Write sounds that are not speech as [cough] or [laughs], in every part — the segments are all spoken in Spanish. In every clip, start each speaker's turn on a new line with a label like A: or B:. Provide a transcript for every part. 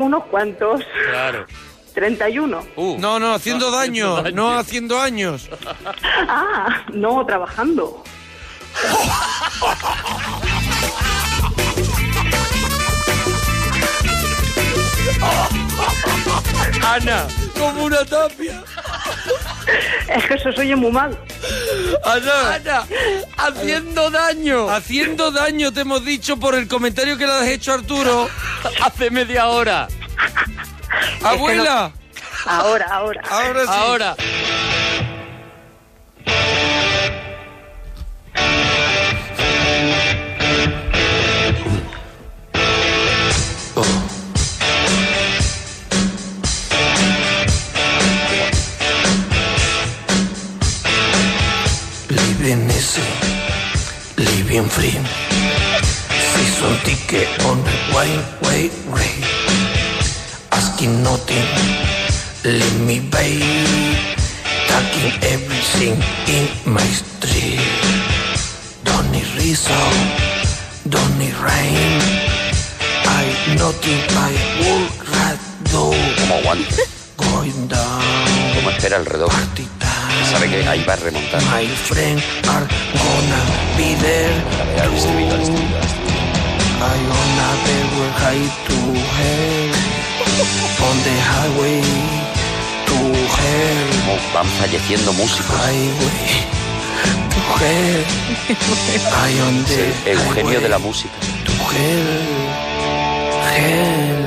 A: Unos cuantos.
B: Claro.
A: 31.
B: Uh,
C: No, no, haciendo daño,
B: daño.
C: no haciendo años.
A: Ah, no, trabajando.
B: Ana,
C: Como una tapia.
A: Es que eso se oye muy mal.
C: Ana,
B: Ana, [laughs] haciendo daño.
C: haciendo daño te hemos dicho por el comentario que le has hecho a Arturo.
B: [laughs] Hace media hora.
C: Abuela,
A: Ahora, ahora.
C: ahora sí.
B: Ahora.
D: Living easy, living free. Season ticket on the wide, wide way. Asking nothing, let me buy. Tucking everything in my street. Don't need reason, don't need rain. I nothing I would rather do.
E: como aguante,
D: Going down,
E: como espera el reloj.
D: party time.
E: Sabe que ahí va a remontar.
D: My friend are gonna be there.
E: A ver, al estribillo, al estribillo, al estribillo.
D: I gonna be where high to
E: [laughs]
D: hell. On the highway to hell.
E: Cómo van falleciendo músicos.
D: Highway to hell. I on the
E: Es el Eugenio
D: highway
E: de la música.
D: to hell. Hell.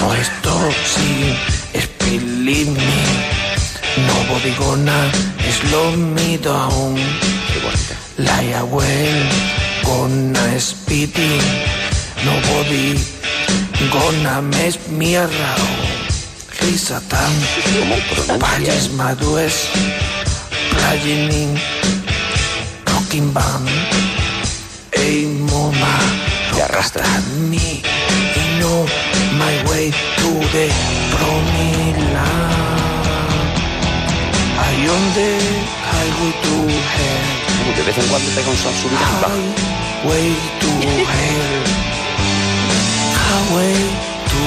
D: No stop sin believe me. Nobody gonna slow me down.
E: Qué bonita.
D: Lie away, gonna speed it. Nobody gonna mess me around. Lisa Tam,
E: Cómo pronuncia.
D: Paris Madues, playing in Rocking Band. Hey, mama,
E: Te arrastra.
D: at me, you know my way to the promised land. I on the highway to hell.
E: Uh, De vez en cuando pega un son subida y baja.
D: Highway to hell. Highway to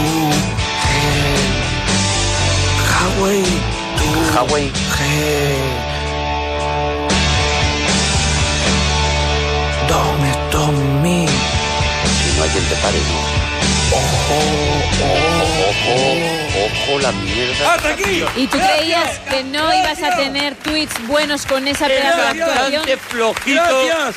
D: hell. Highway to
E: Highway.
D: hell. Don't stop me.
E: Si no hay quien te pare, no. Ojo, ojo, ojo la mierda.
C: ¡Hasta aquí!
F: Y tú creías que no ibas a tener tweets buenos con esa pedazo de
C: Gracias.
F: actuación.
B: Bastante flojito.
C: ¡Gracias!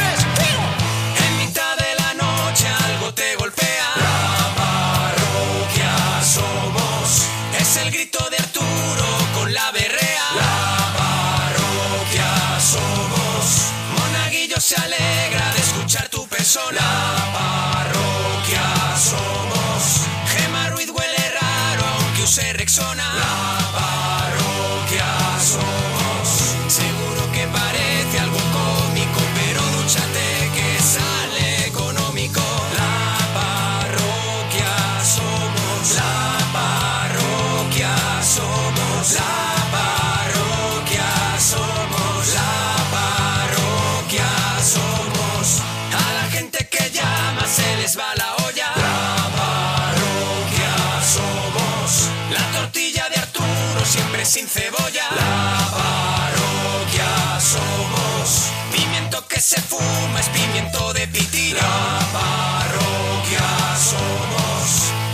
G: En mitad de la noche algo te golpea. La parroquia somos. Es el grito de Arturo con la berrea. La parroquia somos. Monaguillo se alegra de escuchar tu persona. La parroquia somos. Gema Ruiz huele raro aunque use Rexona. La parroquia somos. Seguro que parece algo cómico, pero dúchate que sale económico. La parroquia somos, la parroquia somos, la parroquia somos, la parroquia somos. A la gente que llama se les va la olla. La parroquia somos, la tortilla de Arturo siempre sin cebolla. La parroquia somos, pimiento que se fuma es pimiento de pitina. La parroquia somos,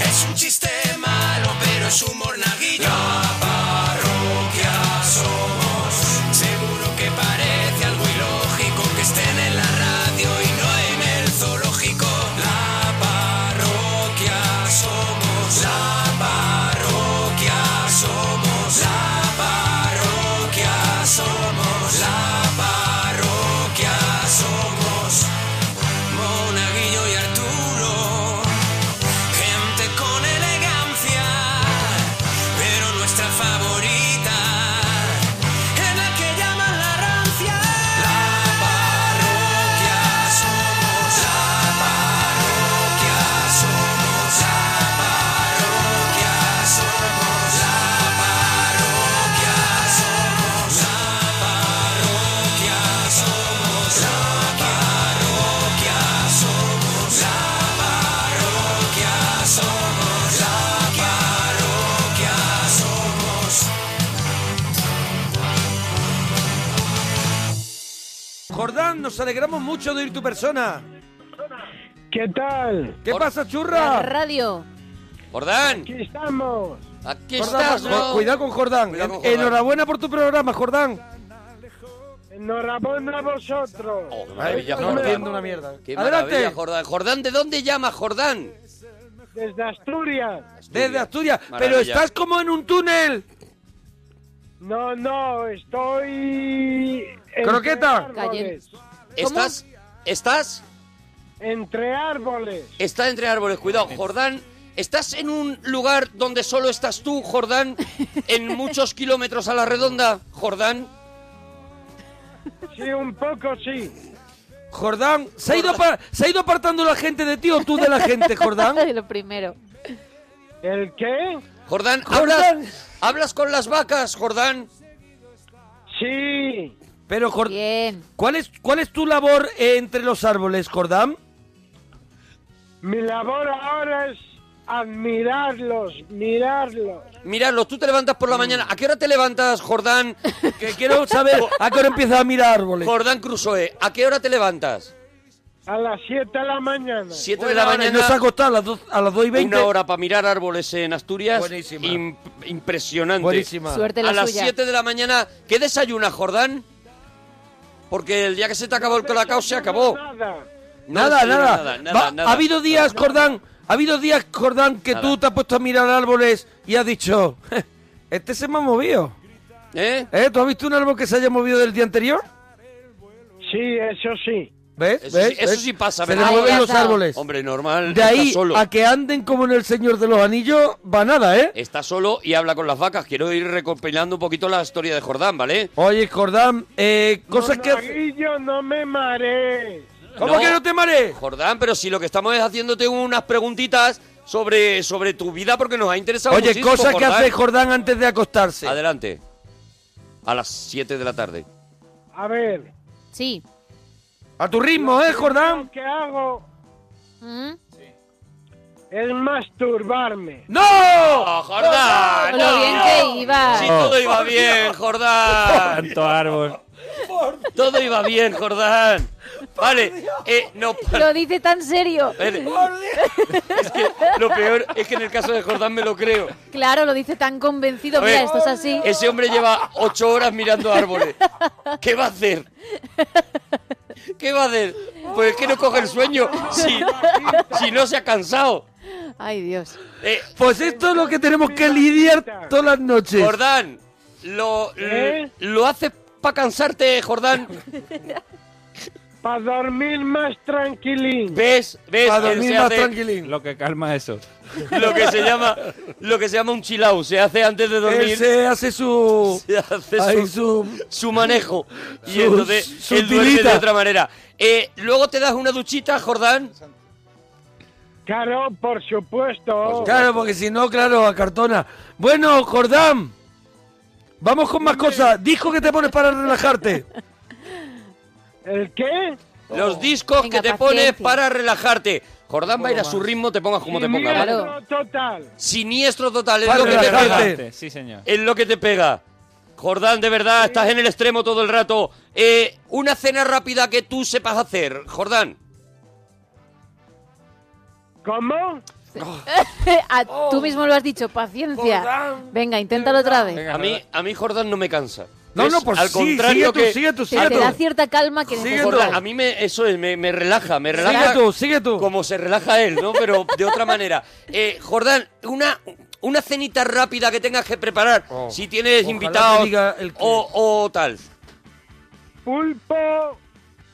G: es un chiste malo pero es humor naguillo. La parroquia somos, seguro que parece algo ilógico que estén en la radio y no en el zoológico. La parroquia somos, la parroquia somos, la parroquia somos, la parroquia somos.
C: Jordán, nos alegramos mucho de oír tu persona.
H: ¿Qué tal?
C: ¿Qué pasa,
F: La
C: churra?
F: radio.
I: Jordán,
H: Aquí estamos.
I: aquí
C: Jordán,
I: estás,
C: cu-
I: ¿no?
C: Cuidado con Jordán.
I: Cuidado con
C: En-
I: Jordán.
C: Enhorabuena por tu programa, Jordán.
H: Enhorabuena a vosotros.
I: Oh, qué maravilla,
C: No
I: Jordán.
C: entiendo una mierda.
I: Qué maravilla,
C: Adelante.
I: Jordán. Jordán, ¿de dónde llamas, Jordán?
H: Desde Asturias.
C: Desde Asturias. Pero
I: Maravilla.
C: estás como en un túnel.
H: No, no, estoy... entre
C: Croqueta.
H: árboles.
I: ¿Estás? ¿Estás?
H: Entre árboles.
I: Está entre árboles, cuidado, Jordán. ¿Estás en un lugar donde solo estás tú, Jordán? ¿En muchos kilómetros a la redonda, Jordán?
H: Sí, un poco sí.
C: Jordán, ¿se ha, ido apar- ¿se ha ido apartando la gente de ti o tú de la
F: [laughs]
C: gente, Jordán?
F: Lo primero.
H: ¿El qué?
I: Jordán,
C: Jordán.
I: ¿hablas, hablas con las vacas, Jordán?
H: Sí.
C: Pero, Jor-
F: Bien.
C: ¿cuál, es, ¿cuál es tu labor eh, entre los árboles, Jordán?
H: Mi labor ahora es admirarlos, mirarlos.
I: Míralo, tú te levantas por
C: Mm.
I: la mañana. ¿A qué hora te levantas, Jordán?
C: [laughs] Que quiero saber a qué hora empiezas a mirar árboles.
I: Jordán Crusoe, ¿a qué hora te levantas?
H: A las 7 de la mañana.
I: Siete de
C: Buena
I: la
C: hora, y Nos ha
I: mañana,
C: costado a las, dos, a las 2 y 20.
I: una hora para mirar árboles en Asturias.
C: Buenísima.
I: Imp- impresionante.
C: Buenísima.
F: Suerte la
I: a las
F: suya.
I: 7 de la mañana. ¿Qué desayunas, Jordán? Porque el día que se te acabó el colacao se acabó.
H: Nada.
I: No
C: nada,
I: desayunas
C: nada. Va-
I: nada, nada.
C: Ha habido días, Jordán, ha habido días, Jordán, que
I: Nada.
C: tú te has puesto a mirar árboles y has dicho, [laughs] este se me ha movido.
I: ¿Eh?
C: ¿Eh? ¿Tú has visto un árbol que se haya movido del día anterior?
H: Sí, eso sí.
C: ¿Ves?
I: Eso
C: ¿Ves?
I: sí- eso
C: ¿Ves?
I: sí pasa,
C: Se le
I: ¿verdad?
C: mueven
F: Ahí
C: los
F: has dado.
C: árboles.
I: Hombre, normal.
C: De ahí
I: está solo.
C: a que anden como en el Señor de los Anillos, va nada, ¿eh?
I: Está solo y habla con las vacas. Quiero ir recopilando un poquito la historia de Jordán, ¿vale?
C: Oye, Jordán, eh, cosas que... hace-
H: Monaguillo, no me marees.
C: ¿Cómo
I: No.
C: que no te marees?
I: Jordán, pero si lo que estamos es haciéndote unas preguntitas sobre, sobre tu vida porque nos ha interesado
C: Oye,
I: muchísimo,
C: cosas que
I: Jordán.
C: hace Jordán antes de acostarse.
I: Adelante. A las 7 de la tarde.
H: A ver,
F: Sí.
C: A tu ritmo, ¿eh, Jordán?
H: lo que hago
F: ¿Mm?
H: es masturbarme.
C: ¡No!
I: ¡Oh, Jordán!
F: Con lo
I: no!
F: bien que
H: Ah.
F: iba.
I: Sí, todo iba bien, Jordán.
J: Tanto árbol.
I: Todo iba bien, Jordán. Vale, eh, no. [laughs]
F: Lo dice tan serio.
I: vale. Es que lo peor es que en el caso de Jordán me lo creo.
F: Claro, lo dice tan convencido.
I: A ver,
F: Mira, esto es así.
I: Ese hombre lleva ocho horas mirando árboles. ¿Qué va a hacer? ¿Qué va a hacer? Pues es que no coge el sueño si, si no se ha cansado.
F: Ay, Dios.
I: Eh,
C: Pues esto es lo que tenemos que lidiar todas las noches.
I: Jordán, lo,
H: ¿Eh?
I: lo haces para cansarte, Jordán.
H: Para dormir más tranquilín.
I: ¿Ves? ¿Ves?
C: Para
I: Él
C: dormir
I: se
C: más
I: hace
C: tranquilín.
J: Lo que calma eso.
I: Lo que se llama, lo que se llama un chill out. Se hace antes de dormir.
C: Él se hace su...
I: se hace
C: ahí
I: su,
C: su-
I: su manejo. Y
C: su-
I: entonces
C: su
I: él duerme de
C: tilita.
I: otra manera. Eh, Luego te das una duchita, Jordán.
H: Claro, por supuesto.
C: Claro, porque si no, claro, acartona. Bueno, Jordán, vamos con más cosas. Disco que te pones para relajarte.
H: ¿El qué?
I: Los discos
F: Venga,
I: que te
F: paciencia.
I: pones para relajarte. Jordán va a ir a su ritmo, te pongas como te pongas. ¿vale?
F: Claro.
H: Siniestro total.
I: Siniestro total, es
C: Para
I: lo que te
C: relajarte.
I: pega.
J: Relajante, Sí, señor.
I: Es lo que te pega. Jordán, de verdad, estás en el extremo todo el rato. Eh, una cena rápida que tú sepas hacer, Jordán.
H: ¿Cómo?
F: [laughs] Ah,
C: Oh.
F: tú mismo lo has dicho, paciencia. Venga, inténtalo otra vez.
I: A mí, a mí Jordán no me cansa.
C: No,
I: Es
C: no, pues
I: al
C: sí,
I: contrario
C: sigue tú,
I: que
C: sigue tú,
F: Pero
C: sigue
F: te
C: tú.
F: da cierta calma que
C: Sigue
F: necesitas.
I: Jordán, a mí me, eso es, me, me relaja, me relaja
C: Sigue tú, sigue tú.
I: como se relaja él, ¿no? Pero de otra manera. Eh, Jordán, una, una cenita rápida que tengas que preparar
C: Oh.
I: si tienes
C: Ojalá
I: invitados
C: me diga el que-
I: o, o tal.
H: Pulpo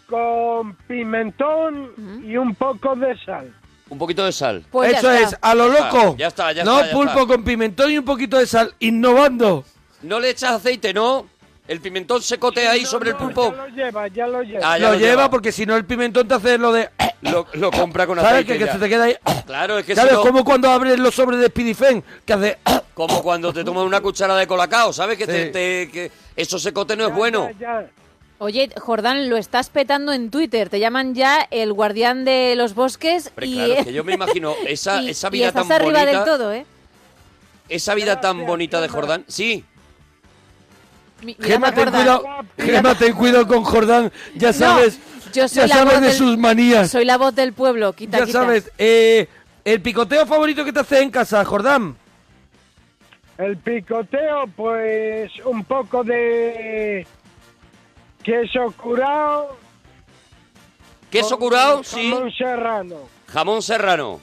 H: con pimentón y un poco de sal.
I: Un poquito de sal.
F: Pues ya
C: Eso
F: está.
C: es, a lo
I: Ya está,
C: loco.
I: ya está, ya
C: no,
I: está, ya
C: pulpo
I: está.
C: con pimentón y un poquito de sal, innovando.
I: No le echas aceite, ¿no? El pimentón se cotea ahí sobre el
H: No,
I: pulpo.
H: Ya lo lleva, ya lo lleva.
I: Ah, ya
C: lo, lleva, porque si no el pimentón te hace lo de...
I: Lo, lo compra con
C: ¿Sabes?
I: aceite.
C: Que, que
I: ya.
C: se te queda ahí...
I: Claro, es que
C: ¿Sabes?
I: si no-
C: Como cuando abres los sobres de Spidifen, que hace... [coughs]
I: Como cuando te tomas una cuchara de colacao, ¿sabes? Que, te,
C: Sí.
I: te- que eso secote no es bueno.
H: Ya, ya.
F: Oye, Jordán, lo estás petando en Twitter. Te llaman ya el guardián de los bosques
I: Hombre,
F: y,
I: claro, es que
F: [laughs]
I: yo me imagino esa,
F: y-
I: esa
F: y
I: vida
F: estás
I: tan
F: arriba
I: bonita,
F: del todo, ¿eh?
I: esa vida tan
H: Gracias,
I: bonita de
H: Chema.
I: Jordán. Sí,
F: Mi- mira,
C: Gema,
F: me
C: ten
F: acuerdo.
C: cuidado, Gema, ten cuidado con Jordán. Ya sabes,
F: yo soy
C: ya
F: la
C: sabes
F: voz
C: de
F: del-
C: sus manías.
F: Soy la voz del pueblo, quita,
C: ya
F: quita.
C: sabes. eh, el picoteo favorito que te haces en casa, Jordán.
K: El picoteo, pues un poco de queso curado.
I: Queso curado, sí.
K: Jamón serrano.
I: Jamón serrano.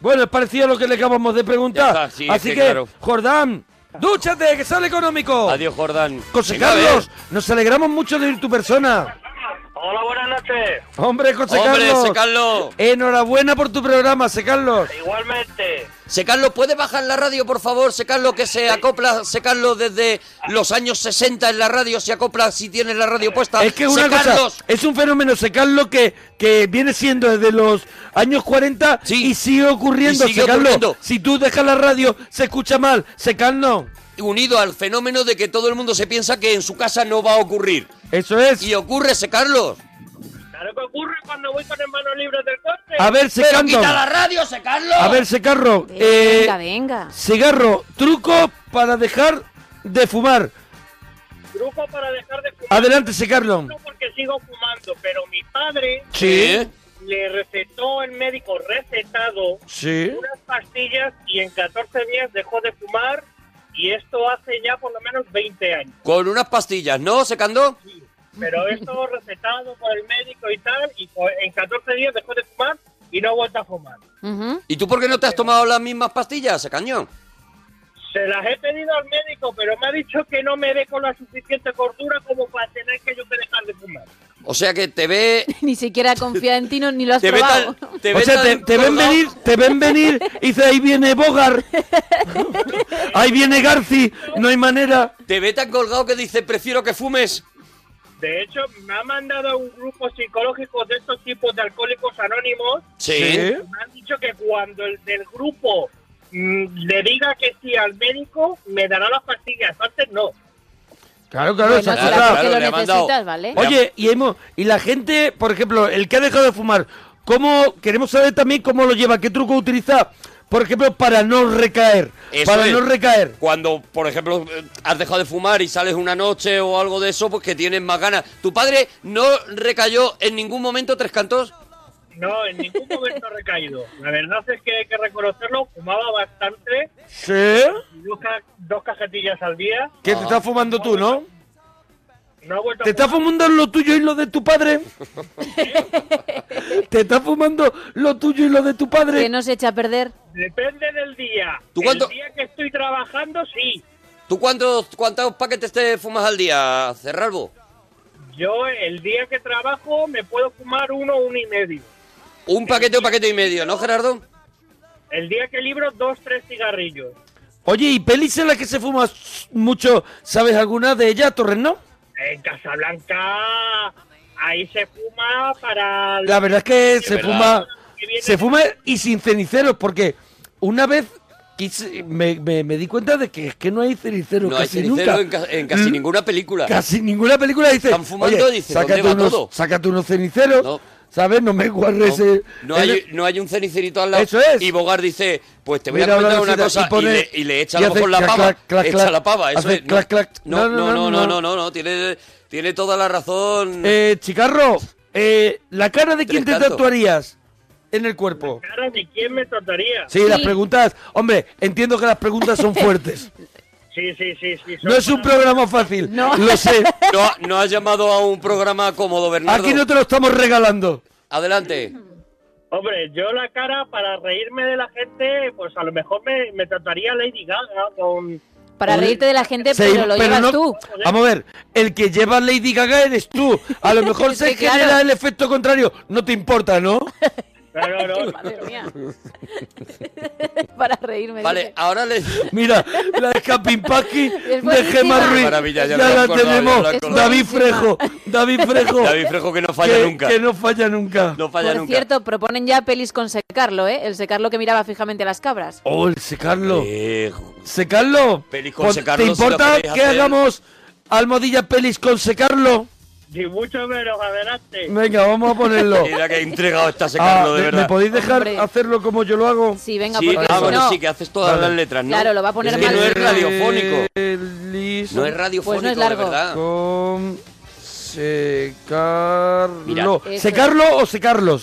C: Bueno, es parecido a lo que le acabamos de preguntar.
I: Ya está, sí, es
C: Así
I: que
C: que,
I: claro.
C: Jordán, dúchate, que sale económico.
I: Adiós, Jordán.
C: José
I: Venga, a ver.
C: Carlos, nos alegramos mucho de ir tu persona.
K: Hola, buenas noches.
C: Hombre, José
I: Hombre,
C: Carlos.
I: José Carlos.
C: Enhorabuena por tu programa, José Carlos.
K: Igualmente.
I: Se Carlos, ¿puede bajar la radio, por favor? Se Carlos, que se acopla, se Carlos, desde los años 60 en la radio, se acopla si tienes la radio puesta.
C: Es que
I: Se
C: una cosa,
I: Carlos,
C: es un fenómeno, José Carlos, que, que viene siendo desde los años 40
I: Sí.
C: y sigue ocurriendo,
I: Y sigue
C: José Carlos.
I: ocurriendo.
C: Si tú dejas la radio, se escucha mal, José Carlos.
I: unido al fenómeno de que todo el mundo se piensa que en su casa no va a ocurrir.
C: Eso es.
I: Y ocurre, se Carlos.
K: Claro que ocurre cuando voy con el mano libre del coche.
C: A ver, José
I: Pero
C: Carlos.
I: quita la radio, se Carlos.
C: A ver, José Carlos. eh,
F: Venga, venga.
C: Cigarro, truco para dejar de fumar.
K: Truco para dejar de fumar
C: Adelante, José Carlos.
K: porque sigo fumando, pero mi padre
F: ¿Eh?
I: Sí.
K: le recetó el médico recetado
C: Sí.
K: unas pastillas y en 14 días dejó de fumar y esto hace ya por lo menos 20 años.
I: Con unas pastillas, ¿no, Secando?
K: Pero esto recetado por el médico y tal y co- en 14 días dejó de fumar y no ha vuelto a fumar.
F: Ujú.
I: ¿Y tú por qué no te has tomado las mismas pastillas, Secañón?
K: Se las he pedido al médico, pero me ha dicho que no me dé con la suficiente cordura como para tener que yo que dejar de fumar.
I: O sea que te ve...
F: [laughs] Ni siquiera confía en ti, no, ni lo has
I: Te ve
F: probado.
I: tan- te ve
C: o sea,
I: tan
C: te, te ven
I: colgado.
C: venir, te ven venir y dice, ahí
F: [laughs]
C: viene Bogar, ahí viene Garci, no hay manera.
I: Te ve tan colgado que dice, prefiero que fumes.
K: De hecho, me ha mandado a un grupo psicológico de estos tipos de alcohólicos anónimos
I: sí.
K: Me han dicho que cuando el del grupo mm, le diga que sí al médico, me dará las pastillas. Antes no.
C: Claro, claro,
F: Bueno,
C: esa
F: si
C: cosa.
F: la
I: claro,
F: que lo
I: le ha mandado.
F: necesitas, ¿vale?
C: Oye, y, hemos- y la gente, por ejemplo, el que ha dejado de fumar, ¿cómo, queremos saber también cómo lo lleva, qué truco utiliza, por ejemplo, para no recaer,
I: Eso
C: para
I: es.
C: no recaer.
I: Cuando, por ejemplo, eh, has dejado de fumar y sales una noche o algo de eso, pues que tienes más ganas. ¿Tu padre no recayó en ningún momento tres cantos?
K: No, en
C: [laughs]
K: ningún momento ha recaído. La verdad es que hay que reconocerlo. Fumaba bastante,
C: ¿Sí?
K: dos, ca- dos cajetillas al día.
C: Que te estás fumando tú, ¿no?
K: No ha vuelto
C: ¿Te
K: a
C: estás
K: fumar.
C: fumando lo tuyo y lo de tu padre? ¿Te estás fumando lo tuyo y lo de tu
F: Que
C: padre?
F: no se echa a perder.
K: Depende del día.
I: ¿Tú cuánto-
K: El día que estoy trabajando, sí.
I: ¿Tú cuántos, cuántos paquetes te fumas al día, Cerralbo?
K: Yo el día que trabajo me puedo fumar uno, uno y medio.
I: Un paquete o paquete y medio, ¿no, Gerardo?
K: El día que libro, dos, tres cigarrillos.
C: Oye, ¿y pelis en las que se fuma s- mucho? ¿Sabes alguna de ellas, Torres, no?
K: En Casablanca, ahí se fuma para...
C: La verdad es que se
I: verdad.
C: fuma. Se fuma y sin ceniceros, porque una vez quise- me, me- me di cuenta de que es que no hay ceniceros
I: No hay
C: casi
I: cenicero
C: nunca.
I: en, ca- en casi
C: Mm,
I: ninguna película.
C: Casi ninguna película dice.
I: Están fumando,
C: "Oye,
I: dice,
C: sácate,
I: ¿dónde va
C: unos,
I: todo?"
C: sácate unos ceniceros.
I: No.
C: ¿Sabes? No me
I: No,
C: guardes. eh,
I: no
C: en
I: hay,
C: el-
I: no hay un cenicerito al lado.
C: Eso es.
I: Y Bogar dice, pues te voy
C: Mira,
I: a contar
C: habla
I: una
C: cosita,
I: cosa.
C: y pone-
I: y, le, y le echa a
C: y
I: lo
C: hace
I: mejor la
C: clac,
I: pava.
C: clac, clac,
I: echa
C: clac.
I: la pava. Eso
C: Hace
I: es.
C: clac, clac.
I: No, no, no, no, no, no, no, Tiene, tiene toda la razón.
C: Eh, Chicarro, eh, ¿la cara de quién te
I: Tres cantos.
C: tatuarías en el cuerpo?
K: cara de quién me trataría.
C: Sí,
F: Sí.
C: las preguntas. Hombre, entiendo que las
F: [laughs]
C: preguntas son fuertes.
K: [laughs] Sí, sí, sí, sí.
C: No es un programa fácil. [laughs] Lo sé.
I: [laughs] No, ha- no has llamado a un programa cómodo, Bernardo.
C: Aquí no te lo estamos regalando.
I: Adelante.
K: Hombre, yo la cara para reírme de la gente, pues a lo mejor me, me trataría Lady Gaga con...
F: Para
C: Hombre,
F: reírte de la gente,
C: Se-
F: pero lo llevas
C: no-
F: tú.
C: Vamos a ver, el que lleva Lady Gaga eres tú.
F: [laughs]
C: A lo mejor se
F: Sí, claro.
C: genera el efecto contrario. No te importa, ¿no?
K: No, no,
F: [laughs]
K: no.
F: Madre mía. Para reírme.
I: Vale,
F: dice.
I: ahora le...
C: Mira, la de Capin Paqui de
F: buenísima.
C: Gemma Ruiz.
I: Maravilla,
C: ya
I: ya me lo
C: la
I: acordaba, ya
C: tenemos.
I: me lo
F: acordaba.
C: David
F: Es buenísima.
C: Frejo.
I: [laughs]
C: David Frejo.
I: David Frejo que no falla
C: que,
I: nunca.
C: que no falla nunca.
I: No falla
F: Por
I: nunca.
F: cierto, proponen ya pelis con secarlo, ¿eh? El secarlo que miraba fijamente a las cabras.
C: Oh, el secarlo.
I: Eh,
C: Secarlo.
I: Pelis con
C: Pon-
I: Secarlo,
C: ¿Te
I: si lo
C: importa
I: queréis
C: que
I: hacer.
C: hagamos almohadilla pelis con secarlo?
K: Ni mucho menos, adelante.
C: Venga, vamos a ponerlo.
I: [laughs] Mira que entregado está ese
C: Ah,
I: Carlos, de
C: ¿me-
I: verdad.
C: ¿Me podéis dejar
F: Hombre.
C: hacerlo como yo lo hago?
F: Sí, venga,
I: Sí,
F: porque
I: ah,
F: si
I: bueno,
F: no,
I: sí, que haces todas
C: Vale.
I: las letras, ¿no?
F: Claro, lo va a poner
I: es que
F: mal.
I: no es radiofónico.
C: Feliz
I: No es radiofónico,
F: Pues no es largo.
I: de verdad.
C: Con secarlo.
F: Mira.
C: ¿Secarlo o secarlos?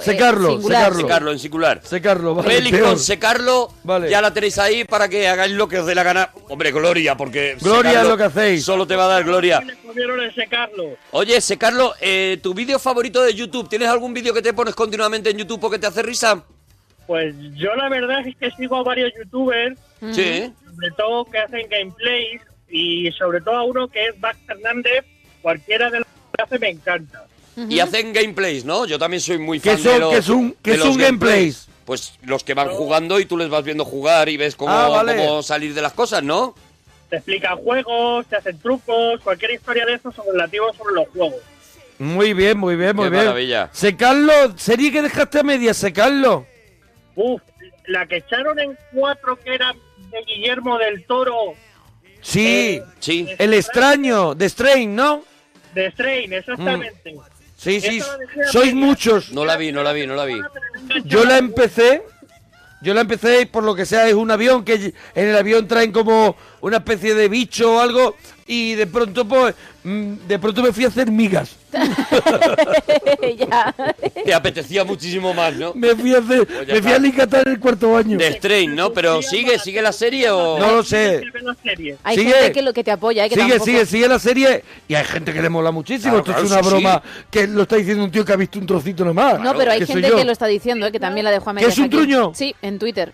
F: Secarlo, eh,
C: Secarlo,
F: singular.
C: secarlo.
I: Secarlo, en singular.
C: Secarlo, vale.
I: Feliz
C: peor.
I: con secarlo.
C: Vale.
I: Ya la tenéis ahí para que hagáis lo que os dé la gana. Hombre, Gloria, porque.
C: Gloria
I: secarlo
C: es lo que hacéis.
I: Solo te va a dar Gloria.
K: Le pudieron ese Carlos.
I: Oye, secarlo, eh, tu vídeo favorito de YouTube. ¿Tienes algún vídeo que te pones continuamente en YouTube porque te hace risa?
K: Pues yo la verdad es que sigo a varios youtubers,
I: Sí.
K: sobre todo que hacen gameplays, y sobre todo a uno que es Bax Hernández, cualquiera de los que hace me encanta.
I: Y hacen gameplays, ¿no? Yo también soy muy
C: ¿Qué
I: fan
C: son-
I: de los,
C: qué son- qué
I: de los
C: son gameplays?
I: Pues los que van jugando y tú les vas viendo jugar y ves cómo,
C: Ah, vale.
I: cómo salir de las cosas, ¿no?
K: Te explican juegos, te hacen trucos, cualquier historia de esos relativo sobre los juegos.
C: Muy bien, muy bien, muy
I: Qué
C: bien.
I: maravilla.
C: Secarlo, sería que dejaste a media, secarlo.
K: Uf, la que echaron en cuatro que era de Guillermo del Toro,
C: Sí.
I: Sí.
C: El extraño, de Strain, ¿no?
K: de Strain, exactamente.
C: Mm. Sí, sí.
K: Esta la dejé a
C: Sois
K: media.
C: muchos.
I: No la vi, no la vi, no la vi.
C: Yo la empecé. Yo la empecé y por lo que sea es un avión que en el avión traen como una especie de bicho o algo y de pronto pues mm, de pronto me fui a hacer migas.
F: ya.
I: Te apetecía muchísimo más, ¿no?
C: Me fui a hacer
I: Pues ya
C: me fui a
I: está.
C: alicatar en el cuarto año.
I: De Strain, ¿no? Pero sigue, sigue la serie o.
C: No lo sé.
K: Que ve la serie.
F: Hay
C: Sigue.
F: gente que, lo, que te apoya, ¿eh? que
C: Sigue,
F: tampoco-
C: sigue, sigue la serie y hay gente que le mola muchísimo. Esto
I: Claro,
C: es
I: claro,
C: una
I: sí,
C: broma que lo está diciendo un tío que ha visto un trocito nomás.
F: No, pero hay
C: que soy
F: gente
C: yo.
F: que lo está diciendo, ¿eh? que también la dejó a
C: ¿Que
F: medias
C: es un
F: aquí.
C: truño?
F: Sí, en Twitter.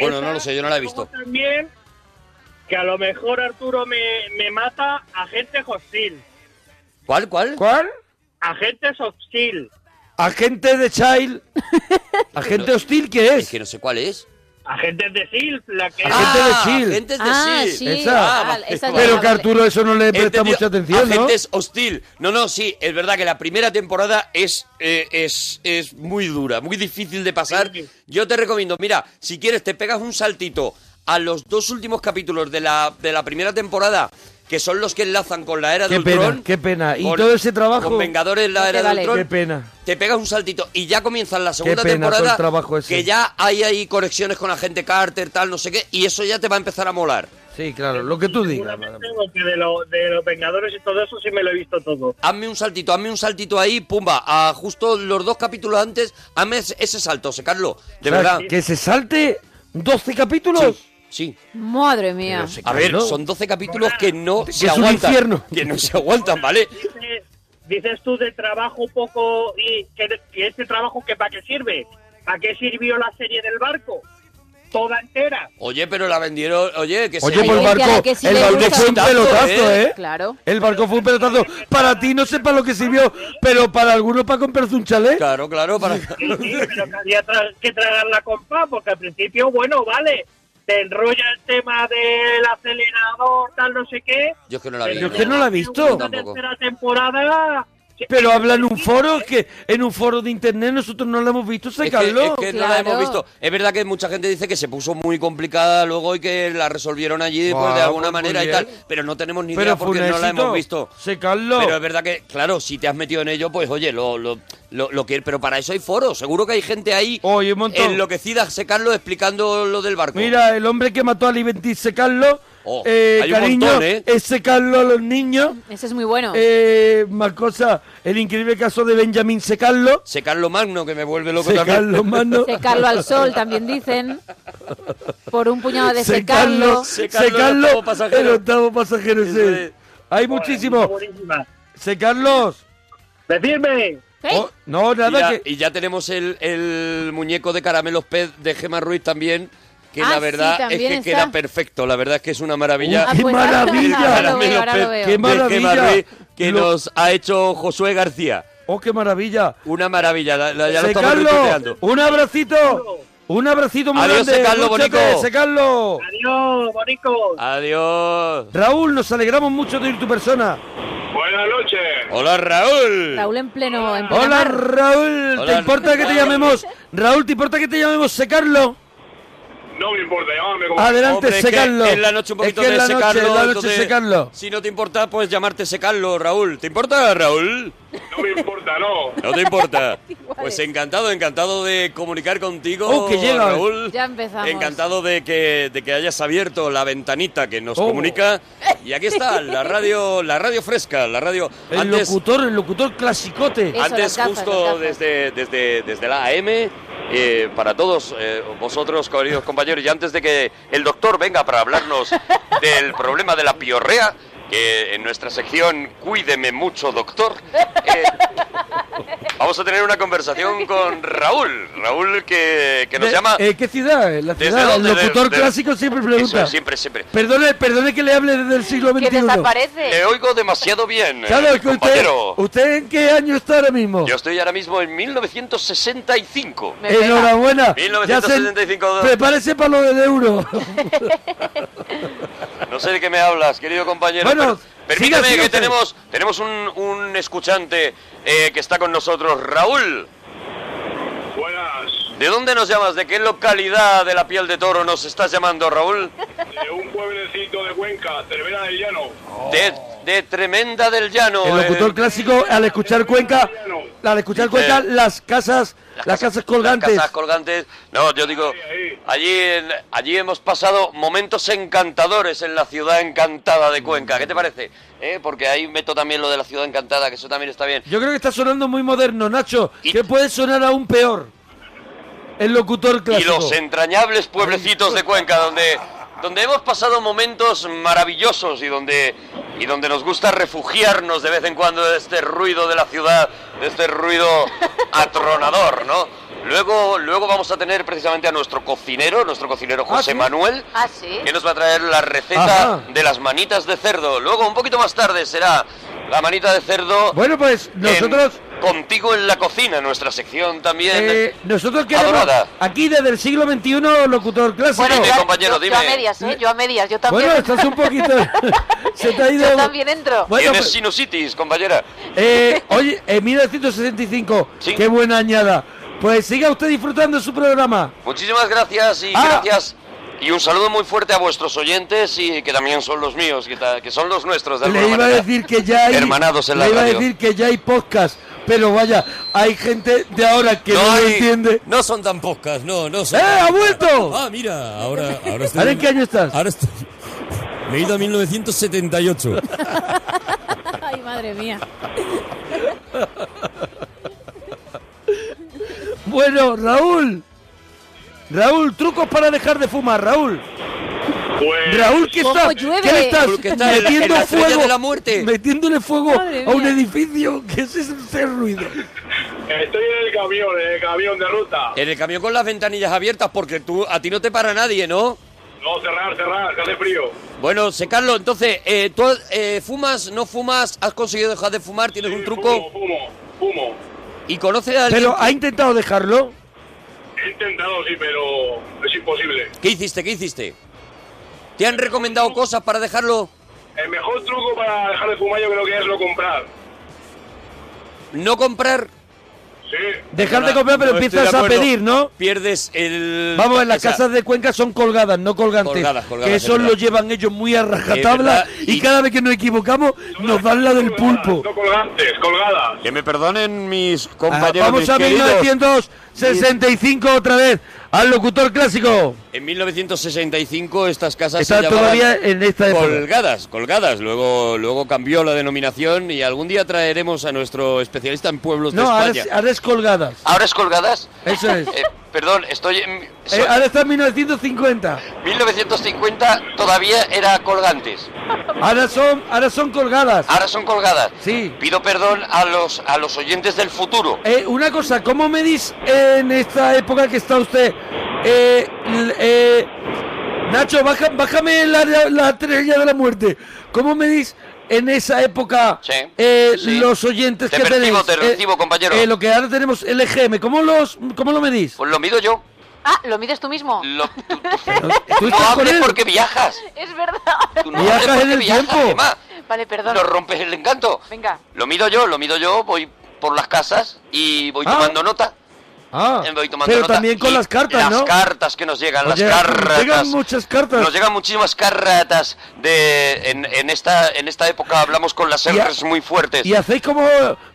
I: Bueno,
K: Esa,
I: no lo sé, yo no la he visto.
K: como También que a lo mejor Arturo me, me mata agente hostil.
I: ¿Cuál, cuál?
C: ¿Cuál?
K: Agentes hostil.
C: Agente de
I: [laughs]
C: Child. Agente hostil que
I: Es
C: es.
I: que no sé cuál es.
K: Agentes de SIL, la que
C: Ah, Agentes de Shield.
I: Agentes de
F: Ah,
I: Shield.
F: sí.
C: Esa.
F: Ah, esa es
C: Pero
F: la-
C: que Arturo eso no le presta
I: Entendido.
C: mucha atención, ¿no?
I: Agentes hostil. No, no, sí, es verdad que la primera temporada es, eh, es, es muy dura, muy difícil de pasar.
K: Sí.
I: Yo te recomiendo, mira, si quieres te pegas un saltito a los dos últimos capítulos de la, de la primera temporada, que son los que enlazan con la era
C: Qué
I: de
C: pena,
I: Ultron.
C: qué pena. Y
I: con-
C: todo ese trabajo-
I: Con Vengadores la
F: No te
I: era
F: vale.
I: de Ultron.
C: Qué pena.
I: Te pegas un saltito y ya comienza la segunda
C: pena todo el
I: temporada.
C: trabajo ese.
I: Que ya hay ahí conexiones con la gente Carter, tal, no sé qué, y eso ya te va a empezar a molar.
C: Sí, claro, lo que tú digas.
K: seguramente lo que de, lo- de los Vengadores y todo eso sí me lo he visto todo.
I: Hazme un saltito, hazme un saltito ahí, pumba, a justo los dos capítulos antes, hazme es- ese salto, secarlo, de
C: O sea,
I: verdad.
C: Que se salte 12 capítulos.
I: Sí, sí.
F: Madre mía.
C: Pero se
I: A ver,
C: caló.
I: son 12 capítulos que no se
C: es un
I: aguantan.
C: infierno.
I: Que no se aguantan, ¿vale?
K: Dices, dices tú de trabajo poco y que, que este trabajo que para qué sirve. ¿Para qué sirvió la serie del barco? Toda entera.
I: Oye, pero la vendieron, oye,
C: Oye,
I: que se...
F: Hay
C: pues el
F: gente a la
C: barco,
F: que sí
C: el
F: le
C: barco
F: gusta.
C: fue un pelotazo,
I: ¿eh?
C: ¿eh?
F: Claro.
C: El barco fue un pelotazo. Para ti no sé para lo que sirvió, pero para algunos para comprarse un chalet.
I: Claro, claro, para...
K: Sí, sí, pero que había tra- que tragarla con pan, porque al principio, bueno, vale, te enrolla el tema del acelerador, tal, no sé qué.
I: Yo es que no la vi. ¿eh?
C: Yo es que no la he visto.
K: La
I: Tampoco.
K: tercera temporada. sí,
C: Pero habla en un foro, es que en un foro de internet nosotros no lo hemos visto, se
I: Es que,
C: caló.
I: es que no la
F: Claro.
I: hemos visto. Es verdad que mucha gente dice que se puso muy complicada luego y que la resolvieron allí pues,
C: Guau,
I: de alguna
C: pues, muy
I: manera y
C: bien.
I: tal, pero no tenemos ni
C: Pero
I: idea
C: fue
I: porque
C: un
I: no la
C: éxito.
I: hemos visto.
C: Se caló.
I: Pero es verdad que, claro, si te has metido en ello, pues oye, lo, lo, lo, lo que... Pero para eso hay foros. Seguro que hay gente ahí
C: Oye, un montón.
I: enloquecida, secando, explicando lo del barco.
C: Mira, el hombre que mató a Libenti, se caló.
I: Oh,
C: eh,
I: hay un
C: cariño,
I: montón, ¿eh?
C: es secarlo a los niños.
F: Ese es muy bueno.
C: Eh, más cosas, el increíble caso de Benjamín Secarlo.
I: Secarlo Magno, que me vuelve loco
C: Secarlo,
I: también.
C: mano.
F: Secarlo al sol, también dicen. Por un puñado de secarlo.
C: Secarlo, secarlo, el octavo pasajero. ese.
I: es.
C: Hay
K: joder,
C: muchísimo.
K: buenísima.
C: Secarlos.
K: Decidme.
F: ¿Eh?
C: Oh, no,
I: Y
C: nada
I: ya,
C: que.
I: y ya tenemos el, el muñeco de caramelos pez de Gemma Ruiz también, que
F: Ah,
I: la
F: sí,
I: verdad es
F: también está.
I: que queda perfecto. La verdad es que es una maravilla.
F: Ah,
C: ¡Qué
F: ahora-
C: maravilla!
I: [laughs]
F: Ahora lo veo,
I: Caramelos
F: ahora lo
I: Pez
F: veo.
C: ¡Qué
I: de Gemma
C: maravilla!
I: Ruiz, que
C: Lo-
I: nos ha hecho Josué García.
C: Oh, qué maravilla.
I: Una maravilla, la- la- ya lo estamos
C: Secarlo,
I: retuiteando.
C: un abracito. Un abracito muy
I: Adiós,
C: grande.
I: Secarlo,
C: Escúchate,
I: bonico.
C: Secarlo.
K: Adiós, bonicos.
I: Adiós.
C: Raúl, nos alegramos mucho de ir tu persona.
L: Buenas noches.
I: Hola, Raúl.
F: Raúl en pleno. En plena
C: Hola,
F: mar.
C: Raúl. ¿Te
I: Hola.
C: importa que te llamemos? Raúl, ¿te importa que te llamemos Secarlo?
H: No me importa, llámame como...
C: Adelante,
I: Hombre, es que
C: secarlo.
I: Es la noche un
C: Es
I: poquito
C: que es
I: de
C: la noche,
I: secarlo.
C: es la noche
I: entonces,
C: secarlo.
I: Si no te importa, pues llamarte secarlo, Raúl. ¿Te importa, Raúl?
H: No me importa, no.
I: No te
F: [laughs]
I: importa.
F: Igual
I: pues
F: es.
I: encantado, encantado de comunicar contigo,
C: Oh, [laughs] que llega.
I: Raúl.
F: Ya empezamos.
I: Encantado de que, de que hayas abierto la ventanita que nos
C: Oh.
I: comunica. Y aquí está, la radio, la radio fresca, la radio.
C: El
I: antes
C: locutor, el locutor clasicote.
F: Eso,
I: antes
F: las gafas, las
I: justo
F: gafas.
I: desde, desde, desde la AM, eh, para todos eh, vosotros, queridos compañeros, y antes de que el doctor venga
F: [laughs]
I: para hablarnos del problema de la piorrea, que en nuestra sección Cuídeme mucho, doctor, eh, vamos a tener una
F: [laughs]
I: conversación con Raúl. Raúl que, que nos
C: De-
I: llama...
C: eh, ¿Qué ciudad? La
I: ¿Desde
C: ciudad. El
I: dónde? De-
C: locutor
I: de-
C: clásico siempre pregunta.
I: Eso, siempre, siempre.
C: Perdone, perdone que le hable desde el siglo XXI.
F: Que desaparece.
I: Le oigo demasiado bien, eh,
C: Claro, es que usted,
I: compañero.
C: ¿usted en qué año está ahora mismo?
I: Yo estoy ahora mismo en 1965.
F: Me pega.
C: Enhorabuena.
I: 1975.
C: Ya se- prepárese para lo del
I: [laughs]
C: euro.
I: No sé de qué me hablas, querido compañero.
C: Bueno,
I: Per-
C: siga,
I: permíteme
C: siga
I: que
C: usted.
I: tenemos, tenemos un, un escuchante eh, que está con nosotros, Raúl.
H: Buenas.
I: ¿De dónde nos llamas? ¿De qué localidad de la piel de toro nos estás llamando, Raúl?
H: De un pueblecito de Cuenca, Cervera del Llano.
I: De, de Tremenda del Llano.
C: Oh. el
I: eh,
C: locutor clásico, al escuchar Cuenca, al escuchar Cuenca, las casas, las, casas colgantes.
I: Las casas colgantes. No, yo digo, allí, en- allí hemos pasado momentos encantadores en la ciudad encantada de Cuenca. ¿Qué te parece? Eh, Porque ahí meto también lo de la ciudad encantada, que eso también está bien.
C: Yo creo que está sonando muy moderno, Nacho.
I: Y-
C: ¿Qué puede sonar aún peor? El locutor
I: y
C: clásico.
I: los entrañables pueblecitos de Cuenca, donde, donde hemos pasado momentos maravillosos y donde, y donde nos gusta refugiarnos de vez en cuando de este ruido de la ciudad, de
C: [laughs]
I: este ruido atronador, ¿no? Luego, luego vamos a tener precisamente a nuestro cocinero, nuestro cocinero
C: Ah,
I: José
C: ¿sí?
I: Manuel,
F: [laughs] Ah, sí.
I: que nos va a traer la receta
C: Ajá.
I: de las manitas de cerdo. Luego, un poquito más tarde, será la manita de cerdo.
C: Bueno, pues
I: en
C: nosotros,
I: Contigo en la cocina, nuestra sección también.
C: eh, nosotros queremos,
I: Adorada.
C: aquí desde el siglo XXI, locutor clásico.
I: Bueno, Dime,
F: yo-
I: compañero,
F: yo, yo a
I: dime.
F: medias, ¿eh? Yo a medias, yo también.
C: Bueno, estás un poquito...
F: [laughs]
C: se te ha ido...
F: Yo también entro.
C: Bueno,
I: Tienes
C: pues-
I: sinusitis, compañera.
C: Eh, oye, en 1965,
I: Sí.
C: qué buena añada. Pues siga usted disfrutando de su programa.
I: Muchísimas gracias y
C: Ah.
I: gracias. Y un saludo muy fuerte a vuestros oyentes y que también son los míos, que, ta- que son los nuestros de
C: Le iba
I: alguna
C: a
I: manera.
C: decir que ya hay.
I: Hermanados en la
C: le iba
I: radio.
C: a decir que ya hay podcast, pero vaya, hay gente de ahora que no, lo
I: hay-
C: entiende.
M: No son tan pocas, no, no
C: ¡Eh,
M: son.
C: ha vuelto!
M: Ah, mira, ahora, ahora estoy.
C: ¿Ahora en qué año estás?
M: Ahora estoy. Me he ido a 1978.
F: [laughs] Ay, madre mía.
C: Bueno, Raúl. Raúl, trucos para dejar de fumar, Raúl.
H: Pues...
C: Raúl, ¿qué
F: ¿Cómo
C: está?
F: llueve?
C: ¿Qué le estás
I: Raúl, que está en la-
C: metiendo
I: en la estrella
C: fuego?
I: de la muerte.
C: Metiéndole fuego
F: Madre
C: a un
F: mía.
C: edificio. ¿Qué es ese ruido?
H: Estoy en el camión, en el camión de ruta.
I: En el camión con las ventanillas abiertas, porque tú, a ti no te para nadie, ¿no?
H: No, cerrar, cerrar, que hace frío.
I: Bueno, sé, Carlos, entonces, eh, ¿tú eh, fumas, no fumas? ¿Has conseguido dejar de fumar? ¿Tienes
H: Sí,
I: un truco?
H: Fumo, fumo, fumo.
I: ¿Y conoces a alguien?
C: Pero ha intentado dejarlo.
H: He intentado, sí, pero es imposible.
I: ¿Qué hiciste? ¿Qué hiciste? ¿Te han recomendado cosas para dejarlo?
H: El mejor truco para dejar de fumar yo creo que es no comprar.
I: ¿No comprar?
H: Sí.
C: Dejar de
I: Ahora,
C: comprar, pero
I: no estoy
C: empiezas
I: de
C: a
I: acuerdo.
C: pedir, ¿no?
I: Pierdes el...
C: Vamos, en las
I: o sea,
C: casas de Cuenca son colgadas, no colgantes.
I: Mm, Colgadas, colgadas,
C: que
I: es
C: eso
I: verdad.
C: lo llevan ellos muy a
I: verdad,
C: rajatabla y,
I: y-
C: cada vez que nos equivocamos nos dan la del pulpo.
H: No colgantes, colgadas.
N: Que me perdonen mis
C: Ah,
N: compañeros.
C: vamos
N: mis
C: a
N: queridos.
C: 1965 otra vez, al locutor clásico.
I: En 1965 estas casas
C: Está
I: se llamaban
C: todavía en esta época.
I: colgadas, colgadas. Luego, luego cambió la denominación y algún día traeremos a nuestro especialista en pueblos
C: No,
I: de
C: ahora
I: España.
C: es, ahora es colgadas.
I: ¿Ahora es colgadas?
C: Eso es.
I: [laughs] Eh, perdón, estoy en... so-
C: Eh, ahora está en 1950.
I: 1950 todavía era colgantes.
C: Ahora son, ahora son colgadas.
I: Ahora son colgadas.
C: Sí.
I: Pido perdón a los, a los oyentes del futuro.
C: Eh, una cosa, ¿cómo medís en esta época que está usted? Eh, l- eh, Nacho, baja- bájame la, la, la estrella de la muerte. ¿Cómo medís en esa época
I: Sí,
C: eh,
I: sí.
C: los oyentes
I: Te
C: que
I: percibo,
C: tenéis?
I: te
C: Eh,
I: recibo, compañero.
C: eh, lo que ahora tenemos, LGM, ¿cómo, los, cómo lo medís?
I: Pues lo mido yo.
F: Ah, ¿lo mides tú mismo?
I: Lo- tú- tú-
C: ¿Tú
I: no
C: estás con
I: hables
C: él?
I: porque viajas.
F: Es verdad.
I: Tú no
C: Viajas
I: hables porque
C: en el
I: viajas,
C: tiempo.
I: Gemma.
F: Vale, perdón.
I: No rompes el encanto.
F: Venga.
I: Lo mido yo, lo mido yo, voy por las casas y voy
C: Ah.
I: tomando nota.
C: Ah,
I: Eh, voy tomando
C: pero
I: nota.
C: también con
I: Y
C: las cartas,
I: Las
C: ¿no?
I: cartas que nos llegan,
C: Oye,
I: las cartas.
C: llegan muchas cartas.
I: Nos llegan muchísimas cartas de en, en esta en esta época hablamos con las
C: Y a-
I: R's muy fuertes.
C: Y hacéis como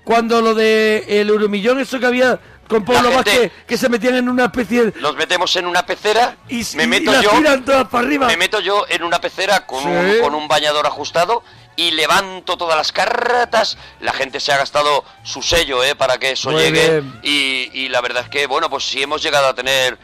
C: cuando lo de el euromillón, eso que había con Pablo
I: La gente-
C: Vázquez, que se metían en una especie de...
I: Los metemos en una pecera,
C: Y,
I: me
C: y
I: meto
C: las
I: yo,
C: tiran todas para arriba.
I: me meto yo en una pecera con,
C: Sí.
I: un, con un bañador ajustado y levanto todas las cartas. La gente se ha gastado su sello eh, para que eso
C: Muy
I: llegue.
C: bien.
I: Y, y la verdad es que, bueno, pues si hemos llegado a tener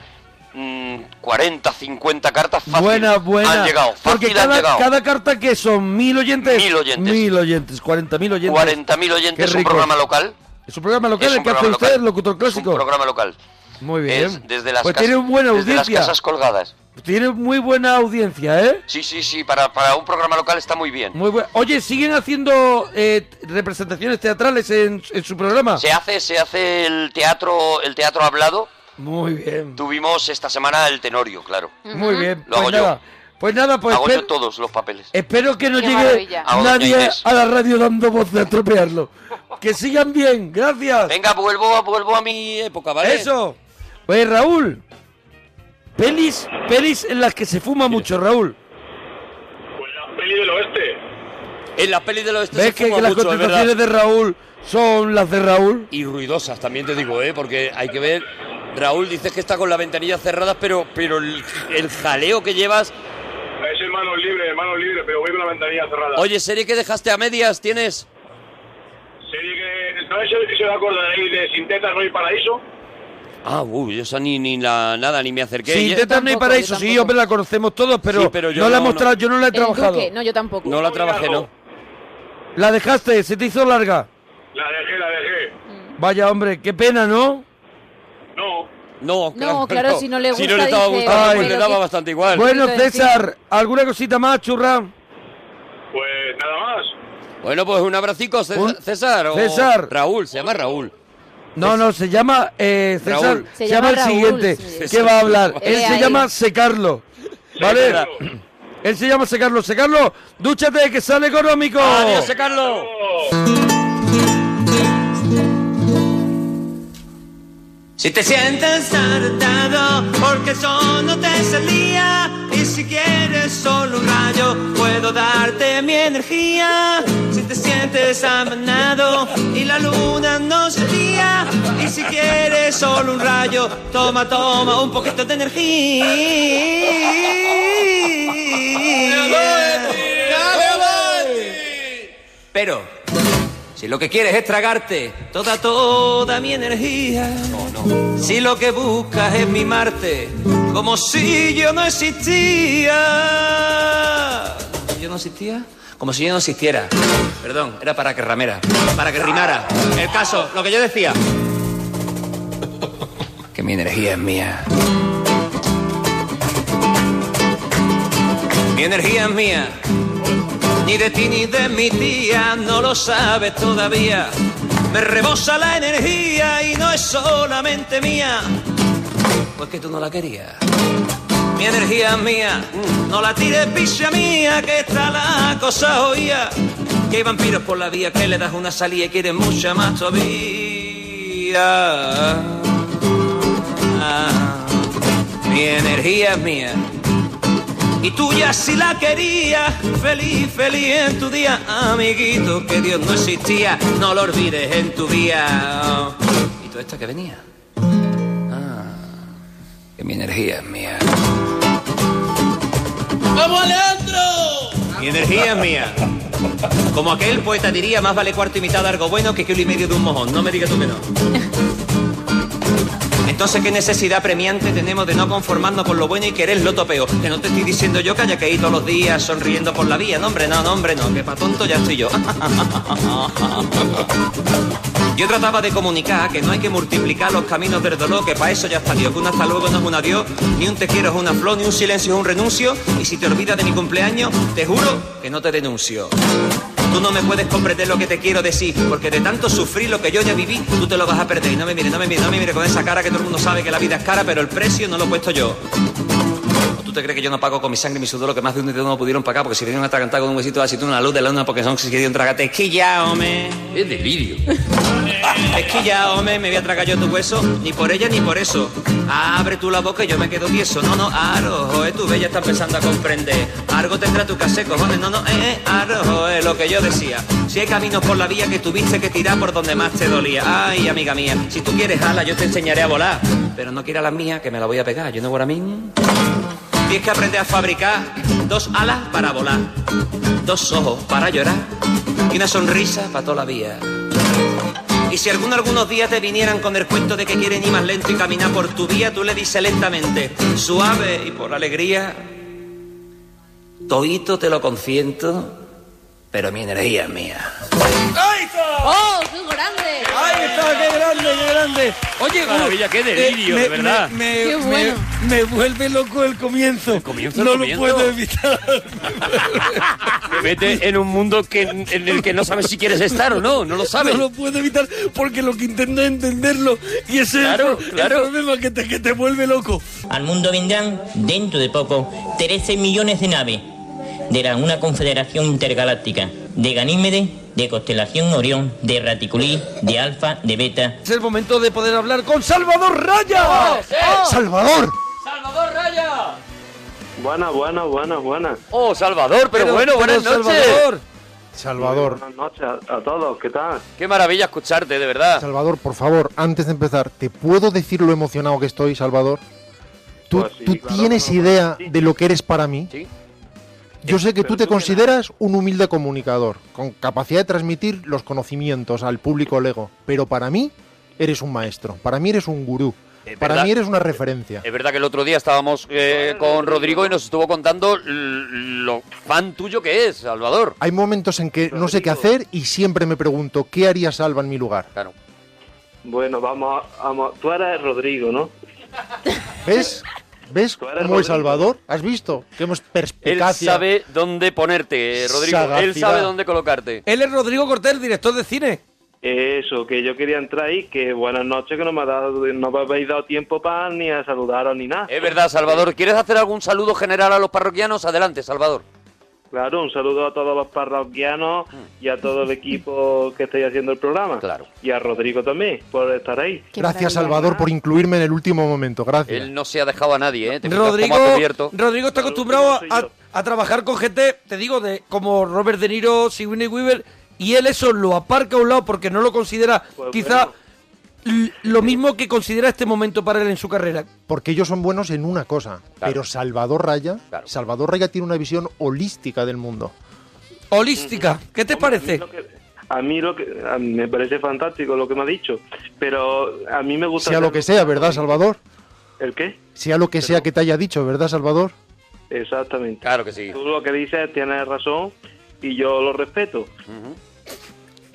I: mm, 40, 50 cartas, fácil
C: Buena, buena.
I: han llegado. Fácil
C: Porque
I: han
C: cada,
I: llegado.
C: cada carta que son mil oyentes.
I: Mil oyentes.
C: Mil oyentes, cuarenta mil oyentes.
I: 40.000
C: Qué
I: oyentes, un
C: rico.
I: programa local.
C: Es un programa local
I: Es un
C: el que hace
I: programa
C: usted,
I: local.
C: locutor
I: Es un
C: clásico.
I: programa local.
C: Muy bien.
I: Es desde las,
C: pues
I: cas-
C: tiene buena
I: desde las
C: audiencia.
I: casas colgadas.
C: Tiene muy buena audiencia, ¿eh?
I: Sí, sí, sí, para, para un programa local está muy bien.
C: Muy buena. Oye, ¿siguen haciendo eh, representaciones teatrales en, en su programa?
I: Se hace, se hace el teatro, el teatro hablado.
C: Muy bien.
I: Tuvimos esta semana el Tenorio, claro.
C: Muy bien.
I: Lo hago
C: pues,
I: yo.
C: nada. pues nada, pues
I: Hago
C: esper-
I: yo todos los papeles.
C: espero que no
F: Qué
C: llegue
F: maravilla.
I: Hago doña
C: nadie
I: Inés.
C: a la radio dando voz de atropellarlo. que sigan bien, gracias.
I: Venga, vuelvo, vuelvo a mi época, ¿vale?
C: Eso. Pues Raúl, pelis, pelis en las que se fuma mucho, Raúl.
H: Pues la peli del oeste.
O: En las pelis de los este se
C: ¿Ves que,
O: fuma
C: que las
O: mucho, es verdad.
C: contestaciones de Raúl son las de Raúl?
O: Y ruidosas, también te digo, ¿eh? Porque hay que ver... Raúl, dices que está con las ventanillas cerradas, pero, pero el, el jaleo que llevas...
H: Es en manos libres, en manos libres, pero voy con la ventanilla cerrada. Eh,
O: Oye, serie que dejaste a medias, ¿tienes?
H: Serie que... ¿Sabes si se acuerda ahí de Sin tetas no hay paraíso?
O: Ah, uy, esa ni, ni la, nada, ni me acerqué.
C: Sí,
O: Ya-
C: Tetas no hay
F: tampoco,
C: paraíso,
F: yo
C: sí,
F: tampoco.
C: hombre, la conocemos todos, pero,
O: Sí, pero yo
C: no la he
O: no, no.
C: mostrado, yo no la he
F: El
C: trabajado.
F: Duque, no, yo tampoco.
O: No la trabajé, no.
C: La dejaste, se te hizo larga. Mm.
H: La dejé, la dejé.
C: Vaya, hombre, qué pena, ¿no?
H: No.
O: No,
F: No, claro, si no le
O: Si no
F: gusta,
O: le estaba
F: dice,
O: gustando,
C: "Ay,
O: pues le
F: pero
O: daba
F: qué-
O: bastante igual.
F: Bueno,
C: Bueno,
F: sí.
C: César, ¿alguna cosita más, churra?
H: Pues nada más.
O: Bueno, pues un abracico,
C: Un-
O: César. César, o
C: César.
O: Raúl, se llama Raúl.
C: No, no, se llama eh, César,
O: Raúl.
F: Se
C: se,
F: llama
C: llama, el
F: Raúl,
C: siguiente,
F: sí.
C: que va a hablar.
F: Te
C: Él
F: ve
C: se
F: ahí.
C: llama Secarlo, ¿vale? Él se llama Secarlo. Secarlo, dúchate que sale económico.
O: Adiós, Carlos.
P: Si te sientes hartado porque el sol no te salía y si quieres solo un rayo puedo darte mi energía. Si te sientes abandonado y la luna no salía y si quieres solo un rayo toma, toma un poquito de energía. Pero si lo que quieres es tragarte toda, toda mi energía. Si lo que buscas es mimarte, como si yo no existía. ¿Como si yo no existía? Como si yo no existiera. Perdón, era para que ramera, para que rimara. El caso, lo que yo decía. Que mi energía es mía. Mi energía es mía. Ni de ti ni de mi tía, no lo sabes todavía. Me rebosa la energía y no es solamente mía, pues que tú no la querías. Mi energía es mía, no la tires picha mía, que está la cosa jodida. Que hay vampiros por la vía, que le das una salida y quieren mucha más todavía. Ah, mi energía es mía. Y tuya si la querías, feliz, feliz en tu día, amiguito, que Dios no existía, no lo olvides en tu día. ¿Y tú esta que venía? Ah, que mi energía es mía. ¡Vamos, Alejandro! Mi energía es mía. Como aquel poeta diría, más vale cuarto y mitad de algo bueno que kilo y medio de un mojón. No me digas tú que no. Entonces, ¿qué necesidad premiante tenemos de no conformarnos con lo bueno y querer lo topeo? Que no te estoy diciendo yo que haya que ir todos los días sonriendo por la vía. No, hombre, no, no, hombre, no, que pa' tonto ya estoy yo. [laughs] Yo trataba de comunicar que no hay que multiplicar los caminos del dolor, que para eso ya está Dios, que un hasta luego no es un adiós, ni un te quiero es una flor, ni un silencio es un renuncio, y si te olvidas de mi cumpleaños, te juro que no te denuncio. Tú no me puedes comprender lo que te quiero decir, porque de tanto sufrir lo que yo ya viví, tú te lo vas a perder. Y no me mires, no me mires, no me mires con esa cara que todo el mundo sabe que la vida es cara, pero el precio no lo he puesto yo. ¿O ¿Tú te crees que yo no pago con mi sangre y mi sudor lo que más de un dedo no pudieron pagar? Porque si vinieron a atragantar con un huesito de aceituna a la luz de la luna, porque son si querían tragarte, es que ya, hombre.
O: Es delirio.
P: [laughs] Es cosquillao, me, me voy a tragar yo tu hueso, ni por ella ni por eso. Abre tú la boca y yo me quedo tieso. No, no, arojo, eh, tu bella está empezando a comprender. Algo tendrá tu casé, cojones, no, no, eh, eh, arojo, eh, lo que yo decía. Si hay caminos por la vía que tuviste que tirar por donde más te dolía. Ay, amiga mía, si tú quieres ala, yo te enseñaré a volar. Pero no quieras las mías, que me la voy a pegar, yo no voy a mí. Tienes que aprender a fabricar
I: [laughs]
P: dos alas para volar, dos ojos para llorar y una sonrisa para toda la vida. Y si alguno algunos días te vinieran con el cuento de que quieren ir más lento y caminar por tu vía, tú le dices lentamente, suave y por alegría, toito te lo consiento, pero mi energía es mía.
G: ¡Ahí está!
F: ¡Oh, qué grande!
C: ¡Ahí está! ¡Qué grande, qué grande! Oye,
I: Maravilla,
C: uh,
I: qué
C: eh,
I: delirio,
C: me-
I: de verdad.
C: Me, me-
F: Qué
C: me-
F: bueno.
C: me vuelve loco el comienzo.
I: comienzo, el
C: no
I: comienzo.
C: lo puedo evitar.
I: Te mete en un mundo que, en el que no sabes si quieres estar o no, no lo
C: [laughs]
I: sabes.
C: No lo puedo evitar porque lo que intento es entenderlo y ese
I: Claro,
C: [laughs] es el,
I: claro.
C: el problema que te, que te vuelve loco.
Q: Al mundo vendrán, dentro de poco, 13 millones de naves de la, una confederación intergaláctica, de Ganímedes, de Constelación Orión, de Raticulí, de Alfa, de Beta.
C: Es el momento de poder hablar con Salvador Raya.
Q: ¡Oh, sí!
C: Salvador.
I: ¡Salvador Raya!
R: Buena, buena, buena, buena.
I: Oh, Salvador, pero,
R: Pero-
I: bueno,
R: pero
I: buenas noches.
R: Salvador.
S: Salvador.
R: Buenas noches a, a todos, ¿qué tal?
I: Qué maravilla escucharte, de verdad.
S: Salvador, por favor, antes de empezar, ¿te puedo decir lo emocionado que estoy, Salvador? ¿Tú,
R: Pues sí,
S: tú
R: claro,
S: tienes
R: claro,
S: idea
R: sí.
S: de lo que eres para mí? Yo sé que
R: Pero
S: tú te
R: tú que
S: consideras un humilde comunicador, con capacidad de transmitir los conocimientos al público lego, pero para mí eres un maestro, para mí eres un gurú,
I: Es
S: para
I: verdad.
S: mí eres una referencia.
I: Es verdad que el otro día estábamos eh, con Rodrigo y nos estuvo contando l- lo fan tuyo que es, Salvador.
S: Hay momentos en que no sé qué hacer y siempre me pregunto, ¿qué haría Salva en mi lugar?
I: Claro.
R: Bueno, vamos, a- vamos. Tú eres Rodrigo, ¿no?
S: ¿Ves? ¿Ves cómo
R: Rodrigo.
S: es Salvador? ¿Has visto? Que hemos
I: Él
S: perspicacia.
I: sabe dónde ponerte, eh, Rodrigo. Él
S: Sagacidad.
I: sabe dónde colocarte.
C: Él es Rodrigo Cortés, director de cine.
R: Eso, que yo quería entrar ahí, que buenas noches, que no me, ha dado, no me habéis dado tiempo para ni a saludaros ni nada.
I: Es verdad, Salvador. ¿Quieres hacer algún saludo general a los parroquianos? Adelante, Salvador.
R: Claro, un saludo a todos los parroquianos
I: Mm.
R: y a todo el equipo que estáis haciendo el programa. Claro. Y a Rodrigo también, por estar ahí.
S: Gracias, Salvador, por incluirme en el último momento. Gracias.
I: Él no se ha dejado a nadie, ¿eh? Te fijas cómo
C: Rodrigo,
I: ha cubierto.
C: Rodrigo está acostumbrado a, a trabajar con gente, te digo, de como Robert De Niro, Sigourney Weaver, y él eso lo aparca a un lado porque no lo considera
R: Pues
C: quizá l- lo mismo que considera este momento para él en su carrera.
S: Porque ellos son buenos en una cosa, pero Salvador Raya, Salvador Raya tiene una visión holística del mundo.
C: Holística, ¿qué te parece?
R: A mí lo que a mí me parece fantástico lo que me ha dicho, pero a mí me gusta
S: Sea lo
R: hacer-
S: que sea, ¿verdad, Salvador?
R: ¿El qué?
S: Sea lo que sea que te haya dicho, ¿verdad, Salvador?
R: Exactamente.
I: Claro que sí.
R: Tú lo que dices tienes razón y yo lo respeto.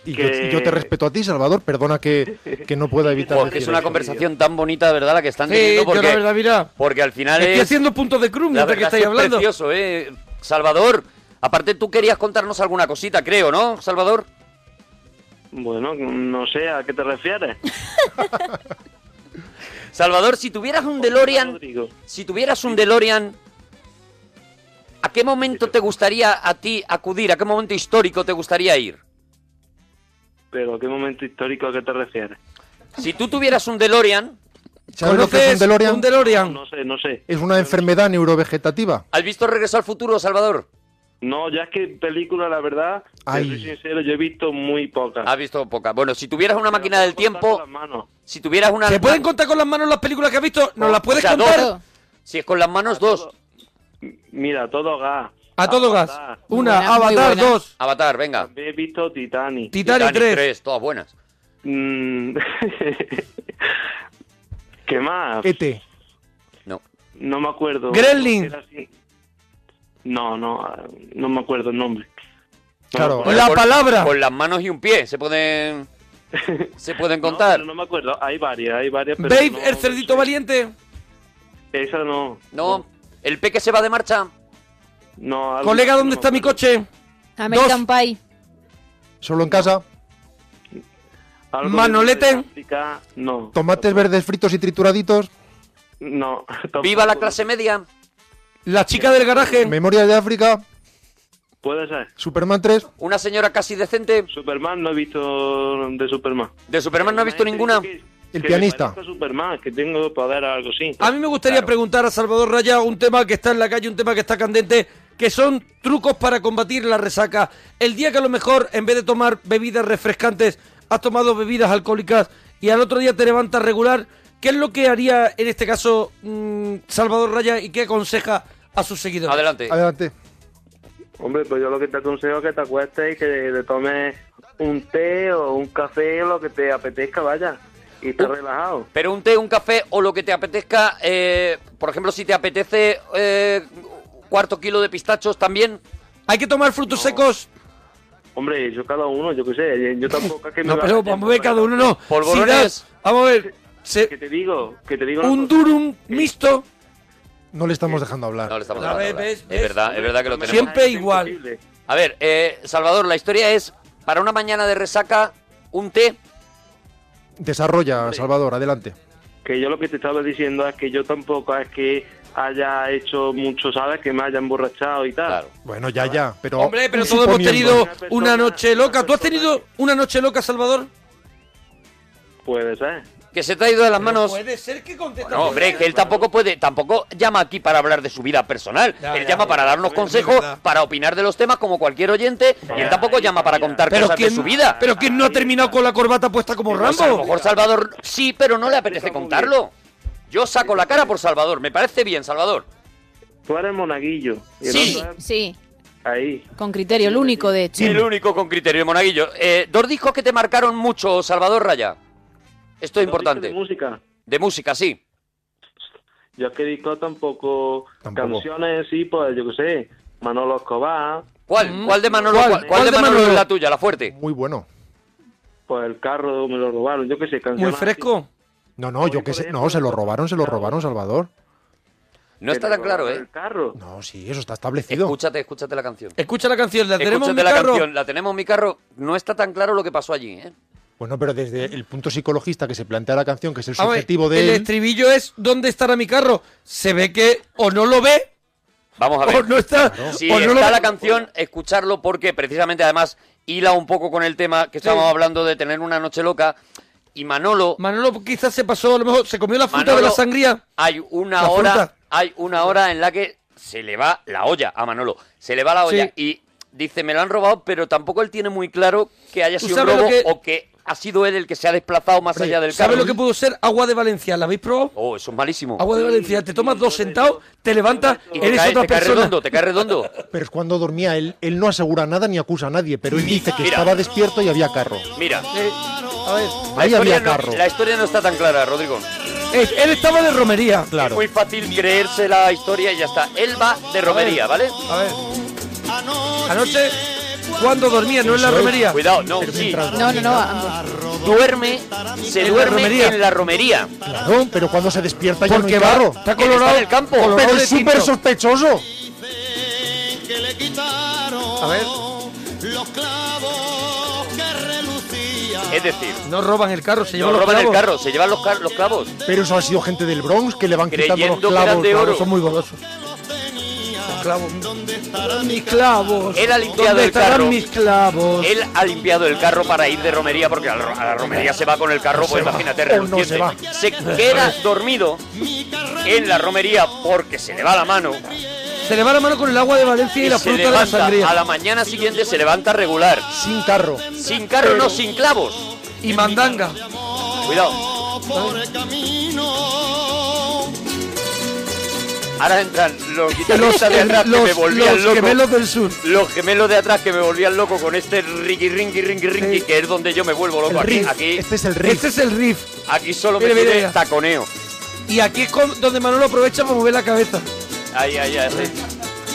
S: Y,
R: Que-
S: yo, y yo te respeto a ti, Salvador. Perdona que, que no pueda evitar.
I: Porque es
S: decir
I: una
S: eso.
I: conversación tan bonita, ¿verdad? La que están
S: Sí,
I: teniendo.
S: yo
I: Porque,
S: la verdad,
I: porque al final
C: Estoy
I: es.
C: haciendo puntos de crumb
I: la
C: mientras que
I: verdad
C: estáis
I: es es
C: hablando.
I: precioso, ¿eh? Salvador, aparte tú querías contarnos alguna cosita, creo, ¿no, Salvador?
R: Bueno, no sé a qué te refieres.
I: [laughs] Salvador, si tuvieras un DeLorean, si tuvieras un DeLorean, ¿a qué momento te gustaría a ti acudir? ¿A qué momento histórico te gustaría ir?
R: Pero qué momento histórico a qué te refieres.
I: Si tú tuvieras un DeLorean,
S: ¿Sabes lo que es un DeLorean?
R: No sé, no sé.
S: Es una enfermedad neurovegetativa.
I: ¿has visto Regreso al Futuro, Salvador?
R: No, ya es que película, la verdad, te soy sincero, yo he visto muy pocas.
I: Has visto poca. Bueno, si tuvieras una máquina del tiempo, si tuvieras una...
C: ¿Se pueden contar con las manos las películas que has visto? ¿Nos las puedes
I: O sea, dos.
C: contar?
I: Si es con las manos, dos.
R: Mira, a todo gas.
C: A todo gas.
R: Avatar.
C: Una, Buena, muy Avatar, buena. dos.
I: Avatar, venga.
R: También he visto Titanic.
C: Titanic Titanic tres. tres,
I: todas buenas.
R: Mm. [laughs] ¿Qué más?
S: ET.
I: No.
R: No me acuerdo.
C: E Gremlins.
R: Era así. No, no, no me acuerdo el nombre.
S: Claro.
I: pues Con- con- Con las manos y un pie, se
R: [laughs]
I: pueden... Se pueden contar.
R: No, me acuerdo, hay varias, hay varias. Pero
C: Babe,
R: no,
C: el cerdito valiente.
R: Esa no.
I: No. ¿El P que se va de marcha?
R: No. algo-
C: Colega, ¿dónde está mi coche?
F: American Pie.
S: Solo en casa.
R: algo de
C: Manolete.
R: África, No,
S: Tomates verdes fritos y trituraditos.
R: no. [laughs]
I: ¡Viva la clase media!
C: La chica del garaje.
S: Memoria de África.
R: Puede ser.
S: Superman 3,
I: ¿Una señora casi decente?
R: Superman, no he visto de Superman.
I: ¿De Superman no he visto ninguna?
S: El pianista.
R: Superman, que tengo poder o algo así.
C: A mí me gustaría preguntar a Salvador Raya un tema que está en la calle, un tema que está candente, que son trucos para combatir la resaca. El día que a lo mejor, en vez de tomar bebidas refrescantes, has tomado bebidas alcohólicas y al otro día te levantas regular, ¿qué es lo que haría en este caso mm, Salvador Raya y qué aconseja a sus seguidores?
B: Adelante.
S: Adelante.
R: Hombre, pues yo lo que te aconsejo es que te acuestes y que te tomes un té o un café, lo que te apetezca, vaya. Y
C: Uh.
R: estés relajado.
I: Pero un té, un café o lo que te apetezca, eh, por ejemplo, si te apetece eh, cuarto kilo de pistachos también.
C: ¿Hay que tomar frutos secos?
R: Hombre, yo cada uno, yo qué sé, yo tampoco es que me
C: No,
R: lo
C: pero
R: apetezca.
C: vamos a ver, cada uno no. Si das- vamos a ver, se-
R: Que te digo, que te digo una
C: un
R: cosa.
C: durum mixto,
S: no le estamos dejando hablar.
B: No le estamos
C: A
B: dejando
C: ver,
B: hablar.
C: ves,
B: Es
C: ves.
B: verdad, es verdad que lo tenemos.
C: siempre igual.
I: A ver, eh, Salvador, la historia es, para una mañana de resaca, un té.
S: desarrolla, Salvador, adelante.
R: que yo lo que te estaba diciendo es que yo tampoco es que haya hecho mucho, ¿sabes? Que me haya emborrachado y tal.
S: Bueno, ya, ya, pero...
C: Hombre, pero todos hemos
S: suponiendo.
C: tenido una noche loca. ¿Tú has tenido una noche loca, Salvador?
R: Puede ser.
I: Que se te ha ido de las manos.
C: Puede ser que conteste.
I: No, hombre, que él tampoco puede, tampoco llama aquí para hablar de su vida personal.
C: Ya,
I: él
C: ya,
I: llama
C: ya.
I: para
C: Es
I: darnos consejos,
C: verdad.
I: para opinar de los temas como cualquier oyente, y él tampoco llama para contar
C: Pero
I: cosas
C: ¿quién,
I: de su vida.
C: pero ¿quién no ha terminado con la corbata puesta como
I: Pues a lo
C: Rambo?
I: mejor Salvador sí, pero no le apetece contarlo. Yo saco la cara por Salvador, me parece bien, Salvador.
R: Tú eres monaguillo. y el
I: Sí.
R: otro es
F: Sí,
R: Ahí.
F: con criterio, el único de hecho.
I: El único con criterio, Monaguillo. Eh, dos discos que te marcaron mucho, Salvador Raya. Esto es importante.
R: De música.
I: De música, sí.
R: Yo es que disco tampoco, canciones, sí, pues yo qué sé. Manolo Escobar,
I: ¿Cuál? ¿Cuál de Manolo? ¿Cuál, cuál de Manolo es la tuya, la fuerte?
S: Muy bueno.
R: pues el carro me lo robaron, yo qué sé, canciones.
C: fresco.
S: No, no, yo qué sé. No, se lo robaron, se lo robaron, Salvador.
I: No está tan claro, ¿eh?
S: No, sí, eso está establecido.
I: Escúchate, escúchate la canción.
C: Escucha la canción, la tenemos en mi
I: Escúchate la
C: carro.
I: canción, la tenemos en mi carro. No está tan claro lo que pasó allí, ¿eh?
S: Bueno, pero desde el punto psicologista que se plantea la canción, que es el
C: A ver,
S: subjetivo de
C: el
S: él,
C: estribillo es ¿dónde estará mi carro? Se ve que o no lo ve
I: Vamos a ver.
C: o Oh, no está.
I: Si
C: o no lo
I: está
C: ve.
I: la canción, escucharlo porque precisamente además hila un poco con el tema que estábamos hablando de tener una noche loca. Y Manolo,
C: Manolo quizás se pasó, a lo mejor se comió la fruta de la
I: Manolo,
C: sangría.
I: hay una
C: La
I: hora,
C: fruta.
I: hay una hora en la que se le va la olla a Manolo, se le va la olla
C: Sí.
I: y dice me lo han robado, pero tampoco él tiene muy claro que haya
C: ¿Tú
I: sido un
C: sabes lo
I: robo
C: que-
I: o que ha sido él el que se ha desplazado más allá del
C: ¿Sabes
I: carro.
C: lo que pudo ser? Agua de Valencia. ¿La habéis probado?
I: Oh, eso es malísimo.
C: Agua de Valencia. Te tomas dos sentados, te levantas,
I: Y te
C: eres
I: cae-
C: otra
I: te cae
C: persona.
I: redondo, te cae redondo.
S: pero es cuando dormía él, él no asegura nada ni acusa a nadie, pero él dice que
I: Mira.
S: estaba despierto y había carro.
I: Mira,
C: Eh, A ver,
I: la
S: Ahí había
I: historia, no,
S: carro.
I: la historia no está tan clara, Rodrigo.
C: es- él estaba de romería.
I: Es muy fácil creerse la historia y ya está. Él va de romería, ¿vale?
C: A ver. Anoche, cuando dormía, no en la
I: Eso es.
C: romería.
I: Cuidado, no, sí.
F: No, no,
I: Ah,
F: no.
I: Duerme, se
C: En la
I: duerme
C: romería.
I: en la romería.
S: Claro, pero cuando se despierta ya no
C: Porque
S: hay
C: va-
S: carro.
C: está colorado-
I: Está en el campo.
C: colorado
S: Pero
C: de
S: es súper
C: tinto.
S: sospechoso.
C: A ver,
I: Es decir,
C: no roban el carro, se
I: no
C: llevan los
I: roban el
C: clavos.
I: carro, se llevan los, car- los clavos.
S: Pero eso ha sido gente del Bronx que le van quitando los
I: Creyendo que eran
S: clavos.
I: de
S: claro,
I: oro.
S: son
C: muy golosos. Los clavos. Mis clavos.
I: Él ha limpiado
C: ¿Dónde
I: el
C: estarán
I: carro?
C: mis clavos?
I: Él ha limpiado el carro para ir de romería porque a la, ro- a la romería se va con el carro, pues imagínate,
S: O no se
I: reluciente. se queda dormido en la romería porque se le va la mano
C: Se le va la mano con el agua de Valencia y,
I: y
C: la
I: se
C: fruta de la
I: levanta
C: sangría.
I: a la mañana siguiente se levanta regular,
S: Sin carro.
I: sin carro no, sin clavos.
C: Y mandanga.
I: Cuidado. Ahora entran los
C: Los,
I: guitarristas de atrás que
C: los-
I: me volvían
C: los
I: loco.
C: gemelos del sur.
I: Los gemelos de atrás que me volvían loco con este ringy ringy ringy ringy que es donde yo me vuelvo
S: El
I: loco aquí,
S: riff.
I: aquí,
S: Este es el riff.
C: Este es el riff.
I: aquí solo me
C: Mira, mira,
I: tiene
C: mira.
I: taconeo.
C: Y aquí es con- donde Manolo aprovecha para mover la cabeza.
I: Ay, ay, ay. ay.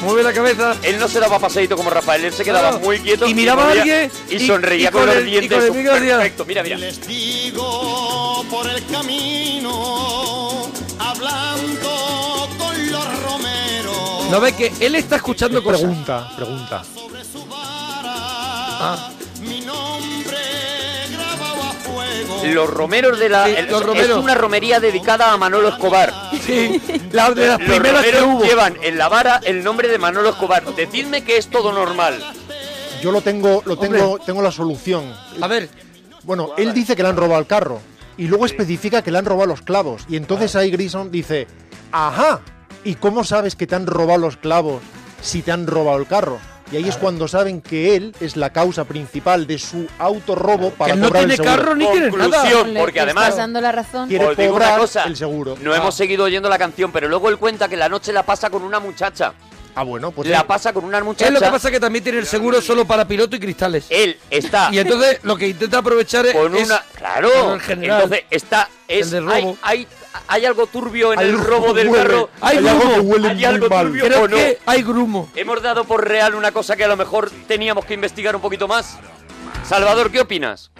C: Mueve la cabeza.
I: Él no se daba paseadito como Rafael, él se quedaba
C: Claro.
I: muy quieto
C: Y miraba a
I: movía-
C: alguien
I: y
C: y-
I: sonreía
C: y
I: con,
C: con
I: los
C: el- y
I: dientes.
C: con el
I: Eso,
C: micro hacía-
I: perfecto, mira, mira.
G: Digo por el camino, hablando con los romeros.
C: No ve que él está escuchando cosas.
S: Pregunta, pregunta.
C: Ah.
I: Ah.
G: Mi nombre grabado a fuego.
I: Los Romeros de la...
C: Eh,
I: Sí, el- Los Es Romeros. una romería dedicada a Manolo Escobar.
C: Sí, la, de las
I: Los
C: primeras que
I: romeros
C: hubo.
I: llevan en la vara el nombre de Manolo Escobar. Decidme que es todo normal.
S: Yo lo tengo, lo tengo, tengo la solución.
C: A ver.
S: Bueno, él dice que le han robado el carro y luego especifica que le han robado los clavos y
I: Ah.
S: entonces ahí Grison dice, ajá. ¿Y cómo sabes que te han robado los clavos si te han robado el carro? Y ahí es cuando saben que él es la causa principal de su autorrobo para
I: él no
S: cobrar el
I: tiene
S: seguro.
I: carro ni tiene nada. Conclusión, porque
F: Le
I: además-
F: estás dando la razón.
S: Quiere
I: Os digo una
S: cobrar
I: cosa,
S: el seguro.
C: Ah.
I: No hemos seguido oyendo la canción, pero luego él cuenta que la noche la pasa con una muchacha.
S: Ah, bueno, pues
I: la pasa con una muchacha.
C: Es lo que pasa que también tiene el seguro solo para piloto y cristales.
I: Él está.
C: Y entonces lo que intenta aprovechar es.
I: con
C: es-
I: una claro
C: Pero el general,
I: entonces está es
C: el del
I: hay,
C: robo.
I: hay hay algo turbio en
C: Hay
I: el
C: algo
I: robo
C: que
I: del
C: huele,
I: carro
C: hay
I: algo-
C: grumo. huele
I: hay
C: muy
I: algo
C: mal.
I: turbio
C: Creo
I: o no.
C: que hay grumo.
I: hemos dado por real una cosa que a lo mejor teníamos que investigar un poquito más Salvador qué opinas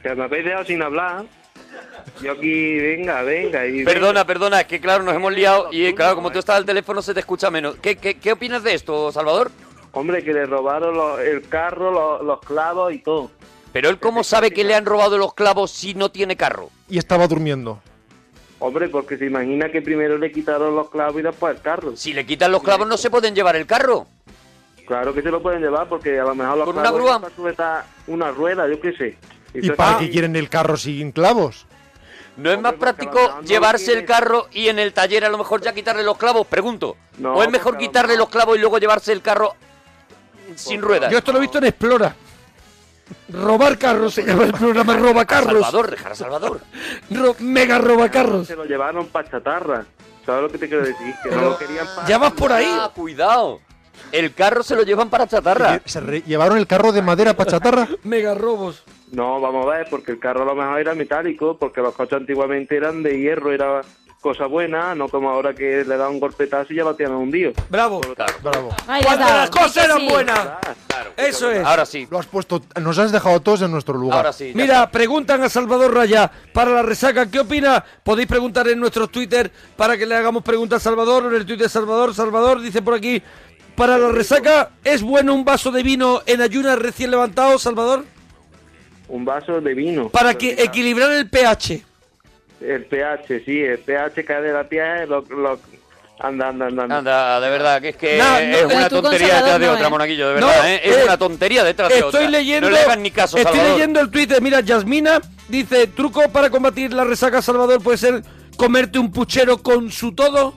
R: Que me habéis dejado sin hablar. Yo aquí, venga, venga. Y
I: perdona perdona es que claro nos hemos liado y eh, claro como tú estás al teléfono se te escucha menos qué qué, qué opinas de esto Salvador
R: Hombre, que le robaron lo- el carro, lo- los clavos y todo.
I: pero él cómo sabe que le han robado los clavos si no tiene carro
S: Y estaba durmiendo.
R: Hombre, porque se imagina que primero le quitaron los clavos y después el carro.
I: Si le quitan los clavos no se pueden llevar el carro
R: Claro que se lo pueden llevar porque a lo mejor los
I: ¿Con una
R: clavos
I: grúa?
R: están sujetas a una rueda, yo qué sé.
S: ¿Y para qué quieren el carro sin clavos?
I: no es más práctico llevarse el carro y en el taller a lo mejor ya quitarle los clavos pregunto
R: No,
I: o es mejor
R: porque a lo
I: quitarle los clavos y luego llevarse el carro sin ruedas.
C: Yo esto lo he visto en Explora. Robar carros se llama el programa Roba Carros.
I: Salvador, dejar a Salvador.
C: Ro- mega Roba Carros.
R: Se lo llevaron para chatarra. ¿Sabes lo que te quiero decir? Que no lo querían para...
C: Ya vas por ahí.
I: Ah, cuidado. El carro se lo llevan para chatarra.
S: ¿Se re- llevaron el carro de madera para chatarra?
C: Mega robos.
R: No, vamos a ver, porque el carro a lo mejor era metálico, porque los coches antiguamente eran de hierro, era cosa buena, no como ahora que le da un golpetazo y ya lo tienen hundido.
C: Bravo,
S: bravo.
F: Ahí
C: Cuando
F: está,
C: las
F: sí que
C: cosas eran
F: sí.
C: buenas. Eso es.
I: Ahora sí.
S: Lo has puesto, nos has dejado todos en nuestro lugar.
C: Mira, preguntan a Salvador Raya para la resaca. ¿Qué opina? Podéis preguntar en nuestros Twitter para que le hagamos preguntas a Salvador. En el Twitter de Salvador, Salvador dice por aquí: Para la resaca, ¿es bueno un vaso de vino en ayunas recién levantado, Salvador?
R: Un vaso de vino.
C: Para que equilibrar el pH.
R: El pH, sí, el pH cae de la piel, lo, lo... Anda, anda, anda, anda.
I: Anda, de verdad, que es que
C: No, no,
I: Eh, es
C: pero
I: una
C: tú con
I: tontería
C: Salvador
I: detrás de
C: no,
I: otra,
C: ¿eh?
I: monaguillo, de
C: No,
I: verdad, ¿eh? Es
C: eh,
I: una tontería detrás de otra.
C: Estoy leyendo.
I: No le hagan ni caso,
C: estoy
I: Salvador.
C: leyendo el Twitter. Mira, Yasmina dice: truco para combatir la resaca, Salvador, puede ser comerte un puchero con su todo.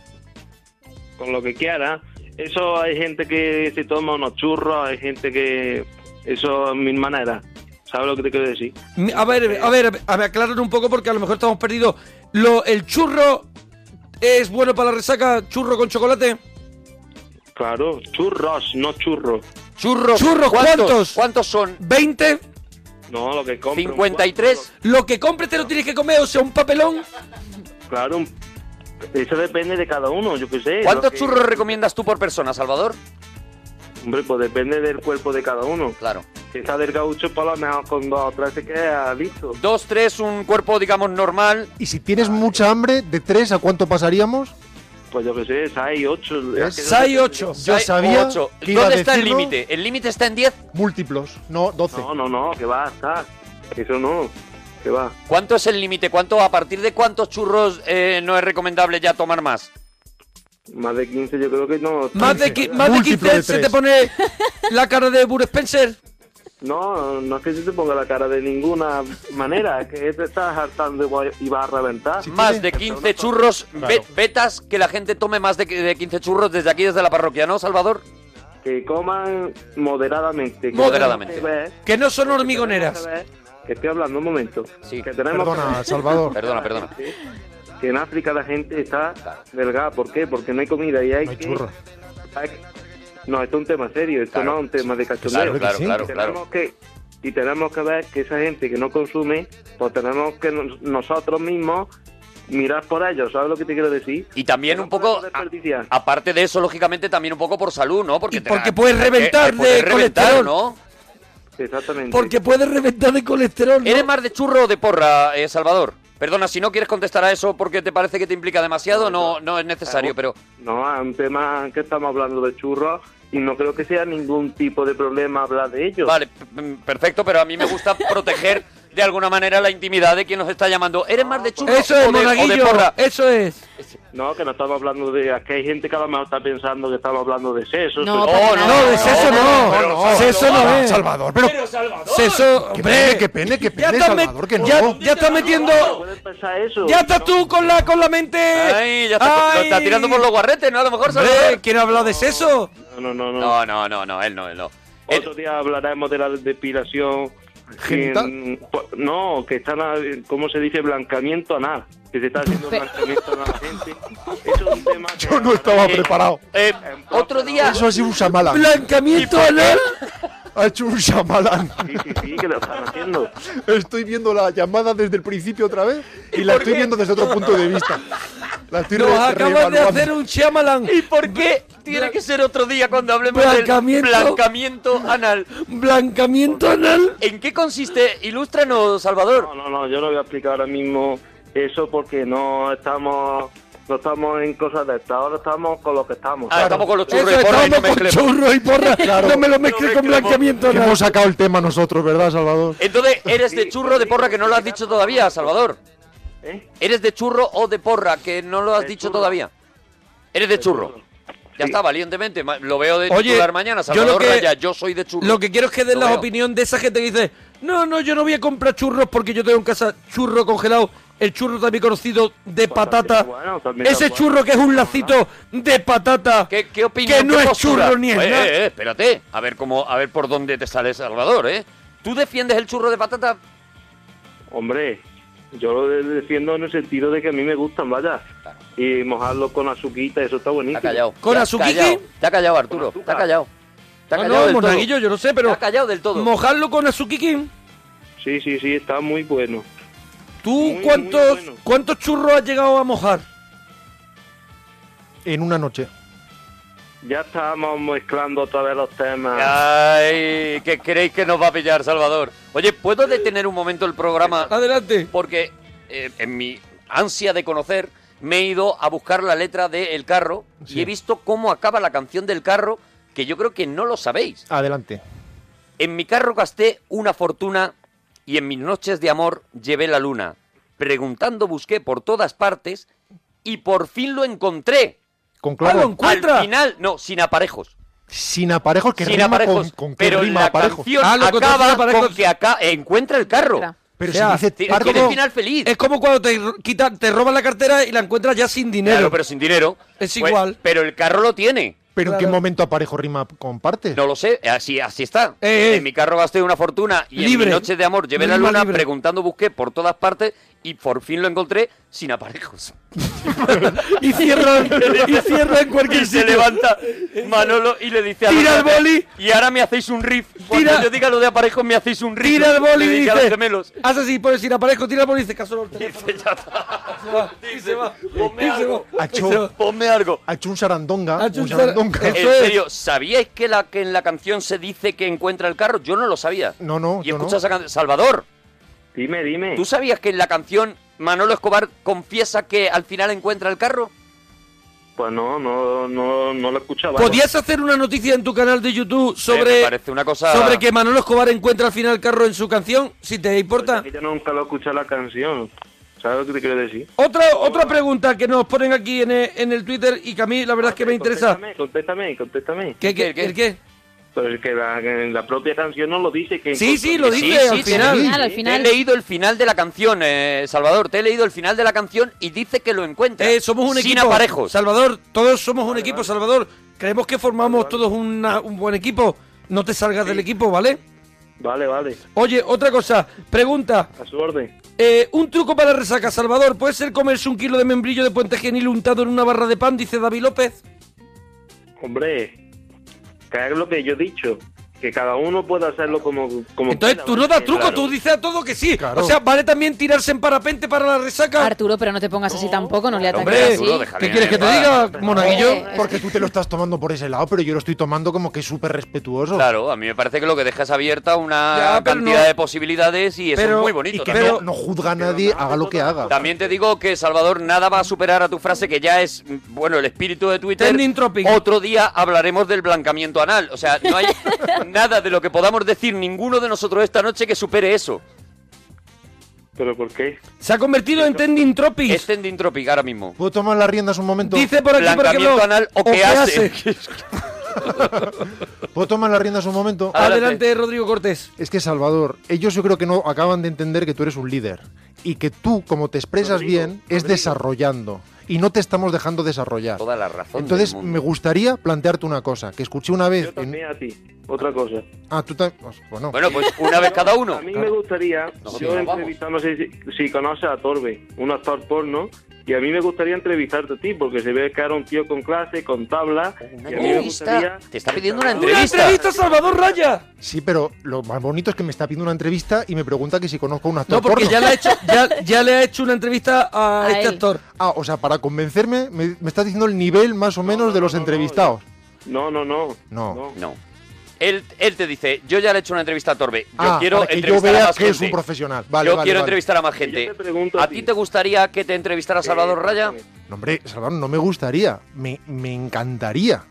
R: con lo que quiera. Eso hay gente que se toma unos churros, hay gente que... Eso es mi manera. ¿Sabes lo que te quiero decir?
C: Mi- A ver, a ver, a ver, aclarar un poco porque a lo mejor estamos perdidos. Lo, el churro es bueno para la resaca, churro con chocolate.
R: Claro, churros, no churros.
I: Churros.
C: Churros, ¿cuántos?
I: ¿Cuántos son?
C: ¿20?
R: No, lo que compro. un
I: ¿53?
C: Lo que compres te lo tienes que comer, o sea, un papelón.
R: guapo, Claro, un- eso depende de cada uno, yo qué sé.
I: ¿Cuántos
R: lo que-
I: churros recomiendas tú por persona, Salvador?
R: Hombre, pues depende del cuerpo de cada uno.
I: Claro.
R: Si está del gaucho, pues a lo mejor con dos o tres se queda listo.
I: Dos, tres, un cuerpo, digamos, normal.
S: Y si tienes mucha hambre, ¿de tres a cuánto pasaríamos?
R: Pues yo qué sé, seis, ocho. es que no depende.
C: 8.
S: Yo sabía
I: Ocho.
S: que iba a
I: ¿Dónde está el
S: decirlo.
I: límite? ¿El límite está en 10?
S: Múltiplos, no 12.
R: No, no, no, que va, está. Eso no, que va.
I: ¿Cuánto es el límite? ¿Cuánto ¿A partir de cuántos churros eh, no es recomendable ya tomar más?
R: Más de 15 yo creo que no.
C: Más de, qui- más de 15 se te pone la cara de Bur Spencer.
R: No, no es que se te ponga la cara de ninguna manera, es que te estás hartando y vas a reventar.
I: Más de 15 churros, ve- vetas que la gente tome más de, que- de 15 churros desde aquí, desde la parroquia, ¿no, Salvador?
R: Que coman moderadamente. que
I: Moderadamente.
R: tenemos que ver-
C: Que no son hormigoneras.
R: que estoy hablando un momento. Que tenemos
S: Perdona, Salvador.
I: Perdona, perdona.
R: que en África la gente está delgada. ¿Por qué? Porque no hay comida y hay, que- hay- No, esto es un tema serio, esto no es un tema de cachondeo.
I: Claro, claro,
R: Y
I: claro,
R: tenemos Que, y tenemos que ver que esa gente que no consume, pues tenemos que nos- nosotros mismos mirar por ellos, ¿sabes lo que te quiero decir?
I: Y también un poco, a- aparte de eso, lógicamente, también un poco por salud, ¿no? Porque, te-
C: porque puedes
I: eh,
C: reventar
I: eh, puedes
C: de
I: reventar,
C: colesterol.
I: ¿no?
R: Exactamente.
C: Porque puedes reventar de colesterol. ¿no?
I: ¿Eres más de churro o de porra, eh, Salvador? Perdona, si no quieres contestar a eso porque te parece que te implica demasiado, no, no es necesario, pero...
R: No, es un tema que estamos hablando de churros y no creo que sea ningún tipo de problema hablar de ellos.
I: Vale, p- p- perfecto, pero a mí me gusta proteger de alguna manera la intimidad de quien nos está llamando. ¿Eres
R: Ah,
I: más
R: pues
I: de chulo
C: Eso
I: o de-
C: es,
I: o de
C: monaguillo.
I: porra?
C: Eso es.
R: [laughs] No, que no estamos hablando de... Es que hay gente que a lo mejor está pensando que estamos hablando de sexo.
C: No,
I: Oh,
C: para nada. No, de sexo no. No, sexo no eh.
S: Salvador,
C: es.
S: Salvador, pero...
C: Sexo,
S: Qué
C: hombre.
S: pene, qué pene, qué
C: Ya
S: pene,
C: estás
S: Salvador, que no.
C: ya- ya estás metiendo. Ya estás tú con la, con la mente.
I: Ay, ya está, lo está tirando por los guarretes, ¿no? A lo mejor, Salvador.
C: ¿Quién ha hablado de sexo?
R: No, no, no.
I: No, no, no, no, él no, él no.
R: Otro día hablaremos de la depilación.
I: ¿Genital?
R: que, mm, no, que están, a- ¿cómo se dice? Blancamiento anal. Que se está haciendo blancamiento anal a la gente.
S: Yo no estaba preparado.
T: Otro día.
S: Eso ha sido un shamala.
C: ¿Blancamiento anal?
S: Ha hecho un shamalán.
R: Sí, sí, sí, que lo están haciendo.
S: Estoy viendo la llamada desde el principio otra vez y la estoy viendo desde otro punto de vista. La estoy
C: Nos
S: re-
C: acabas de
S: reevaluando.
C: hacer un Shyamalan.
I: ¿Y por qué tiene que ser otro día cuando hablemos
C: Blancamiento.
I: del blancamiento anal?
C: ¿Blancamiento anal?
I: ¿En qué consiste? Ilústranos, Salvador.
R: No, no, no, yo no voy a explicar ahora mismo eso porque no estamos... No estamos en cosas de esta, ahora estamos con lo que estamos.
I: Ah, estamos con los churros
C: Eso,
I: y porra y no
C: estamos con
I: mezclemos.
C: churro y porra.
S: Claro.
C: No me lo mezcle con blancamiento
S: Que
C: anal.
S: Hemos sacado el tema nosotros, ¿verdad, Salvador?
I: Entonces, ¿eres de churro o de porra que no lo has dicho todavía, Salvador? ¿Eres de churro o ¿Eh? de porra que no lo has dicho todavía? ¿Eres de churro? Ya está, valientemente. ma- Lo veo de
C: Oye,
I: titular mañana,
C: yo lo
I: Salvador
C: que-
I: Raya. Yo soy de churro.
C: Lo que quiero es que den
I: Lo
C: la
I: veo.
C: opinión de esa gente que dice, no, no, yo no voy a comprar churros porque yo tengo en casa churro congelado, el churro también conocido de patata,
R: bueno, también es
C: ese
R: bueno.
C: churro que es un lacito de patata,
I: ¿Qué opinión,
C: que no
I: qué
C: es
I: postura?
C: churro ni es
I: Eh,
C: nada.
I: eh, eh, espérate. A ver, cómo, a ver por dónde te sale Salvador, ¿eh? ¿Tú defiendes el churro de patata?
R: Hombre, yo lo de- defiendo en el sentido de que a mí me gustan, vaya. Y mojarlo con azuquita, eso está buenísimo.
I: callado. ¿Con azuquiqui? Te ha callado, Arturo. Te ha callado. Te ha
C: No,
I: callado
C: no,
I: del todo.
C: monaguillo, yo no sé, pero
I: Te ha callado del todo.
C: mojarlo con azuquiquín.
R: Sí, sí, sí, está muy bueno.
C: ¿Tú cuántos, cuántos churros has llegado a mojar?
S: En una noche.
R: Ya estamos mezclando otra vez los temas.
I: Ay, ¿qué creéis que nos va a pillar, Salvador? Oye, ¿puedo detener un momento el programa?
C: Adelante.
I: Porque eh, en mi ansia de conocer me he ido a buscar la letra de El Carro y he visto cómo acaba la canción del carro, que yo creo que no lo sabéis.
S: Adelante.
I: En mi carro gasté una fortuna y en mis noches de amor llevé la luna. Preguntando busqué por todas partes y por fin lo encontré.
S: Con clavo.
I: Al final, no, sin aparejos.
S: Sin aparejos, que
I: sin
S: rima
I: aparejos.
S: con, con que
I: pero
S: rima Ah,
I: la
S: aparejos.
I: canción acaba con que acá encuentra el carro.
S: Pero
C: O sea,
S: si dice
I: tiene-
S: pardo-
I: tiene final feliz.
C: Es como cuando te quitan, te roban la cartera y la encuentras ya sin dinero.
I: Claro, pero sin dinero.
C: Es
I: Pues,
C: igual.
I: pero el carro lo tiene.
S: Pero en qué momento aparejo rima con partes.
I: No lo sé, así, así está. En mi carro gasté una fortuna y
S: Eh, Libre.
I: en mi noche de amor llevé la
S: Rima
I: luna
S: libre.
I: preguntando busqué por todas partes y por fin lo encontré sin
S: [laughs]
I: aparejos.
C: y cierra, y cierra en cualquier
I: Y se
C: sitio.
I: levanta Manolo y le dice a
C: Tira el
I: Lorena,
C: boli.
I: Y ahora me hacéis un riff. Cuando
C: Tira-
I: yo diga lo de aparejos me hacéis un riff.
C: Tira el boli
I: Le
C: y
I: dije a
C: dice, Ah,
I: los gemelos.
C: haz así, pones pues, sin aparejo, tira el boli y dice, caso no
I: Y se- ya está.
C: se [laughs] va, y se va,
I: Ponme
C: y se
I: algo.
C: va.
S: Ha
I: Eso,
S: hecho,
I: ponme algo.
S: Ha hecho un sarandonga.
C: hecho
S: un
C: un sar-
S: sarandonga.
I: En serio, ¿sabíais que, la, que en la canción se dice que encuentra el carro? Yo no lo sabía.
S: No, no,
I: Y
S: yo no.
I: escucha esa canción. Salvador,
R: Dime, dime.
I: ¿tú sabías que en la canción Manolo Escobar confiesa que al final encuentra el carro?
R: Pues no, no, no, no lo escuchaba.
C: ¿Podías hacer una noticia en tu canal de YouTube sobre,
I: Eh, me parece una cosa-
C: sobre que Manolo Escobar encuentra al final el carro en su canción? Si te importa.
R: Pues Yo nunca lo escuché la canción. ¿Sabes lo que te quiero decir?
C: Otra, otra pregunta que nos ponen aquí en el, en el Twitter y que a mí la verdad es que me interesa.
R: Contéstame, contéstame, contéstame.
C: ¿Qué, qué, el qué?
R: Pues que la, que la propia canción no lo dice. que
I: Sí, sí, lo
R: que-
I: dice al final. Te he leído el final de la canción, eh, Salvador. Te he leído el final de la canción y dice que lo encuentra.
C: Eh, somos un
I: sin
C: equipo.
I: aparejos.
C: Salvador, todos somos un equipo, Salvador. Creemos que formamos todos una- un buen equipo. No te salgas del equipo, ¿vale?
R: Vale, vale,
C: Oye, otra cosa. Pregunta.
R: a su orden.
C: Eh, un truco para resaca, Salvador. ¿Puede ser comerse un kilo de membrillo de puente genil untado en una barra de pan? Dice David López.
R: Hombre, que es lo que yo he dicho. Que cada uno puede hacerlo como, como
C: Entonces tú no das truco, tú dices a todo que sí. O sea, vale también tirarse en parapente para la resaca.
F: Arturo, pero no te pongas así tampoco, no le ataques
C: hombre,
F: así.
C: Arturo, déjale ¿qué quieres que te diga, monaguillo?
S: Porque tú te lo estás tomando por ese lado, pero yo lo estoy tomando como que súper respetuoso.
I: Claro, a mí me parece que lo que dejas abierta una
S: Ya, pero
I: cantidad
S: no-
I: de posibilidades y eso es muy bonito.
S: Y que
I: también.
S: no, no juzga a nadie, haga lo que haga.
I: También te digo que, Salvador, nada va a superar a tu frase que ya es, mm, bueno, el espíritu de Twitter.
C: Trending topic.
I: Otro día hablaremos del blancamiento anal.
C: [laughs]
I: O sea, no hay nada de lo que podamos decir ninguno de nosotros esta noche que supere eso.
R: ¿Pero por qué?
C: Se ha convertido en Tending Tropic. Es
I: Tending Tropic ahora mismo.
S: ¿Puedo tomar las riendas un momento?
C: Dice por aquí, por aquí.
I: Blancamiento anal, ¿o qué
S: [laughs]
I: hace?
S: ¿Puedo tomar las riendas un momento?
C: Adelante. Adelante, Rodrigo Cortés.
S: Es que, Salvador, ellos yo creo que no acaban de entender que tú eres un líder y que tú, como te expresas
R: Rodrigo,
S: bien, es desarrollando y no te estamos dejando desarrollar.
I: Toda la razón.
S: Entonces,
I: del mundo.
S: me gustaría plantearte una cosa que escuché una vez. en-
R: También a ti. Otra cosa.
S: Ah, tú también. Bueno.
I: Bueno, pues una vez cada uno.
R: A mí me gustaría,
I: Nosotros
R: yo
I: nos
R: he
I: vamos.
R: entrevistado, no sé si, si conoces a Torbe, un actor porno, y a mí me gustaría entrevistarte a ti, porque se ve que era un tío con clase, con tabla, y a mí me
H: entrevista.
R: gustaría...
H: Te está pidiendo
C: ¡Una entrevista, Salvador Raya!
S: Sí, pero lo más bonito es que me está pidiendo una entrevista y me pregunta que si conozco a un actor
C: No, porque
S: porno.
C: ya le,
S: [laughs]
C: ha hecho, ya, ya le ha hecho una entrevista a,
S: A
C: este
S: él.
C: actor.
S: Ah, o sea, para convencerme, me, me estás diciendo el nivel más o menos de los entrevistados.
R: No, no, no.
S: No.
I: No. Él, él te dice, yo ya le he hecho una entrevista a Torbe. Yo
S: Ah,
I: quiero
S: para que yo
I: entrevistar a
S: vea
I: más
S: que es
I: gente.
S: un profesional. Vale,
I: yo
S: vale,
I: quiero
S: vale.
I: entrevistar a más gente. a, ti te gustaría que te
R: Eh,
I: entrevistara Salvador Raya?
S: No, hombre, Salvador, no me gustaría. Me, me encantaría.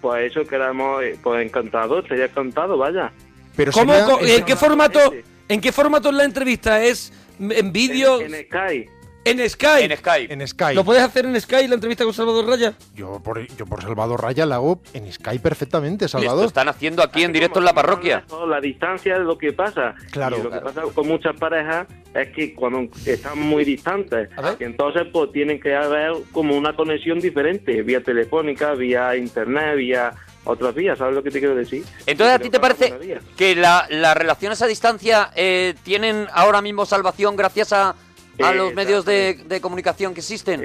R: Pues eso quedamos, eh, pues encantado, te haya encantado, vaya.
S: Pero
C: ¿Cómo,
S: sería-
C: co-
S: es-
C: ¿En qué formato?
R: Este.
C: ¿En qué formato es la entrevista? ¿Es en vídeo? En,
R: Sky.
C: En Sky. En
I: Sky.
S: En Sky.
C: ¿Lo puedes hacer en Sky la entrevista con Salvador Raya?
S: Yo por, yo por Salvador Raya la hago en Sky perfectamente,
I: Y esto
S: Salvador.
I: están haciendo aquí en directo en la parroquia.
R: No, La distancia es lo que pasa.
S: Claro.
R: Y lo que pasa con muchas parejas es que cuando están muy distantes, y entonces pues tienen que haber como una conexión diferente, vía telefónica, vía internet, vía otras vías, ¿sabes lo que te quiero decir?
I: Entonces, ¿a ti te parece que Eh, la- las relaciones a distancia eh, tienen ahora mismo salvación gracias a, a
R: Eh,
I: los medios de, de comunicación que existen?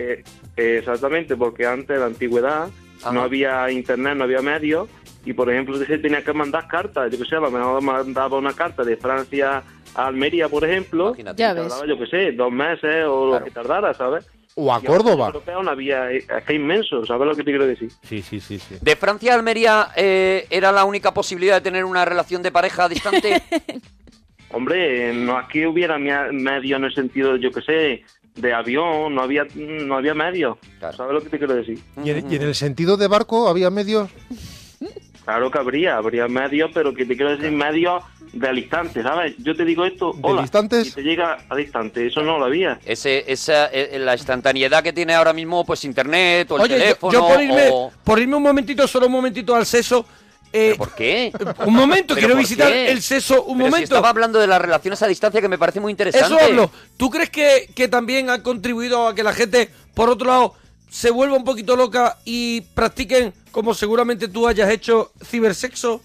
R: Eh, Exactamente, porque antes, en la antigüedad, no había internet, no había medios, y por ejemplo, se tenía que mandar cartas. Yo que sé, a lo mejor mandaba una carta de Francia a Almería, por ejemplo,
F: Ya
R: y
F: ves.
R: tardaba, yo que sé, dos meses o lo que tardara, ¿sabes?
S: O a
R: Y ahora
S: Córdoba.
R: los europeos no había- eh, es que es inmenso, ¿sabes lo que te quiero decir?
S: Sí, sí, sí, sí.
I: ¿De Francia a Almería eh, era la única posibilidad de tener una relación de pareja
R: [laughs]
I: distante?
R: Hombre, eh, no aquí hubiera mia- medio en el sentido, yo que sé, de avión, no había, no había medio, ¿sabes lo que te quiero decir?
S: ¿Y en, y en el sentido de barco había medios?
R: Claro que habría, habría medios, pero que te quiero decir medios del instante, ¿sabes? Yo te digo esto, hola, y te llega al instante, eso no lo había.
I: Ese, esa, eh, la instantaneidad que tiene ahora mismo pues internet o el
C: Oye, yo-
I: teléfono.
C: yo por irme,
I: o-
C: por irme un momentito, solo un momentito al seso. eh,
I: ¿Por qué?
C: Un momento,
I: [laughs] ¿Pero
C: quiero
I: por
C: visitar
I: qué?
C: el seso un
I: Pero si
C: momento.
I: estaba hablando de las relaciones a distancia que me parece muy interesante.
C: Eso hablo. ¿Tú crees que, que también ha contribuido a que la gente, por otro lado, se vuelva un poquito loca y practiquen, como seguramente tú hayas hecho, cibersexo?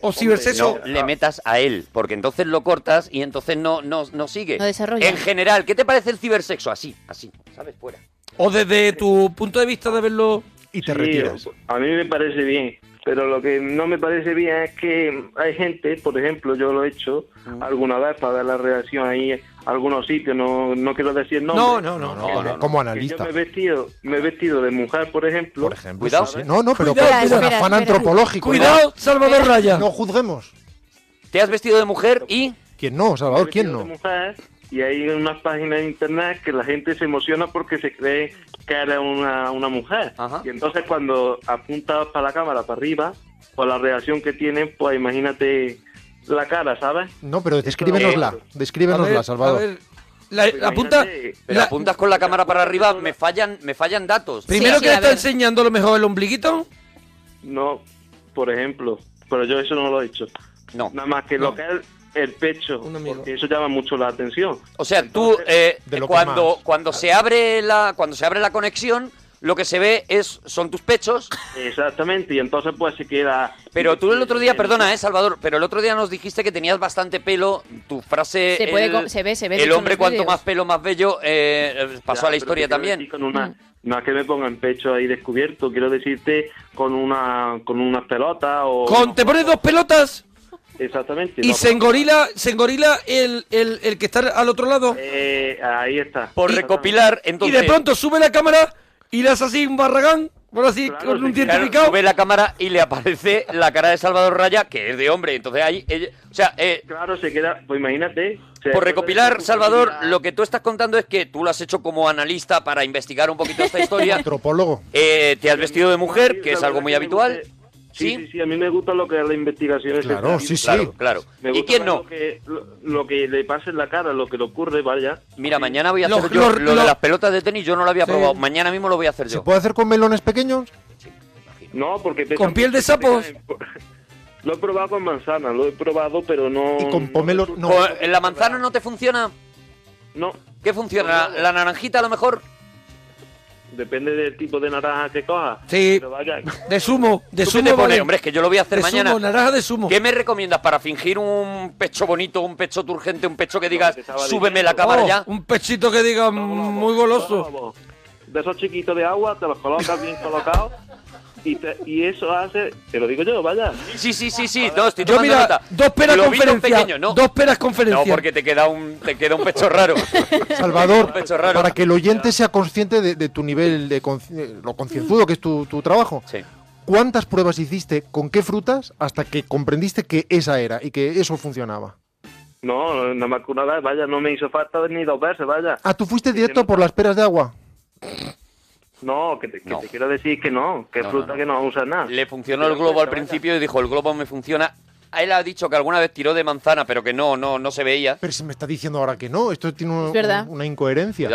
C: ¿O cibersexo?
I: No le metas a él, porque entonces lo cortas y entonces no, no, no sigue.
C: No desarrolla.
I: En general, ¿qué te parece el cibersexo? Así, así, ¿sabes? Fuera.
C: ¿O desde tu punto de vista de verlo?
S: Y
R: Sí, A mí me parece bien, pero lo que no me parece bien es que hay gente, por ejemplo, yo lo he hecho alguna vez para ver la reacción ahí, en algunos sitios, no, no quiero decir
S: No,
R: nombres.
S: no, no, no,
R: Que-
S: como-
R: que
S: como
R: Yo
S: analista.
R: me he vestido, me he vestido de mujer, por ejemplo. Por
S: ejemplo,
R: cuidado,
S: sí, sí. No, no, pero
R: Cuidado,
S: con- con
R: espera,
S: afán
R: espera.
S: antropológico. ¿no?
R: Cuidado,
C: Salvador Raya.
S: No juzguemos.
I: Te has vestido de mujer y...
S: ¿Quién no, Salvador? ¿Quién
R: vestido
S: no?
R: de mujer, y hay unas páginas de internet que la gente se emociona porque se cree que era una, una mujer. Y entonces cuando apuntas para la cámara, para arriba, por la reacción que tienen, pues imagínate la cara, ¿sabes?
S: No, pero descríbenosla. Descríbenosla,
C: a
S: Salvador.
C: ver, la, la punta...
I: Pero
C: la-
I: apuntas con la cámara para arriba, me fallan, me fallan datos.
C: Primero que le está enseñando a lo mejor el ombliguito.
R: No, por ejemplo, pero yo eso no lo he hecho.
I: No.
R: Nada más que lo que es el pecho, porque eso llama mucho la atención.
I: O sea, tú eh,
R: De lo que
I: cuando,
R: más.
I: cuando se abre la, cuando se abre la conexión, lo que se ve es, son tus pechos.
R: Exactamente, y entonces pues se queda...
I: Pero tú el otro día, perdona, eh, Salvador, pero el otro día nos dijiste que tenías bastante pelo. Tu frase.
F: Se puede
I: el-
F: co- se ve, se ve, de
I: El
F: hecho, en
I: hombre,
F: los
I: cuanto
F: vídeos.
I: más pelo, más bello, eh, eh, pasó
R: Ya,
I: a la
R: pero
I: historia
R: te quiero
I: también.
R: decir Con una, No es que me pongan pecho ahí descubierto, quiero decirte con una con unas pelotas
I: Oh,
R: o...
C: Con, te pones dos pelotas
R: Exactamente.
C: y
R: no,
C: se engorila, se engorila el, el- el que está al otro lado.
R: eh, ahí está.
I: Por recopilar, entonces.
C: Y de pronto sube la cámara y le hace así un barragán, por así, con un diente
I: Claro,
C: picado.
I: sube la cámara y le aparece la cara de Salvador Raya, que es de hombre. Entonces ahí, ella- o sea, eh,
R: Claro, se queda, pues imagínate. se-
I: Por recopilar, Salvador, lo que tú estás contando es que tú lo has hecho como analista para investigar un poquito esta historia. [laughs]
S: Antropólogo.
I: Eh, te has vestido de mujer, que es algo muy habitual.
R: Sí, sí, sí, a mí me gusta lo que es la investigación. ese
S: Claro,
R: tipo.
S: sí, sí. Claro,
B: claro.
R: Me
B: ¿Y
R: gusta
B: quién
R: más
B: no?
R: Lo que, lo, lo que le pasa en la cara, lo que le ocurre, vaya.
I: Mira, mañana voy a hacer yo lo de las pelotas de tenis, yo no lo había
R: Sí.
I: probado. Mañana mismo lo voy a hacer
S: ¿Se
I: yo.
S: puede hacer con melones pequeños?
R: No, porque
S: ¿Con piel de sapos?
R: Lo he probado con manzana, lo he probado, pero no.
S: Y con pomelo. No.
I: O, ¿En la manzana no te funciona?
R: No.
I: ¿Qué funciona? ¿La, la naranjita a lo mejor?
R: Depende del tipo de naranja que coja.
I: Sí.
R: Pero vaya,
C: De sumo, de
I: ¿Tú
C: sumo.
I: qué te pones,
C: vale.
I: hombre? Es que yo lo voy a hacer
C: De
I: mañana.
C: sumo, naranja de sumo.
I: ¿Qué me recomiendas para fingir un pecho bonito, un pecho turgente, un pecho que digas,
R: estaba
I: súbeme la
R: diciendo.
I: cámara
R: Oh,
I: ya?
C: Un pechito que diga mm, muy goloso.
R: de esos chiquitos de agua, te los colocas bien colocados. Y, te- y eso hace, te lo digo yo, vaya.
I: Sí, sí, sí, sí, no, estoy
C: Yo
I: tomando
C: mira,
I: nota.
C: dos peras
I: Globitos
C: conferencia.
I: pequeños, ¿no?
C: Dos peras conferencia.
I: No, porque te queda un, te queda un pecho raro.
S: Salvador,
I: Un pecho raro.
S: para que el oyente sea consciente de, de tu nivel, de conci- eh, lo concienzudo que es tu, tu trabajo. ¿Cuántas pruebas hiciste con qué frutas hasta que comprendiste que esa era y que eso funcionaba?
R: No, nada más que una vez, vaya, no me hizo falta ni dos veces, vaya.
S: Ah, tú fuiste directo por las peras de agua.
R: No, que te, que te quiero decir que no, que
I: No, no,
R: fruta que no usas nada.
I: Le funcionó el globo al principio y dijo, el globo me funciona. A Él ha dicho que alguna vez tiró de manzana, pero que no, no, no se veía.
S: Pero se me está diciendo ahora que no. Esto tiene un-
I: Es verdad.
S: un- una incoherencia.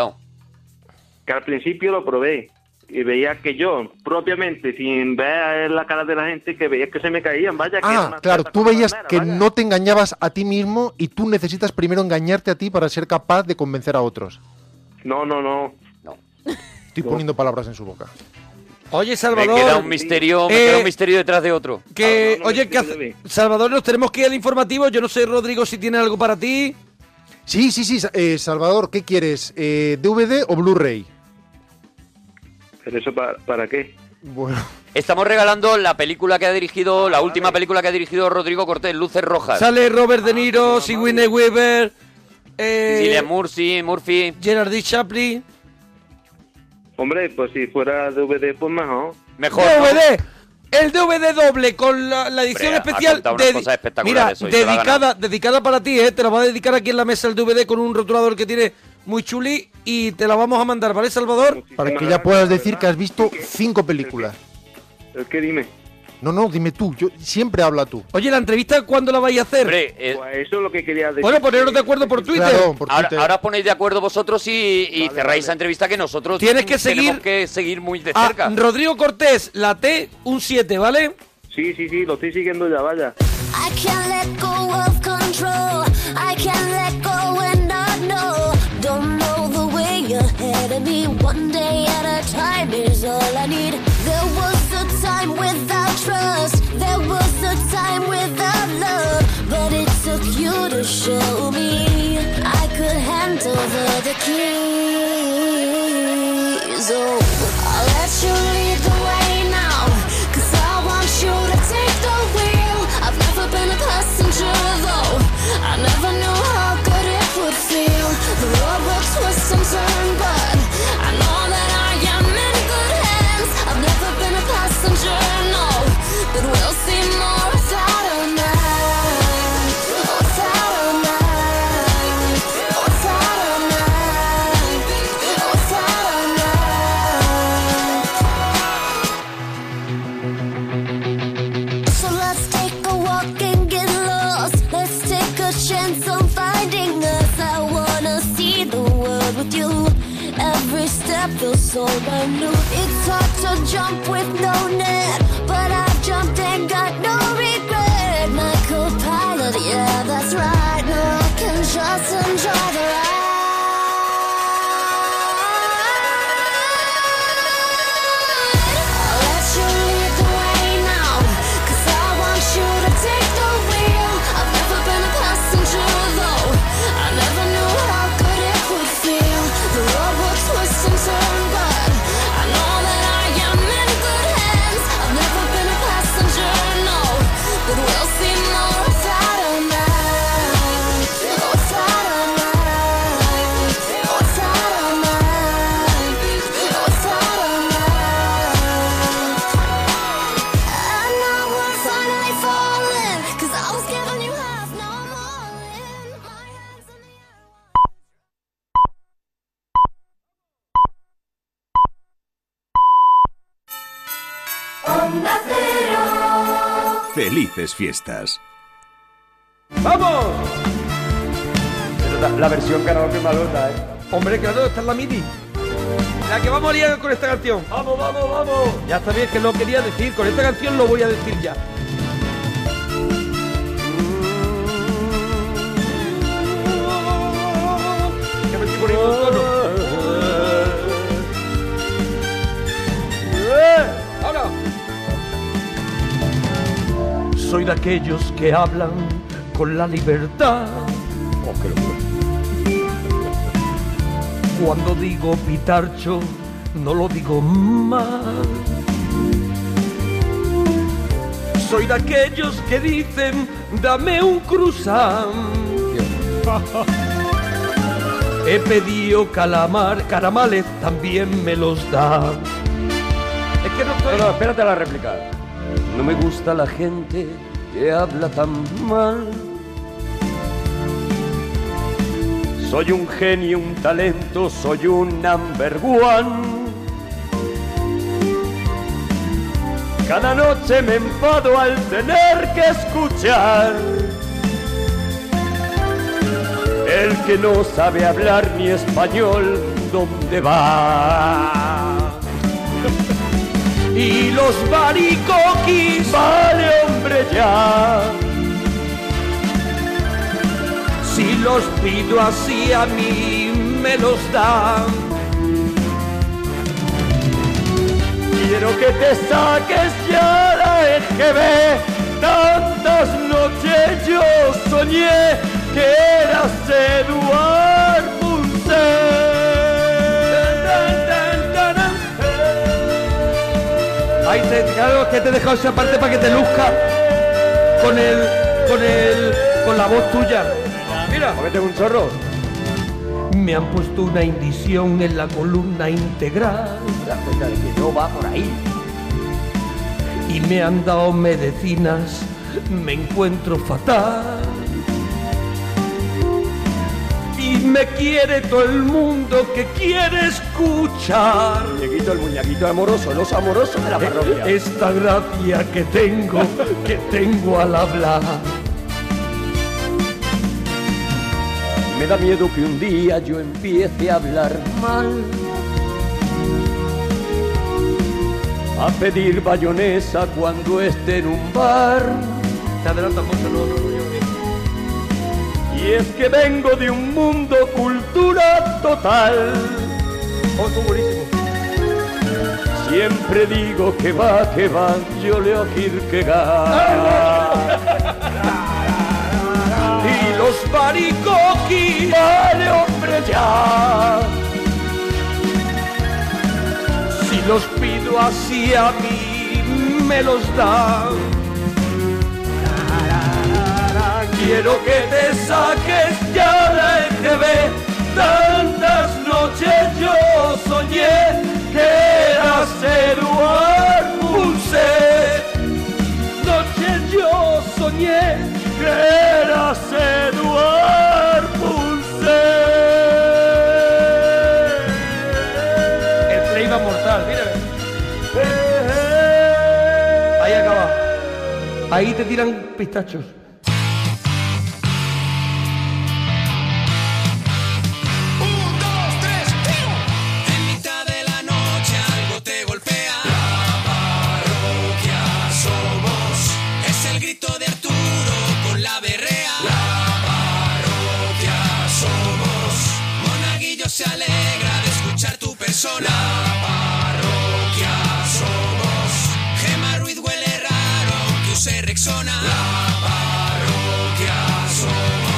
R: Que al principio lo probé y veía que yo, propiamente, sin ver la cara de la gente, que veía que se me caían, vaya. que era
S: Ah,
R: una
S: claro,
R: fruta
S: tú
R: como
S: veías
R: palmera,
S: que
R: vaya.
S: no te engañabas a ti mismo y tú necesitas primero engañarte a ti para ser capaz de convencer a otros.
R: No, no, no.
S: Estoy poniendo palabras en su boca.
C: Oye, Salvador.
I: me queda un misterio, me
C: Eh,
I: queda un misterio detrás de otro.
R: Ah,
C: Que, oye, que hace- Salvador, nos tenemos que ir al informativo. Yo no sé, Rodrigo, si tiene algo para ti.
S: Sí, sí, sí, Sa- eh, Salvador, ¿qué quieres? Eh, ¿DVD o Blu-ray?
R: ¿Pero eso para, para qué?
S: Bueno.
I: Estamos regalando la película que ha dirigido, la última película que ha dirigido Rodrigo Cortés, Luces Rojas.
C: Sale Robert
R: Ah,
C: De Niro, Sigourney Weaver, eh,
I: Cillian Murphy, Murphy.
C: Gerard D. Chaplin.
R: Hombre, pues si fuera DVD, pues mejor.
I: Mejor.
C: DVD. El DVD doble con la, la edición
R: Hombre, ha
C: especial.
R: contado unas
C: dedi-
R: cosas
C: Mira,
R: espectaculares hoy, se la ha
C: dedicada, dedicada para ti, ¿eh? Te la va a dedicar aquí en la mesa el DVD con un rotulador que tiene muy chuli y te la vamos a mandar, ¿vale, Salvador?
S: Para que ya puedas decir que has visto cinco películas.
R: Es que dime.
S: No, no, dime tú. Yo siempre habla tú.
C: Oye, ¿la entrevista cuándo la vais a hacer?
R: Pues eso es lo que quería decir.
C: bueno, poneros de acuerdo por Twitter.
I: eh, ahora, ahora os ponéis de acuerdo vosotros y, y cerráis esa entrevista que nosotros
C: Tienes que
I: tenemos
C: seguir-
I: que seguir muy de
C: Ah,
I: cerca.
C: Rodrigo Cortés, la T, un 7, ¿vale?
R: Sí, sí, sí, lo estoy siguiendo ya, vaya.
U: I can't let go of control. I can't let go and not know. Don't know the way you're headed me. One day at a time is all I need. There was a time without trust. There was a time without love. But it took you to show me I could hand over the keys. Oh, I'll let you lead the way now. Cause I want you to take the wheel. I've never been a passenger though. I never knew how good it would feel. The road will twist and turn, but I know that I am in good hands. I've never been a passenger, no. But we'll see more without a man. Without a man. Without a man. Without a man. So let's take a walk and get lost. Let's take a chance on finding us. I wanna see the world with you. Every step feels so brand new. It's hard to jump with no net, but I've jumped and got no regret. My co-pilot, yeah, that's right. Now I can just enjoy the ride. I'll let you lead the way now, 'cause I want you to take the wheel. I've never been a passenger though. I never knew how good it would feel. The road will twist and turn, but I know that I am in good hands. I've never been a passenger, no, but we'll see more without a man. Without a man. Without a man. Without a man. And now we're finally falling, 'cause I was giving you half, now I'm all in. My hands in the air. Onda Cero.
V: Felices fiestas.
C: ¡Vamos!
H: La, la versión karaoke malota, ¿eh?
C: Hombre, claro, esta es la mini. La que vamos a liar con esta canción. Vamos, vamos, vamos. Ya está bien que lo quería decir. Con esta canción lo voy a decir ya. Ya me estoy poniendo un tono. ¡Eh! ¡Ahora! Soy de aquellos que hablan con la libertad. Cuando digo pitarcho, no lo digo mal. Soy de aquellos que dicen, dame un cruzán.
H: [laughs]
C: He pedido calamar, caramales también me los da. Es que no estoy... espérate a la réplica. No me gusta la gente que habla tan mal.
H: Soy un genio, un talento, soy un number one. Cada noche me enfado al tener que escuchar. El que no sabe hablar ni español, ¿dónde va?
C: [laughs] Y los baricoquis.
H: Vale, hombre, ya.
C: Si los pido así a mí me los dan.
H: Quiero que te saques ya
C: E
H: la EGB. Tantas noches yo soñé que eras Eduard Punset.
C: Ahí te, claro, es que te he dejado esa parte para que te luzca con el, con el, con la voz tuya. Mira, tengo un chorro. Me han puesto una indición en la columna integral. pues, que no va por ahí. Y me han dado medicinas, me encuentro fatal. Y me quiere todo el mundo que quiere escuchar. Eh,
H: Muñequito, el muñequito amoroso, el oso amoroso de la parroquia.
C: Esta gracia que tengo, que tengo al hablar.
H: Me da miedo que un día yo empiece a hablar mal. A pedir bayonesa cuando esté en un bar.
C: Te adelanta mucho, no,
H: Y es que vengo de un mundo cultura total.
C: Oh,
H: Siempre digo que va, que va, yo leo
C: [laughs]
H: Kierkegaard.
C: Y los baricoquis.
H: Vale, hombre, ya.
C: Si los pido así a mí me los dan.
H: Quiero que te saques ya la EGB. Tantas noches yo soñé que eras Eduard Punset. Noches yo soñé que eras Eduard Punset.
C: El play va mortal, mírame.
H: Eh,
C: Ahí acaba. Ahí te tiran pistachos.
G: Un, dos, tres, tiro. En mitad de la noche algo te golpea. La parroquia somos. Es el grito de Arturo con la berrea. La parroquia somos. Monaguillo se alegra de escuchar tu persona. La parroquia somos. Gema Ruiz huele raro que use Rexona. La parroquia somos.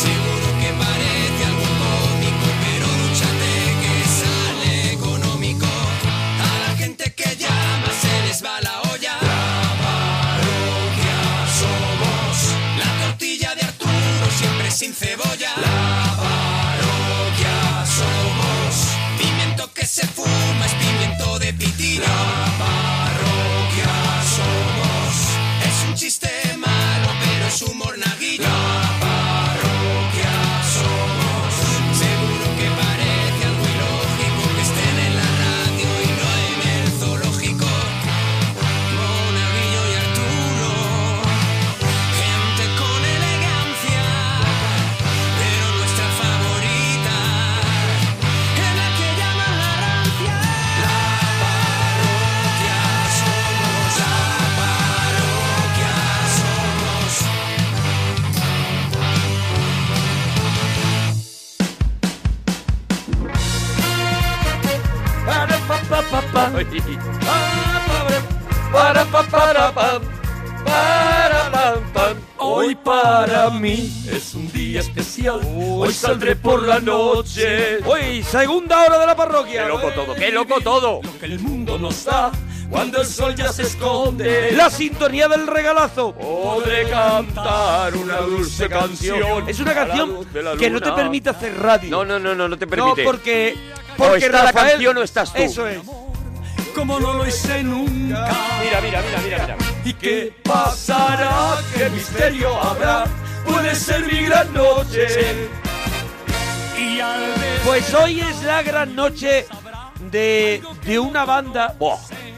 G: Seguro que parece algo cómico, pero dúchate que sale económico. A la gente que llama se les va la olla. La parroquia somos. La tortilla de Arturo siempre sin cebolla. La parroquia somos. Pimiento que se fuma
C: pa, pa, pa. Para, pa, para, pam. Para, pam, pam. Hoy para mí es un día especial. Hoy saldré por la noche. Hoy, segunda hora de la parroquia. Qué loco todo, qué loco todo. Lo que el mundo nos da cuando el sol ya se esconde. La sintonía del regalazo. Podré cantar una dulce canción. Es una canción que no te permite hacer radio.
I: No, no, no, no, no te permite.
C: No, porque.
I: o
C: Porque
I: está la
C: Rafael-
I: canción o estás tú.
C: Eso es. Como no lo hice nunca. Mira, mira, mira, mira, mira. ¿Y qué pasará? ¿Qué misterio habrá? Puede ser mi gran noche. Pues hoy es la gran noche de, de una banda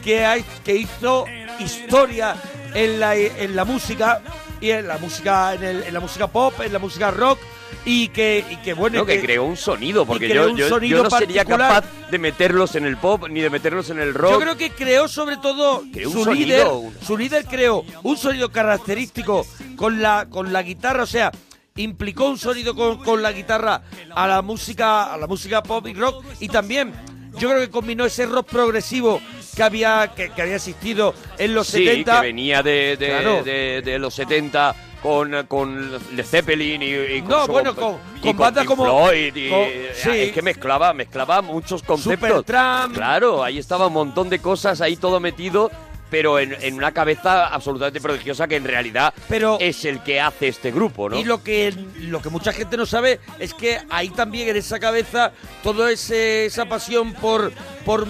C: que, ha- que hizo historia en la, en la música y en la música en, el- en la música pop, en la música rock y que, y que bueno
I: No,
C: y
I: que
C: que-
I: creó un sonido, porque
C: creó
I: yo,
C: un
I: yo- yo
C: sonido
I: no sería
C: particular.
I: capaz de meterlos en el pop ni de meterlos en el rock.
C: Yo creo que creó sobre todo
I: Creó un
C: su
I: sonido,
C: líder,
I: un-
C: su líder creó un sonido característico con la con la guitarra, o sea, implicó un sonido con, con la guitarra a la música a la música pop y rock y también yo creo que combinó ese rock progresivo que había que, que había existido en los
I: sí,
C: 70
I: que venía de, de-
C: Claro.
I: de- de los 70 con, con Le Zeppelin y, y con,
C: No,
I: su-
C: bueno, con-
I: y
C: con bandas
I: Pink
C: como-
I: Floyd y-
C: con-
I: eh,
C: sí.
I: es que mezclaba, mezclaba muchos conceptos.
C: Supertramp.
I: Claro, ahí estaba un montón de cosas, ahí todo metido, pero en, en una cabeza absolutamente prodigiosa que en realidad es el que hace este grupo, ¿no?
C: Y lo que, lo que mucha gente no sabe es que ahí también en esa cabeza, toda esa pasión por, por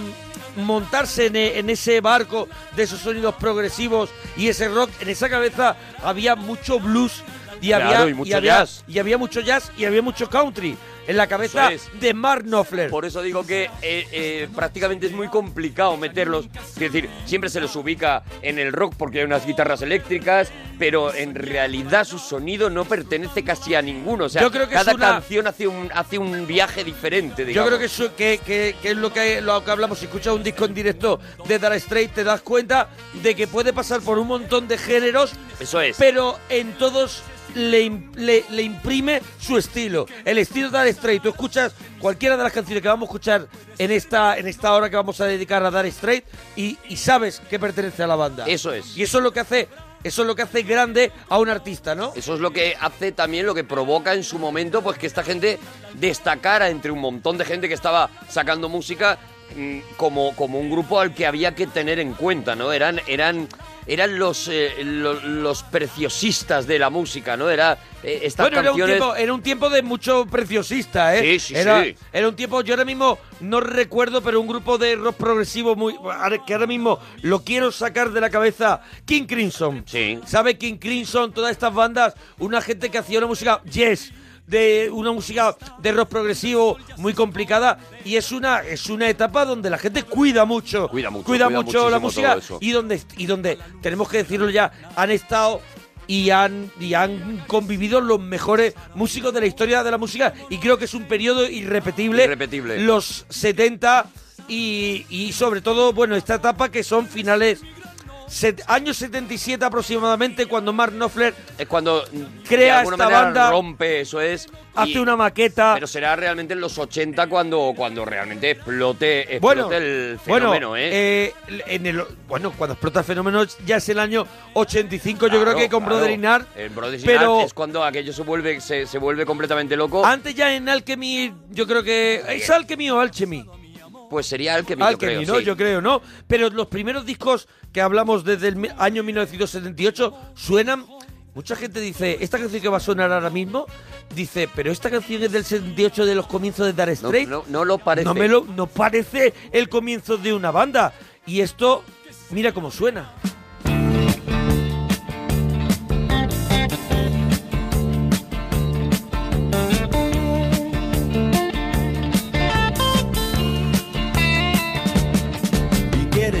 C: montarse en, e- en ese barco de esos sonidos progresivos y ese rock, en esa cabeza había mucho blues y
I: Claro,
C: había,
I: y mucho
C: había-
I: jazz.
C: y había mucho jazz y había mucho country en la cabeza
I: Eso
C: de Mark Knopfler.
I: Por eso digo que eh, eh, prácticamente es muy complicado meterlos. Es decir, siempre se los ubica en el rock porque hay unas guitarras eléctricas, pero en realidad su sonido no pertenece casi a ninguno. O sea,
C: Yo creo que es
I: cada
C: una-
I: canción hace un, hace un viaje diferente, digamos.
C: Yo creo que, eso, que, que- que es lo que, lo que hablamos. Si escuchas un disco en directo de Dire Straits, te das cuenta de que puede pasar por un montón de géneros.
I: Eso es.
C: Pero en todos le, im- le- le imprime su estilo. El estilo de Dire Straits. Tú escuchas cualquiera de las canciones que vamos a escuchar en esta, en esta hora que vamos a dedicar a Dire Straits y, y sabes que pertenece a la banda.
I: Eso es.
C: Y eso es lo que hace. Eso es lo que hace grande a un artista, ¿no?
I: Eso es lo que hace también, lo que provoca en su momento, pues que esta gente destacara entre un montón de gente que estaba sacando música mm, como, como un grupo al que había que tener en cuenta, ¿no? Eran, eran, eran los, eh, lo- los, preciosistas de la música, ¿no? Era eh, estas
C: bueno,
I: canciones...
C: era un, tiempo, era un tiempo de mucho preciosista, ¿eh?
I: Sí, sí,
C: era,
I: sí.
C: era un tiempo, yo ahora mismo no recuerdo, pero un grupo de rock progresivo muy ahora- que ahora mismo lo quiero sacar de la cabeza, King Crimson.
I: Sí.
C: ¿Sabe King Crimson? Todas estas bandas, una gente que hacía una música, yes, de una música de rock progresivo muy complicada y es una es una etapa donde la gente cuida mucho, cuida mucho, cuida,
I: cuida
C: mucho la
I: muchísimo
C: música
I: todo eso.
C: y donde y donde tenemos que decirlo ya han estado y han y han convivido los mejores músicos de la historia de la música y creo que es un periodo irrepetible
I: Irrepetible.
C: los 70 y, y sobre todo bueno esta etapa que son finales set- años 77 aproximadamente cuando Mark Knopfler
I: es cuando de
C: crea
I: alguna
C: esta
I: manera
C: banda
I: rompe, eso es.
C: hace
I: y-
C: una maqueta
I: Pero será realmente en los 80 cuando, cuando realmente explote, explote
C: Bueno,
I: el
C: bueno,
I: fenómeno, ¿eh?
C: eh, en el, bueno, cuando explota el fenómeno ya es el año 85, yo creo
I: Claro,
C: que con
I: claro.
C: Brother Inar.
I: En Brothers in
C: pero-
I: Arms es cuando aquello se vuelve, se, se vuelve completamente loco.
C: Antes ya en Alchemy, yo creo que... ¿Es Alchemy o Alchemy?
I: Pues sería Alchemy, yo
C: Alchemy,
I: creo,
C: ¿no?
I: sí.
C: Yo creo, ¿no? Pero los primeros discos que hablamos desde el mi- año 1978 suenan... Mucha gente dice, esta canción que va a sonar ahora mismo, dice, pero esta canción es del 78 de los comienzos de Dire
I: No,
C: Straits.
I: no- no lo parece.
C: No me lo, no parece el comienzo de una banda. Y esto, mira cómo suena.
V: You get a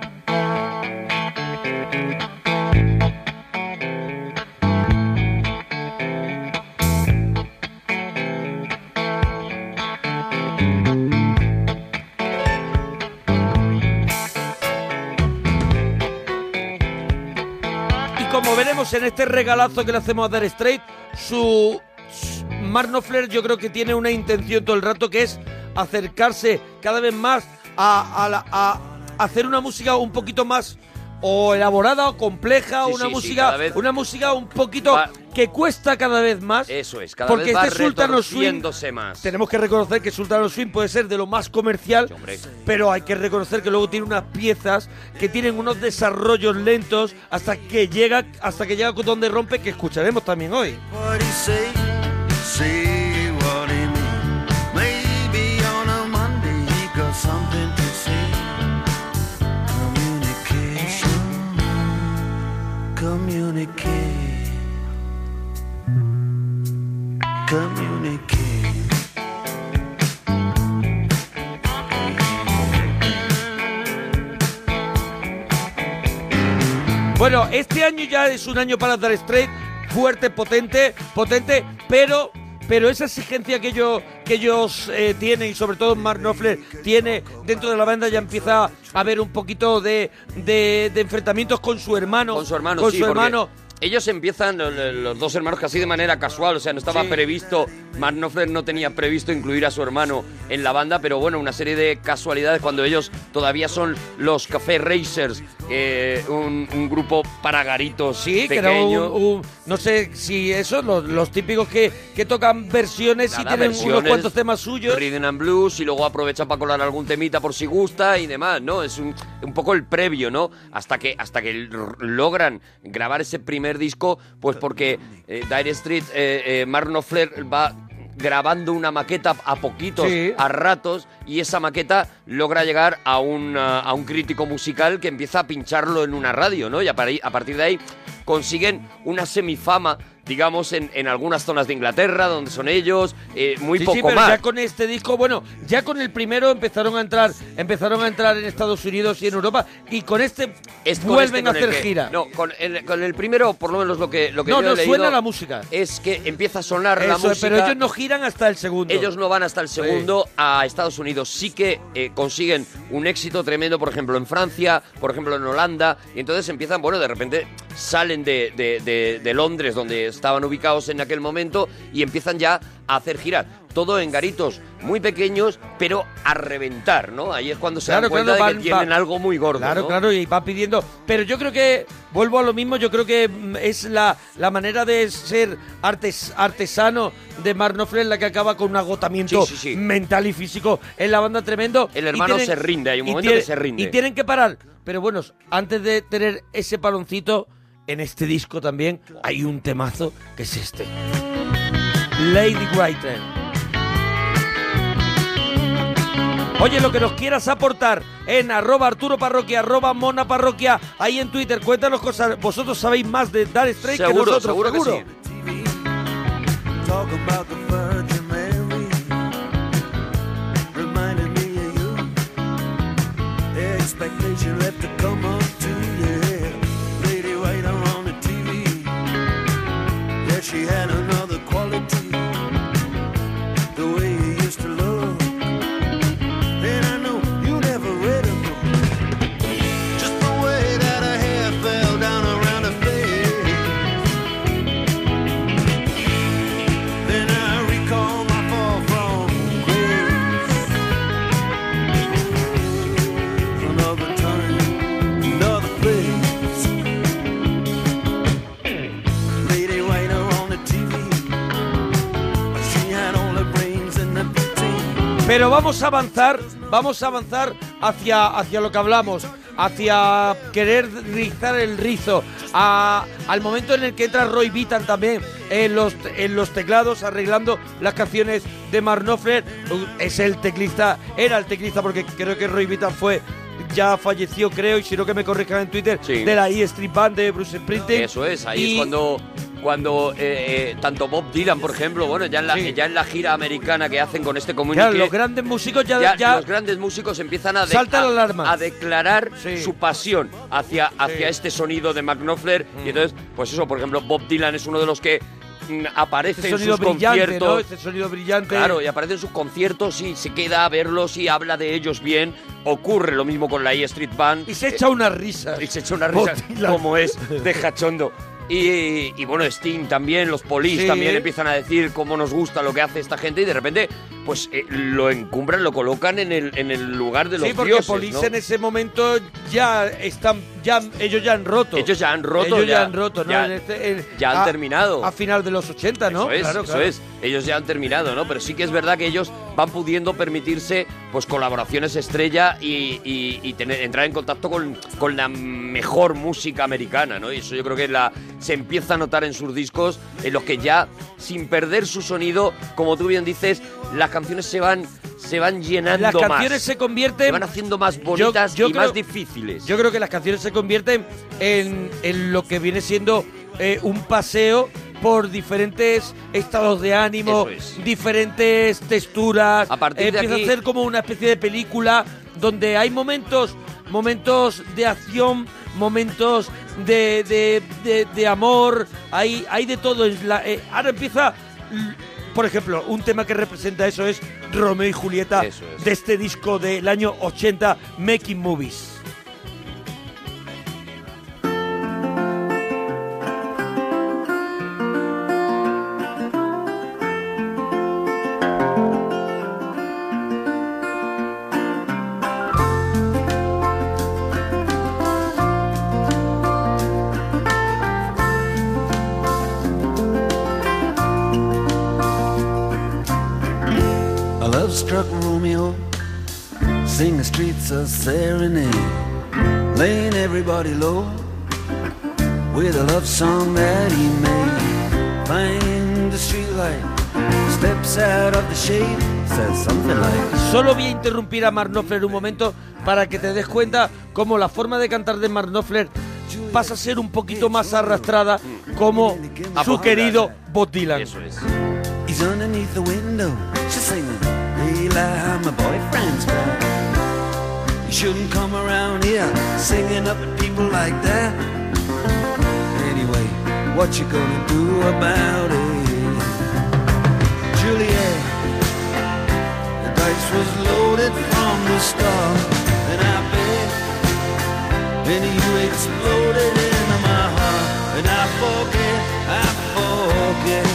C: Y como veremos en este regalazo que le hacemos a Dar Straight, su, su- Mark Knopfler yo creo que tiene una intención todo el rato que es acercarse cada vez más a, a la- a hacer una música un poquito más o elaborada o compleja,
I: Sí,
C: una
I: sí, sí,
C: música,
I: cada vez-
C: una música un poquito que cuesta cada vez más.
I: Eso es, cada
C: porque
I: vez va
C: este Sultan of Swing-
I: retorciéndose más.
C: Tenemos que reconocer que Sultan of Swing puede ser de lo más comercial, pero hay que reconocer que luego tiene unas piezas que tienen unos desarrollos lentos hasta que llega hasta que llega con donde rompe que escucharemos también hoy.
V: what he say, say what he mean. Maybe on a Monday he got something to say. Communication, communicate, communicate.
C: Bueno, este año ya es un año para Dar Straight fuerte, potente, potente, pero pero esa exigencia que ellos que ellos eh, tienen y sobre todo Mark Knopfler tiene dentro de la banda ya empieza a haber un poquito de, de, de enfrentamientos con su hermano, con su hermano, con
I: sí,
C: su
I: porque
C: hermano.
I: Ellos empiezan, lo- lo- los dos hermanos, casi de manera casual, o sea, no estaba
C: Sí.
I: previsto, Mark Knopfler no tenía previsto incluir a su hermano en la banda, pero bueno, una serie de casualidades cuando ellos todavía son los Café Racers, eh, un, un grupo para garitos
C: Sí, que era un-
I: pequeño.
C: un- no sé si eso, los, los típicos que, que tocan versiones y
I: Nada,
C: tienen unos
I: versiones,
C: cuantos temas suyos.
I: Rhythm and Blues y luego aprovecha para colar algún temita por si gusta y demás, ¿no? Es un, un poco el previo, ¿no? Hasta que, hasta que l- logran grabar ese primer disco, pues porque eh, Dire Street, eh, eh, Mark Knopfler va grabando una maqueta a poquitos,
C: Sí.
I: a ratos, y esa maqueta logra llegar a un, ah, a un crítico musical que empieza a pincharlo en una radio, ¿no? Y a, par- a partir de ahí consiguen una semifama, digamos, en, en algunas zonas de Inglaterra, donde son ellos, eh, muy
C: Sí,
I: poco
C: sí, pero
I: más.
C: ya con este disco, bueno, ya con el primero empezaron a entrar, empezaron a entrar en Estados Unidos y en Europa, y con este
I: con este
C: vuelven
I: con
C: a
I: el
C: hacer
I: que-
C: gira.
I: No, con el, con el primero, por lo menos lo que, lo que
C: No,
I: yo he
C: no,
I: leído
C: suena la música.
I: Es que empieza a sonar la
C: Eso
I: música.
C: es, pero ellos no giran hasta el segundo.
I: Ellos no van hasta el segundo a Estados Unidos. Sí que eh, consiguen un éxito tremendo, por ejemplo, en Francia, por ejemplo, en Holanda. Y entonces empiezan, bueno, de repente salen de, de- de- de Londres, donde estaban ubicados en aquel momento, y empiezan ya a hacer girar. Todo en garitos muy pequeños, pero a reventar, ¿no? Ahí es cuando se dan cuenta de que
C: van-
I: tienen
C: va-
I: algo muy gordo.
C: Claro,
I: ¿no?
C: claro, y va pidiendo. Pero yo creo que, vuelvo a lo mismo, yo creo que mm, es la, la manera de ser artes, artesano de Marnofred la que acaba con un agotamiento
I: Sí, sí, sí.
C: mental y físico en la banda tremendo.
I: El
C: Y
I: hermano
C: tienen-
I: se rinde, hay un
C: y
I: momento
C: tiene-
I: que se rinde.
C: Y tienen que parar. Pero bueno, antes de tener ese paloncito, en este disco también hay un temazo que es este. Lady Writer. Oye, lo que nos quieras aportar en arroba Arturo Parroquia, arroba Mona Parroquia, ahí en Twitter, cuéntanos cosas. Vosotros sabéis más de Dar Straight que
I: Seguro,
C: nosotros,
I: seguro
C: seguro.
I: que
V: Talk about the Virgin Mary. Reminded me of you. Expectation left to come on to yeah. Lady Waiter on the TV. Yeah, she had another quality. The way you used to look. And I know you never read a book. Just the way that her hair fell down around her face. Then I recall my fall from grace. Another time, another place. Lady Waiter on the TV. She had all her brains in the
C: Pero vamos a avanzar, vamos a avanzar hacia, hacia lo que hablamos, hacia querer rizar el rizo, a- al momento en el que entra Roy Vitan también en los, en los teclados arreglando las canciones de Marnofler, es el teclista, era el teclista porque creo que Roy Vitan fue... Ya falleció, creo, y si no que me corrijan en Twitter, de la E Street Band de Bruce Springsteen.
I: Eso es, ahí es
C: Y-
I: cuando, cuando eh, eh, tanto Bob Dylan, por ejemplo, bueno, ya en la, ya en la gira americana que hacen con este comunique,
C: Claro, los grandes músicos ya,
I: ya-
C: ya-
I: los grandes músicos empiezan a, de-
C: Salta la
I: a-
C: alarma.
I: a declarar su pasión hacia, hacia
C: Sí. Mm.
I: este sonido de McNoffler. Y entonces, pues eso, por ejemplo, Bob Dylan es uno de los que mm, aparece
C: Este
I: en
C: sonido
I: sus
C: brillante,
I: conciertos.
C: ¿no? Este sonido brillante.
I: Claro, y aparece en sus conciertos y se queda a verlos y habla de ellos bien. Ocurre lo mismo con la E Street Band.
C: Y se echa una risa.
I: Y se echa una
C: Bob
I: risa,
C: Dylan.
I: como es, de cachondo. Y, y bueno, Sting también, los polis
C: Sí.
I: también empiezan a decir cómo nos gusta lo que hace esta gente y de repente, pues eh, lo encumbran, lo colocan en el, en el lugar de los
C: Sí, porque
I: dioses,
C: Police
I: ¿no?
C: en ese momento ya están, ya ellos ya han roto.
I: Ellos ya han roto,
C: Ellos ya,
I: ya-
C: han roto, ¿no?
I: ya-
C: En este- en-
I: ya han
C: a-
I: terminado.
C: A final de los 80, ¿no?
I: Eso es,
C: Claro,
I: eso
C: claro.
I: es. Ellos ya han terminado, ¿no? Pero sí que es verdad que ellos van pudiendo permitirse pues colaboraciones estrella y, y- y tener- entrar en contacto con, con la mejor música americana, ¿no? Y eso yo creo que la, se empieza a notar en sus discos, en los que ya, sin perder su sonido, como tú bien dices, las canciones se van, se van llenando
C: Las
I: más.
C: canciones se convierten.
I: Se van haciendo más bonitas
C: yo
I: y
C: creo-
I: más difíciles.
C: Yo creo que las canciones se convierten en, en lo que viene siendo eh, un paseo por diferentes estados de ánimo, diferentes texturas. A
I: partir de
C: empieza
I: aquí-
C: a ser como una especie de película donde hay momentos, momentos de acción, momentos de, de- de- de amor, hay, hay de todo. Es la- eh, ahora empieza, l- por ejemplo, un tema que representa eso es Romeo y Julieta de este disco del año 80, Making Movies.
V: A love struck Romeo, sing the streets a serenade, laying everybody low with a love song that he made. Find the streetlight steps out of the shade, says something like,
C: Solo voy a interrumpir a Mark Knopfler un momento para que te des cuenta cómo la forma de cantar de Mark Knopfler pasa a ser un poquito más arrastrada como su
V: Apasionada.
C: querido Bob Dylan.
V: He's underneath the window. She's singing, Eli, how my boyfriend's been. You shouldn't come around here singing up at people like that. Anyway, what you gonna do about it? Juliet, the dice was loaded from the start. And I bet Benny, you exploded into my heart. And I forget, I forget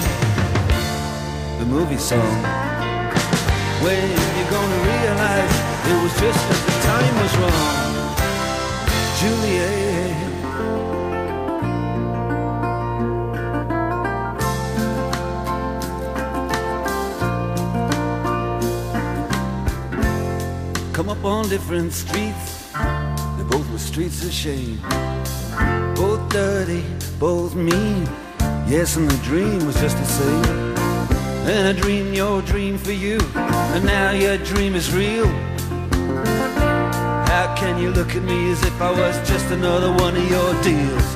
V: the movie song. When you gonna realize it was just that the time was wrong, Juliet? Come up on different streets, they both were streets of shame. Both dirty, both mean. Yes, and the dream was just the same. And I dream your dream for you. And now your dream is real. How can you look at me as if I was just another one of your deals?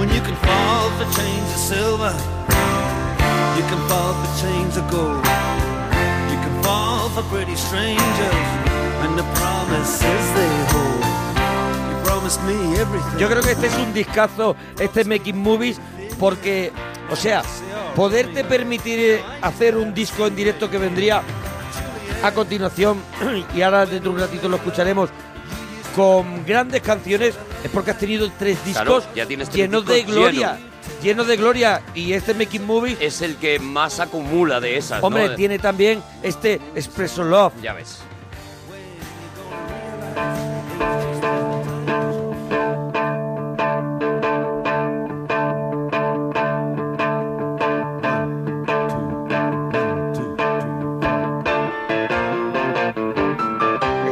V: When you can fall for chains of silver, you can fall for chains of gold, you can fall for pretty strangers, and the promises they hold. You promised me everything.
C: Yo creo que este es un discazo, este Making Movies, porque, o sea, poderte permitir eh, hacer un disco en directo que vendría a continuación, [clears throat] y ahora dentro de un ratito lo escucharemos, con grandes canciones, es porque has tenido tres
I: Claro,
C: discos
I: ya este tienes tres
C: llenos de
I: discos
C: gloria.
I: llenos.
C: Lleno de gloria y este Making Movie
I: es el que más acumula de esas. Ah, ¿no? eh.
C: Hombre, tiene también este Expresso Love.
I: Ya ves.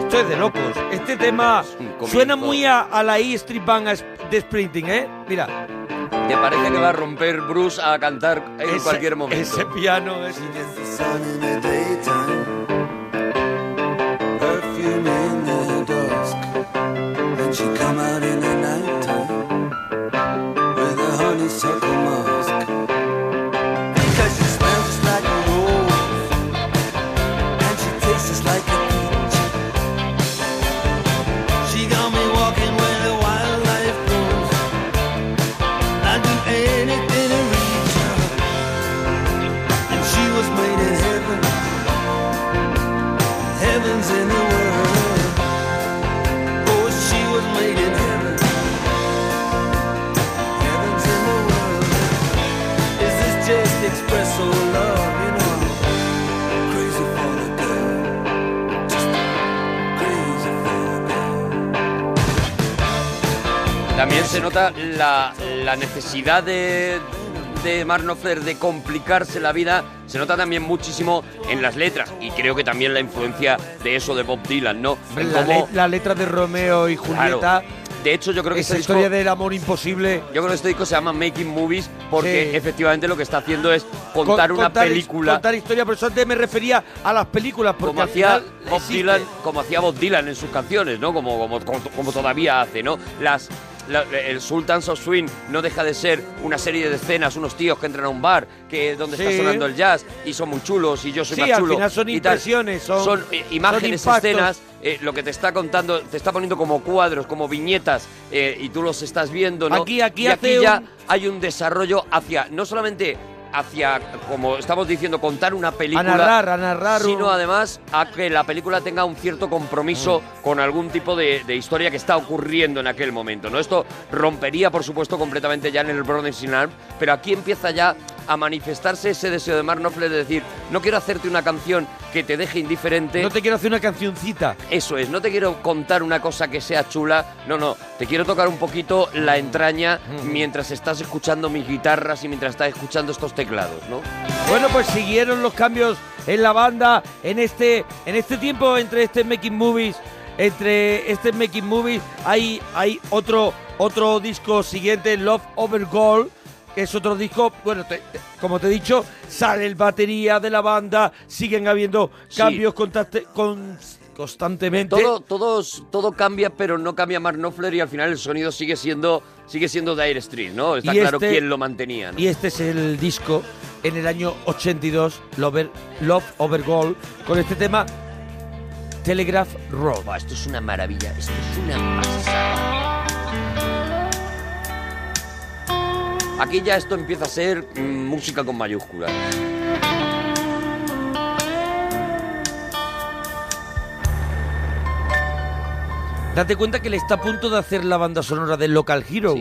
C: Esto es de locos. Este tema suena muy a, a la E Street Band a sp- de Sprinting, ¿eh? Mira.
I: Te parece que va a romper Bruce a cantar en
C: Ese-
I: cualquier momento.
C: ese piano es.
V: perfume in the dusk. Then she come out in the nighttime with a honeysuckle musk. Cause she smells like a rose and she tastes like a peach. She got me walking where the wildlife goes. I'd do anything to reach her. And she was made in heaven. Heaven's in the world. Oh, she was made in heaven. Heaven's in the world. Is this just expresso love? You know, I'm crazy for the girl. Just crazy for the girl.
I: También se nota la, la necesidad de, de Mark Knopfler de complicarse la vida. Se nota también muchísimo en las letras. Y creo que también la influencia de eso de Bob Dylan, ¿no? En
C: La,
I: cómo-
C: le- la letra de Romeo y Julieta.
I: Claro. De hecho, yo creo que
C: esa
I: este disco-
C: historia del amor imposible.
I: Yo creo que este disco se llama Making Movies porque
C: Sí.
I: efectivamente lo que está haciendo es contar
C: Con-
I: una
C: contar his-
I: película
C: Contar historia, por eso antes me refería a las películas. Porque
I: como
C: al
I: hacía
C: final
I: Bob
C: existe.
I: Dylan, como hacía Bob Dylan en sus canciones, ¿no? Como, como, como, como todavía hace, ¿no? Las la- el Sultans of Swing no deja de ser una serie de escenas, unos tíos que entran a un bar, que donde
C: Sí.
I: está sonando el jazz y son muy chulos y yo soy
C: Sí,
I: más
C: al
I: chulo.
C: final son
I: y tal.
C: impresiones, son-
I: eh, imágenes,
C: son impactos.
I: escenas, eh, lo que te está contando, te está poniendo como cuadros, como viñetas eh, y tú los estás viendo, ¿no?
C: Aquí- aquí
I: Y
C: hace
I: ya
C: un-
I: hay un desarrollo hacia no solamente hacia como estamos diciendo contar una película
C: narrar, a narrar
I: sino
C: un-
I: además a que la película tenga un cierto compromiso
C: Mm.
I: con algún tipo de, de historia que está ocurriendo en aquel momento. ¿no? Esto rompería, por supuesto, completamente ya en el Brothers in Arms, pero aquí empieza ya a manifestarse ese deseo de Mark Knopfler de decir, no quiero hacerte una canción que te deje indiferente.
C: No te quiero hacer una cancioncita.
I: Eso es, no te quiero contar una cosa que sea chula, no, no, te quiero tocar un poquito la entraña
C: Mm.
I: mientras estás escuchando mis guitarras y mientras estás escuchando estos teclados, ¿no?
C: Bueno, pues siguieron los cambios en la banda en este en este tiempo entre este Making Movies, entre este Making Movies hay hay otro otro disco siguiente Love Over Gold que es otro disco, bueno, te- te- como te he dicho, sale el batería de la banda, siguen habiendo cambios contaste- con- constantemente.
I: Todo, todos- todo cambia, pero no cambia Mark Knopfler y al final el sonido sigue siendo, sigue siendo Dire Street, ¿no? Está
C: Y
I: claro
C: este-
I: quién lo mantenía, ¿no?
C: Y este es el disco en el año 82, Lover- Love Over Gold, con este tema Telegraph Road.
I: esto es una maravilla, esto es
C: una
I: Aquí ya esto empieza a ser mm, música con mayúsculas.
C: Date cuenta que le está a punto de hacer la banda sonora de Local Hero.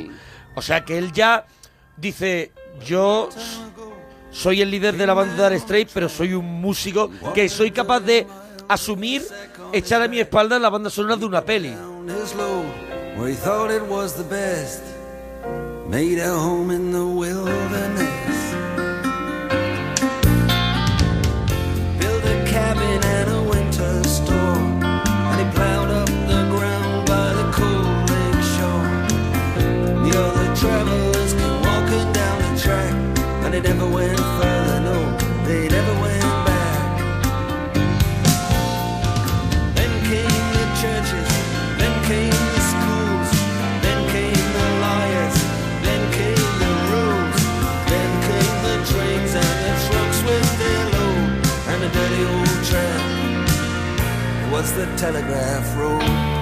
C: O sea que él ya dice, yo s- soy el líder de la banda Dire Straits, pero soy un músico que soy capaz de asumir, echar a mi espalda la banda sonora de una peli.
V: on his low where he thought it was the best. Made a home in the wilderness. Built a cabin and a winter store. And he plowed up the ground by the cold lake shore. The other travelers came walking down the track. And they never went further, no, they never went back. Then came the churches, then came the schools, then came the lawyers, then came the rules, then came the trains and the trucks with their load, and the dirty old tram was the telegraph road.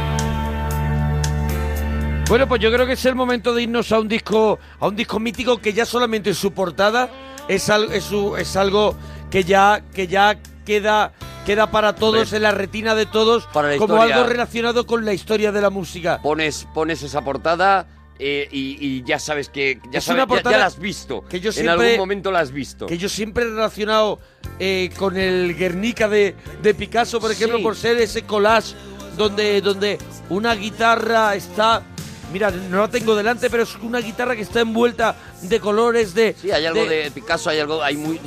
C: Bueno, pues yo creo que es el momento de irnos a un disco, a un disco mítico que ya solamente en su portada es algo, es, su- es algo que ya, que ya queda, queda para todos
I: Hombre,
C: en la retina de todos
I: la
C: como
I: historia.
C: algo relacionado con la historia de la música.
I: Pones, pones esa portada eh, y, y ya sabes que ya,
C: Es
I: sabes-
C: una
I: ya-
C: portada
I: ya la has visto.
C: que yo
I: en algún
C: siempre-
I: momento la has visto.
C: Que yo siempre he relacionado eh, con el Guernica de, de Picasso, por ejemplo,
I: Sí.
C: por ser ese collage donde, donde una guitarra está. Mira, no la tengo delante, pero es una guitarra que está envuelta de colores, de.
I: Sí, hay algo de, Picasso, hay algo, hay muy,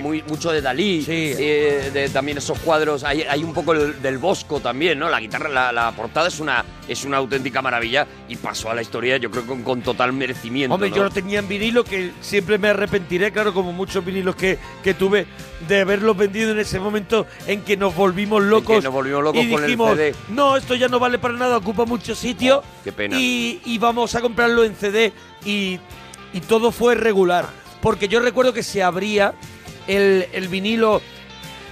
I: muy- mucho de Dalí, eh, de- también esos cuadros, hay, hay un poco el- del Bosco también, ¿no? La guitarra, la, la portada es una, es una auténtica maravilla y pasó a la historia, yo creo que con, con total merecimiento.
C: Hombre,
I: ¿no?
C: yo lo tenía en vinilo, que siempre me arrepentiré, claro, como muchos vinilos que, que tuve, de haberlos vendido en ese momento en que nos volvimos locos.
I: nos volvimos locos
C: y
I: con el
C: dijimos,
I: CD. Oh,
C: no, esto ya no vale para nada, ocupa mucho sitio.
I: qué pena.
C: Y, y vamos a comprarlo en CD. Y, y todo fue regular. Porque yo recuerdo que se abría el, el vinilo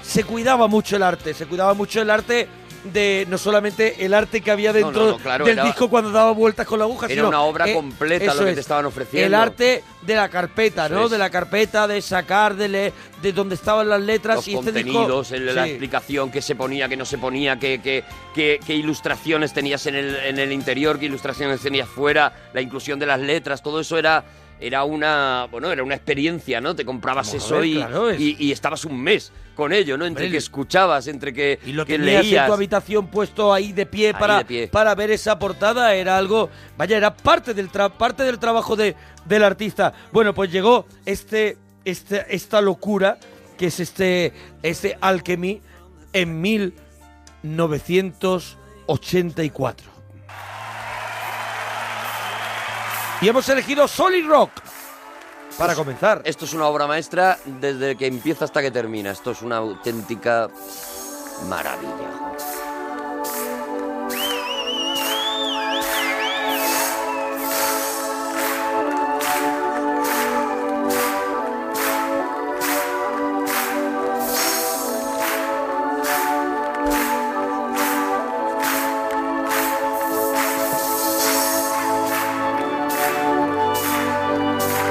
C: se cuidaba mucho el arte, se cuidaba mucho el arte de no solamente el arte que había dentro
I: no, no, claro,
C: del
I: era-
C: disco cuando daba vueltas con la aguja,
I: era
C: sino,
I: una obra completa lo
C: eh, eso
I: que te
C: es,
I: estaban ofreciendo.
C: El arte de la carpeta,
I: Eso
C: ¿no?
I: es.
C: De la carpeta, de sacar, de leer, de donde estaban las letras
I: Los
C: y este disco-
I: contenidos, el- la
C: Sí.
I: explicación, qué se ponía, qué no se ponía, qué, qué, qué- qué ilustraciones tenías en el, en el interior, qué ilustraciones tenías fuera, la inclusión de las letras, todo eso era era una bueno era una experiencia no te comprabas
C: Vamos a
I: eso
C: ver,
I: y,
C: claro, es-
I: y- y estabas un mes con ello no entre
C: Hombre,
I: que escuchabas entre que,
C: Y lo
I: que
C: tenías en
I: leías
C: tu habitación puesto ahí de pie
I: Ahí
C: para
I: de pie.
C: para ver esa portada era algo vaya era parte del tra- parte del trabajo de del artista bueno pues llegó este, este esta locura que es este este alchemy en 1984 y hemos elegido solid rock para comenzar
I: Pues, esto es una obra maestra desde que empieza hasta que termina esto es una auténtica maravilla
U: Thank you.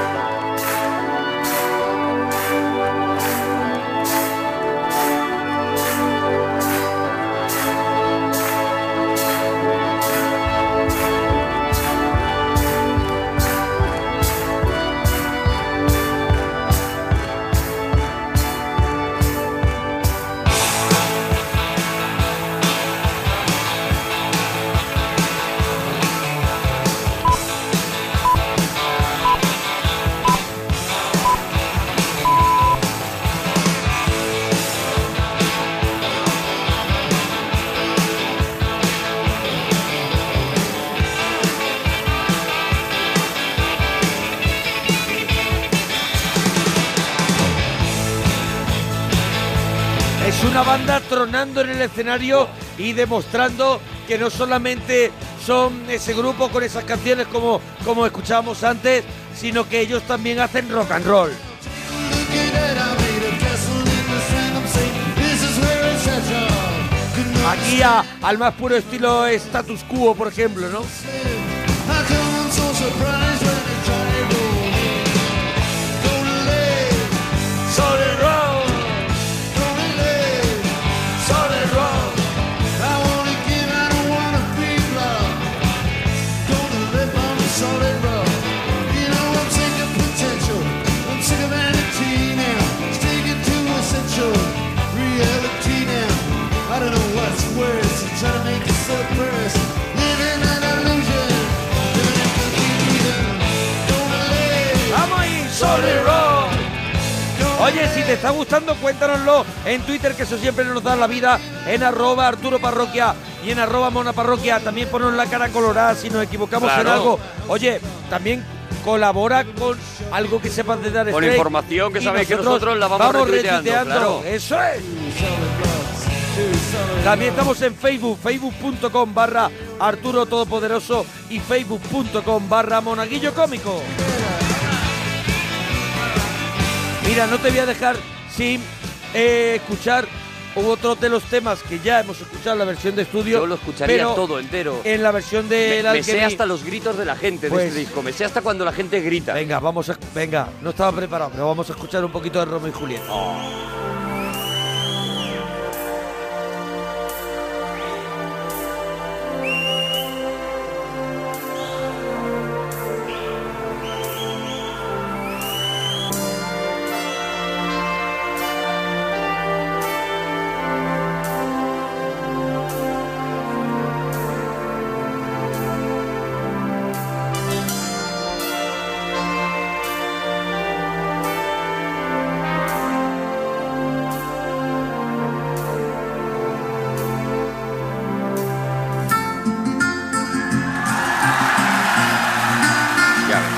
C: una banda tronando en el escenario y demostrando que no solamente son ese grupo con esas canciones como, como escuchábamos antes, sino que ellos también hacen rock and roll. Aquí a- al más puro estilo status quo, por ejemplo, ¿no?
V: I don't know what's worse, I'm trying to make it so first. Living an illusion, living in confusion. Gonna live,
C: ¡Vamos ahí! ¡Solid Rock! Oye, si te está gustando, cuéntanoslo en Twitter, que eso siempre nos da la vida, en arroba Arturo Parroquia y en arroba Mona Parroquia. También ponos la cara colorada si nos equivocamos en
B: Claro.
C: algo. Oye, también colabora con algo que sepas de dar
B: Con
C: Straight
B: información que
C: y
B: sabéis que nosotros la vamos retuiteando, claro.
C: Eso es. También estamos en Facebook, facebook.com barra Arturo Todopoderoso y facebook.com barra Monaguillo Cómico. Mira, no te voy a dejar sin eh, escuchar otro de los temas que ya hemos escuchado en la versión de estudio.
I: Yo lo escucharía
C: pero
I: todo entero.
C: En la versión de
I: Me-
C: la
I: me sé
C: Alquerí.
I: hasta los gritos de la gente
C: Pues-
I: de este disco. Me sé hasta cuando la gente grita.
C: Venga, vamos a, venga, no estaba preparado, pero vamos a escuchar un poquito de Romeo y Julieta.
B: Ya ves.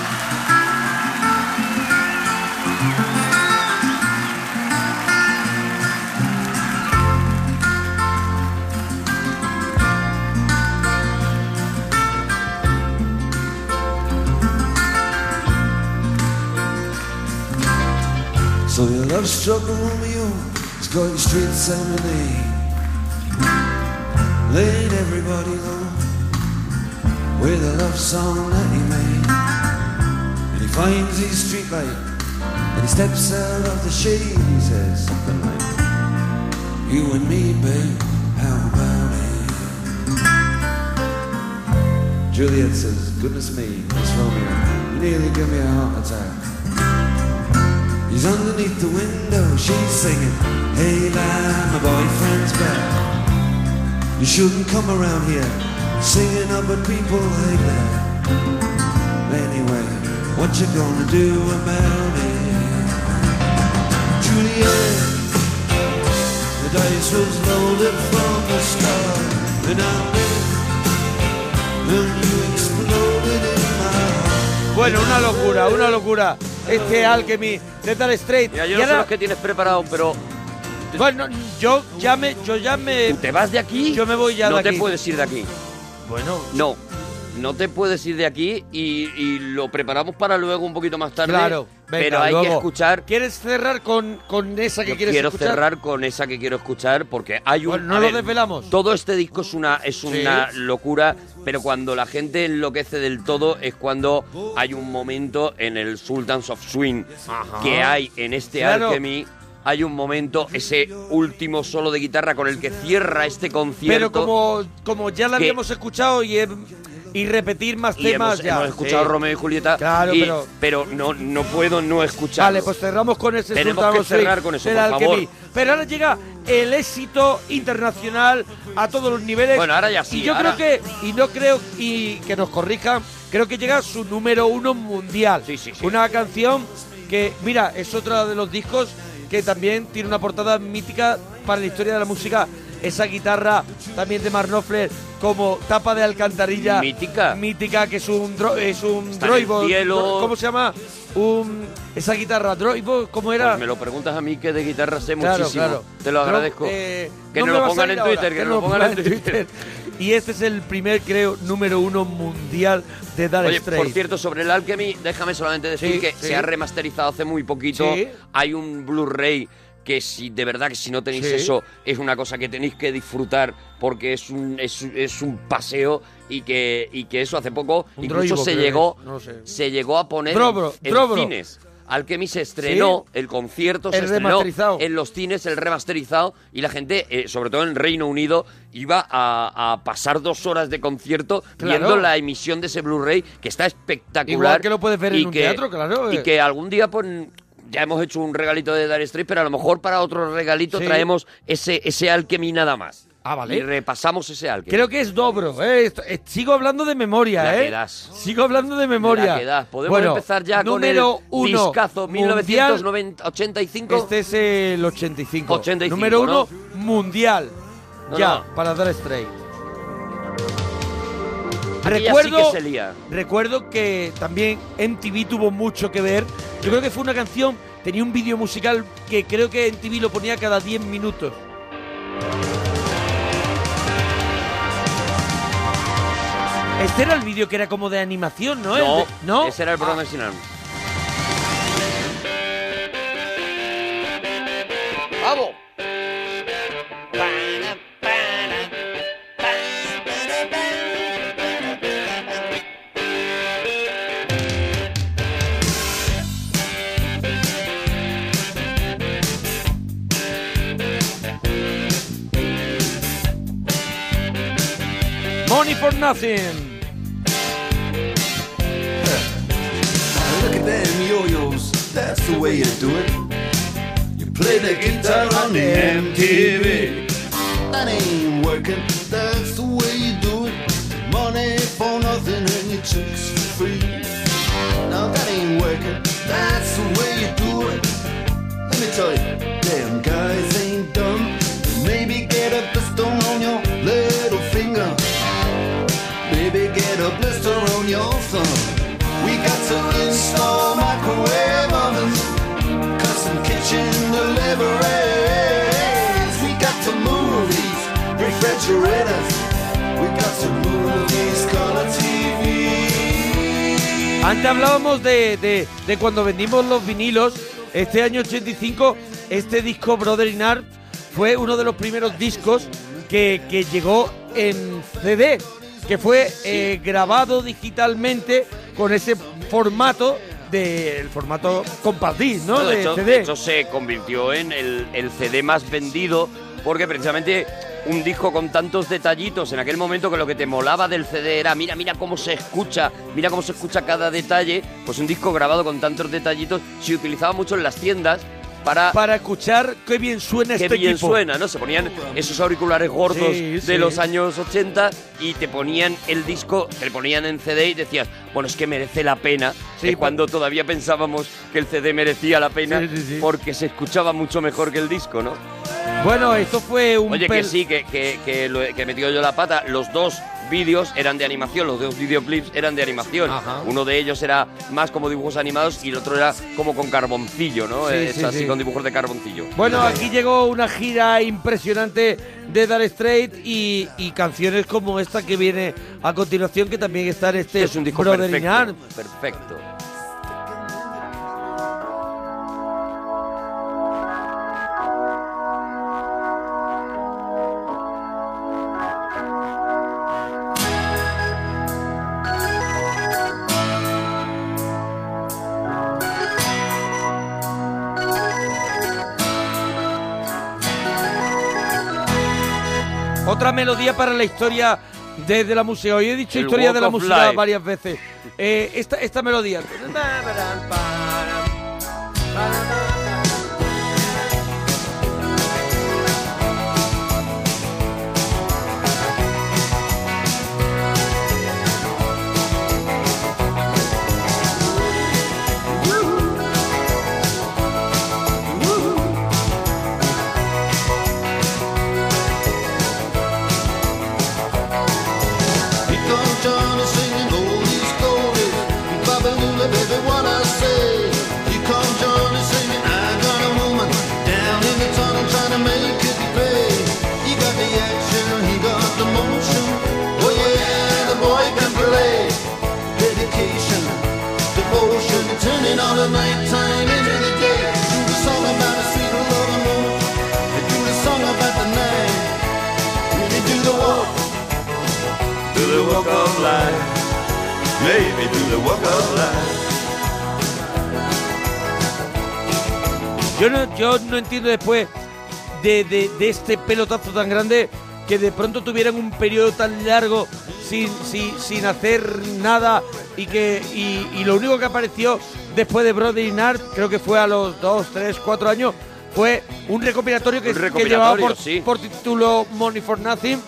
V: So your love struck Romeo is going straight San Rene. Laid everybody low with a love song that he made. And he finds his streetlight and he steps out of the shade and he says something like, You and me, babe, how about it? Juliet says, Goodness me, Miss Romeo, you nearly give me a heart attack. He's underneath the window, she's singing, Hey man, my boyfriend's back. You shouldn't come around here singing up at people like that. Anyway, what you gonna do about it? Juliet, the dice was loaded from the start, and I knew, and you exploded in my heart.
C: Bueno, una locura, una locura. Este Alchemy, Metal Straight.
I: Mira, yo no sé los que tienes preparado, pero
C: Bueno, yo ya me. Yo ya me
I: ¿Te vas de aquí?
C: Yo me voy ya
I: no
C: de
I: te
C: aquí.
I: puedes ir de aquí.
C: Bueno.
I: No. No te puedes ir de aquí y, y lo preparamos para luego un poquito más tarde.
C: Claro, venga,
I: pero hay que
C: luego.
I: escuchar.
C: ¿Quieres cerrar con, con esa que
I: Yo
C: quieres
I: quiero
C: escuchar?
I: cerrar con esa que quiero escuchar porque hay un.
C: no
I: a
C: lo
I: ver,
C: desvelamos.
I: Todo este disco es una es una locura, pero cuando la gente enloquece del todo es cuando hay un momento en el Sultans of Swing que hay en este
C: Claro.
I: Alchemy. Hay un momento, ese último solo de guitarra con el que cierra este concierto.
C: Pero como, como ya la
I: que-
C: habíamos escuchado y, he- y repetir más
I: Y
C: temas
I: hemos,
C: ya.
I: hemos escuchado
C: Sí.
I: Romeo y Julieta.
C: Claro,
I: y-
C: pero-
I: no, no puedo no escuchar.
C: Vale, pues cerramos con ese
I: Tenemos
C: Sultan
I: que
C: of Swing
I: cerrar con eso,
C: del
I: por favor.
C: Alchemy. Pero ahora llega el éxito internacional a todos los niveles.
I: Bueno, ahora ya sí,
C: Y yo
I: ahora-
C: creo que, y no creo, y que nos corrijan, creo que llega su número uno mundial. Una canción que, mira, es otro de los discos que también tiene una portada mítica para la historia de la música esa guitarra también de Mark Knopfler como tapa de alcantarilla. Mítica. Mítica, que es un, dro- es un
I: Está en el
C: droidbot.
I: cielo.
C: ¿Cómo se llama? Un, esa guitarra, droidbot, ¿cómo era?
I: Pues me lo preguntas a mí que de guitarra sé
C: Claro,
I: muchísimo.
C: claro.
I: Te lo
C: Pero,
I: agradezco.
C: eh,
I: que
C: no me
I: nos lo
C: vas a
I: pongan
C: ir
I: en
C: ahora,
I: Twitter, que nos lo pongan en Twitter.
C: Y este es el primer, creo, número uno mundial de Dar
I: Oye,
C: Straits.
I: por cierto, sobre el Alchemy, déjame solamente decir
C: Sí,
I: que
C: sí.
I: se ha remasterizado hace muy poquito.
C: Sí.
I: Hay un Blu-ray que si de verdad que si no tenéis
C: Sí.
I: eso es una cosa que tenéis que disfrutar porque es un es, un- es un paseo y que y que eso hace poco
C: Un
I: incluso
C: droibo,
I: se
C: creo que
I: llegó
C: es, no lo sé.
I: se llegó a poner
C: Drobro,
I: en
C: drobro.
I: cines. Alchemy se estrenó,
C: Sí.
I: el concierto se
C: El
I: estrenó
C: remasterizado.
I: en los cines, el remasterizado, y la gente, eh, sobre todo en Reino Unido, iba a, a pasar dos horas de concierto
C: Claro.
I: viendo la emisión de ese Blu-ray, que está espectacular.
C: Igual que lo puedes ver
I: y
C: en un
I: que-
C: teatro, claro,
I: Y
C: eh.
I: que algún día, pues, ya hemos hecho un regalito de Dar Street, pero a lo mejor para otro regalito
C: Sí.
I: traemos ese, ese Alchemy nada más.
C: Ah, vale.
I: Y repasamos ese Alchemy.
C: Creo que es dobro, ¿eh? Esto- eh, sigo hablando de memoria,
I: La
C: ¿eh?
I: que das.
C: Sigo hablando de memoria.
I: La que das. Podemos empezar ya con el
C: número uno,
I: discazo
C: mundial.
I: 1985.
C: Este es el 85.
I: 85,
C: número
I: ¿no?
C: uno, mundial.
I: No,
C: ya,
I: no.
C: para Dar Straits.
I: Aquí ya
C: Recuerdo,
I: sí que se lía.
C: recuerdo que también MTV tuvo mucho que ver. Yo creo que fue una canción, tenía un vídeo musical que creo que MTV lo ponía cada 10 minutos. Este era el vídeo que era como de animación, ¿no? El
I: No,
C: de- ¿no? Ah.
I: ese era el programa de Sinan. ¡Vamos!
C: Money for nothing.
W: Look at them yo-yos, that's the way you do it. You play the guitar on the MTV. That ain't working, that's the way you do it. Money for nothing and your chicks for free. Now that ain't working, that's the way you do it. Let me tell you, damn guys ain't dumb. Maybe get a blister on your little finger. Maybe get a blister on your thumb. We got to install microwave ovens, custom kitchen deliveries. We got to movies, refrigerators. We got to movies, color TV.
C: Antes hablábamos de, de- de cuando vendimos los vinilos. Este año 85, este disco Brother in Art fue uno de los primeros discos que, que llegó en CD, que fue eh, grabado digitalmente con ese formato de el formato compartir, ¿no?
I: de,
C: de
I: hecho,
C: CD.
I: de hecho, se convirtió en el, el CD más vendido porque precisamente un disco con tantos detallitos en aquel momento que lo que te molaba del CD era mira, mira cómo se escucha, mira cómo se escucha cada detalle, pues un disco grabado con tantos detallitos se utilizaba mucho en las tiendas para...
C: Para escuchar qué bien suena
I: Qué
C: este
I: bien
C: equipo.
I: suena, ¿no? Se ponían esos auriculares gordos
C: Sí,
I: de
C: sí.
I: los años 80 y te ponían el disco, te lo ponían en CD y decías, bueno, es que merece la pena.
C: Sí,
I: que
C: por-
I: cuando todavía pensábamos que el CD merecía la pena
C: Sí, sí, sí.
I: porque se escuchaba mucho mejor que el disco, ¿no?
C: Bueno, esto fue un
I: Oye, que
C: pel-
I: sí, que, que, que lo he- que he metido yo la pata. Los dos vídeos eran de animación, los dos videoclips eran de animación.
C: Ajá.
I: Uno de ellos era más como dibujos animados y el otro era como con carboncillo, ¿no? Eh,
C: Sí,
I: Es
C: sí,
I: así,
C: sí.
I: con dibujos de carboncillo.
C: Bueno, aquí llegó una gira impresionante de Dar Straits y, y canciones como esta que viene a continuación, que también está en este
I: es un disco
C: Brother in
I: perfecto,
C: Arms.
I: perfecto.
C: Otra melodía para la historia de, de la música. Hoy he dicho
I: El
C: historia de
I: Walk
C: la
I: of
C: música
I: Life.
C: varias veces. Eh, esta, esta melodía.
U: Woo!
W: Oh, devotion, turning all the nighttime into the day. Do the song about the sweet love and moon. They do the song about the night. Really do the walk, do the walk of life. Maybe do the walk of life.
C: Yo no, yo no entiendo después de, de- de este pelotazo tan grande que de pronto tuvieran un periodo tan largo sin, sin, sin hacer nada y que y, y lo único que apareció después de Brody Nart, creo que fue a los 2, 3, 4 años, fue un recopilatorio que,
I: Un
C: que
I: recopilatorio,
C: llevaba por,
I: sí.
C: por título Money for Nothing,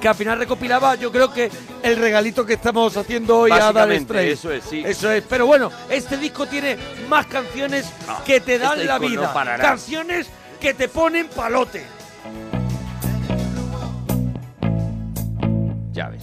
C: que al final recopilaba yo creo que el regalito que estamos haciendo hoy a Dar
I: Básicamente,
C: Straits.
I: eso es, sí.
C: Eso es, pero bueno, este disco tiene más canciones que te dan
I: este
C: la
I: disco no
C: vida.
I: parará.
C: canciones que te ponen palote.
I: Ya ves.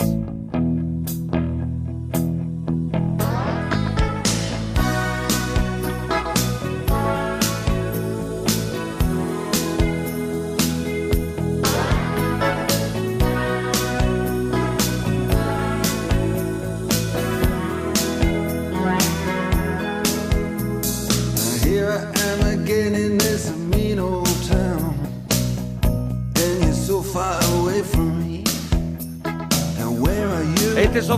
W: Here I am again in this mean old town. And you're so far away from me. Now where are you?
C: Este es So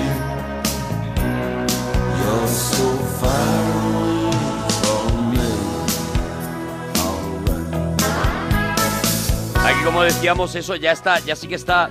W: You're so far away from me.
I: Aquí, como decíamos, eso ya está, ya sí que está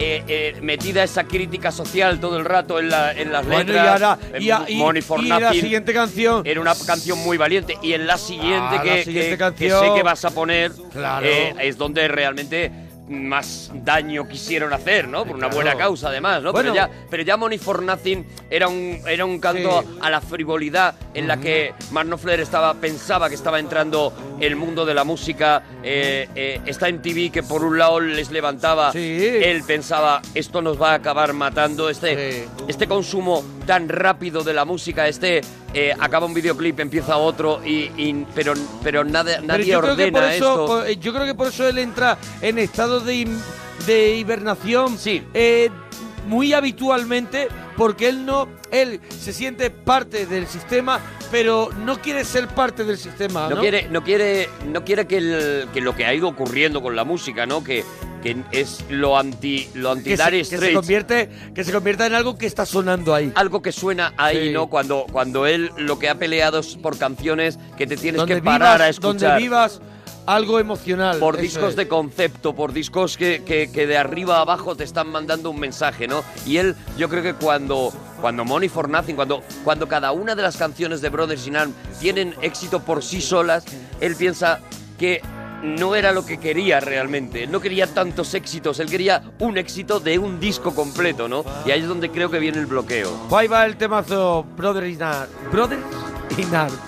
I: eh, eh, metida esa crítica social todo el rato en, la- en las
C: Bueno, y
I: letras.
C: ahora-
I: en
C: y a- y-
I: Money for
C: y la
I: Nothing.
C: siguiente canción.
I: Era una canción muy valiente. Y en la siguiente,
C: Ah,
I: que,
C: la siguiente
I: que- que
C: canción.
I: sé que vas a poner,
C: Claro.
I: eh, es donde realmente más daño quisieron hacer, ¿no? Por una
C: Claro.
I: buena causa, además, ¿no?
C: Bueno.
I: Pero, ya, pero ya Money for Nothing era un, era un canto
C: Sí.
I: a la frivolidad en la que Marno Flair estaba, pensaba que estaba entrando el mundo de la música. Eh, eh, está en TV que por un lado les levantaba, él pensaba, esto nos va a acabar matando. Este, este consumo tan rápido de la música, este eh, acaba un videoclip, empieza otro, y, y- pero, pero nada,
C: Pero
I: nadie
C: yo creo que
I: ordena
C: por eso,
I: esto.
C: por- eh, yo creo que por eso él entra en estado de, him- de hibernación eh, muy habitualmente, porque él no, él se siente parte del sistema, pero no quiere ser parte del sistema. No,
I: No quiere, no quiere, no quiere que, el- que lo que ha ido ocurriendo con la música, ¿no? Que, que es lo anti, lo anti
C: que se,
I: Dire
C: que se
I: Straits.
C: convierte, que se convierta en algo que está sonando ahí.
I: Algo que suena ahí, ¿no? Cuando, cuando él lo que ha peleado es por canciones que te tienes
C: donde
I: que parar a
C: vivas-
I: escuchar.
C: Donde vivas algo emocional.
I: por
C: eso
I: discos
C: es.
I: de concepto, por discos que, que- que de arriba a abajo te están mandando un mensaje, ¿no? Y él, yo creo que cuando, cuando Money for Nothing, cuando, cuando cada una de las canciones de Brothers in Arms tienen éxito por sí solas, él piensa que no era lo que quería realmente. Él no quería tantos éxitos, él quería un éxito de un disco completo, ¿no? Y ahí es donde creo que viene el bloqueo.
C: Ahí va el temazo Brother in Ar- Brothers in Arms.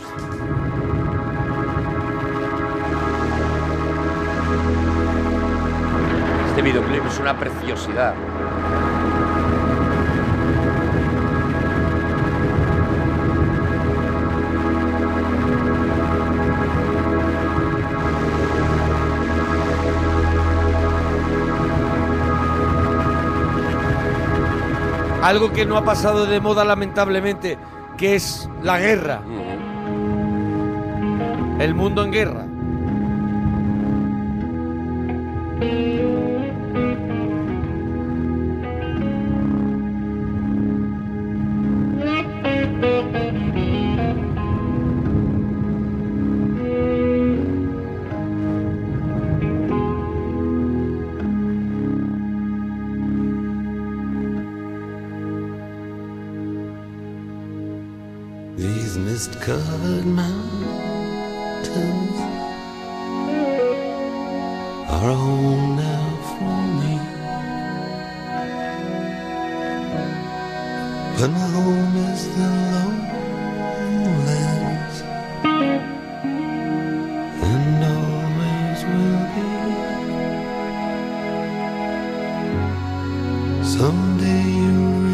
I: Este videoclip es una preciosidad.
C: Algo que no ha pasado de moda lamentablemente, que es la guerra. El mundo en guerra.
W: These mist covered mountains are home now for me. But my home is the lowlands and always will be. Someday you'll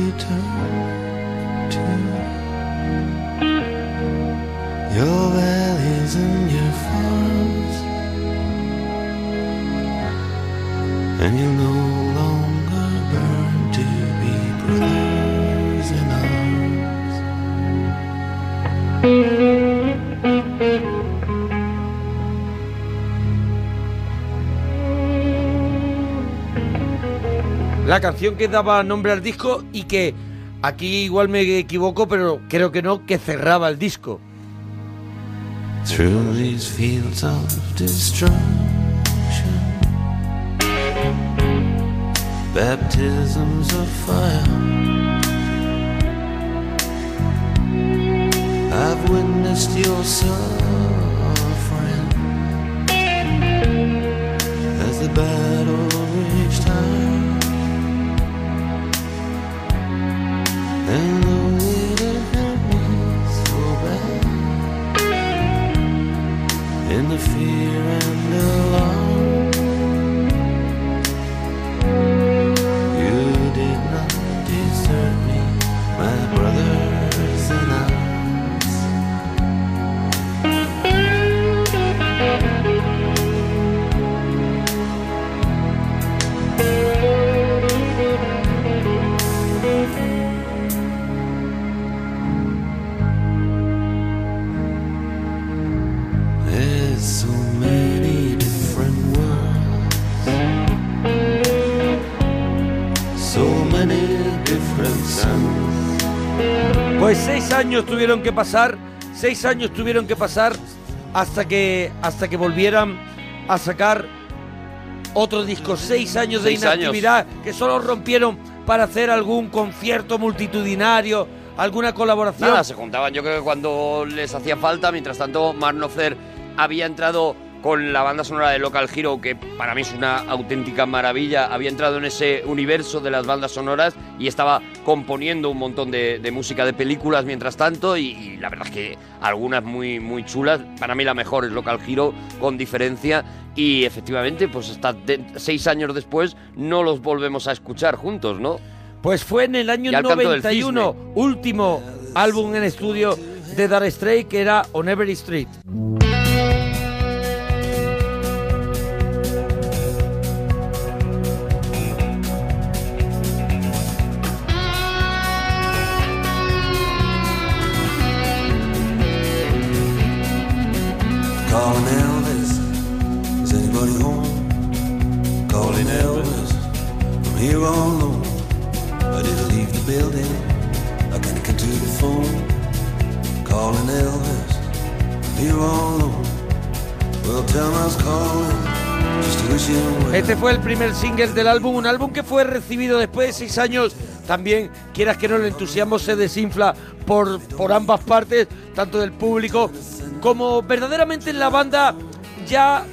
C: La canción que daba nombre al disco y que aquí igual me equivoco, pero creo que no, que cerraba el disco.
V: Through these fields of destruction, baptisms of fire. I've witnessed your suffering as the battle raged high, and though it had hurt me so bad in the fear and alarm. You did not desert me, my brothers and arms. There's so many different worlds, so many different suns.
C: Pues seis años tuvieron que pasar, seis años tuvieron que pasar hasta que hasta que volvieran a sacar otro disco. Seis años de
I: Seis años.
C: inactividad que solo rompieron para hacer algún concierto multitudinario, alguna colaboración.
I: Nada, se juntaban yo creo que cuando les hacía falta. Mientras tanto, Marnofer había entrado con la banda sonora de Local Hero, que para mí es una auténtica maravilla. Había entrado en ese universo de las bandas sonoras y estaba componiendo un montón de, de música de películas mientras tanto. Y, y la verdad es que algunas muy, muy chulas. Para mí la mejor es Local Hero, con diferencia. Y efectivamente, pues hasta de- seis años después no los volvemos a escuchar juntos, ¿no?
C: Pues fue en el año
I: Y al canto del
C: 91, último álbum en estudio de Dar Straits, que era On Every Street.
V: Calling Elvis, is anybody home? Calling Elvis, I'm here all alone. I didn't leave the building, I can't get to the phone. Calling Elvis, I'm here all alone. Well, tell him I was calling, just to wish him well.
C: Este fue el primer single del álbum, un álbum que fue recibido después de seis años. También, quieras que no, el entusiasmo se desinfla por, por ambas partes, tanto del público como verdaderamente en la banda ya...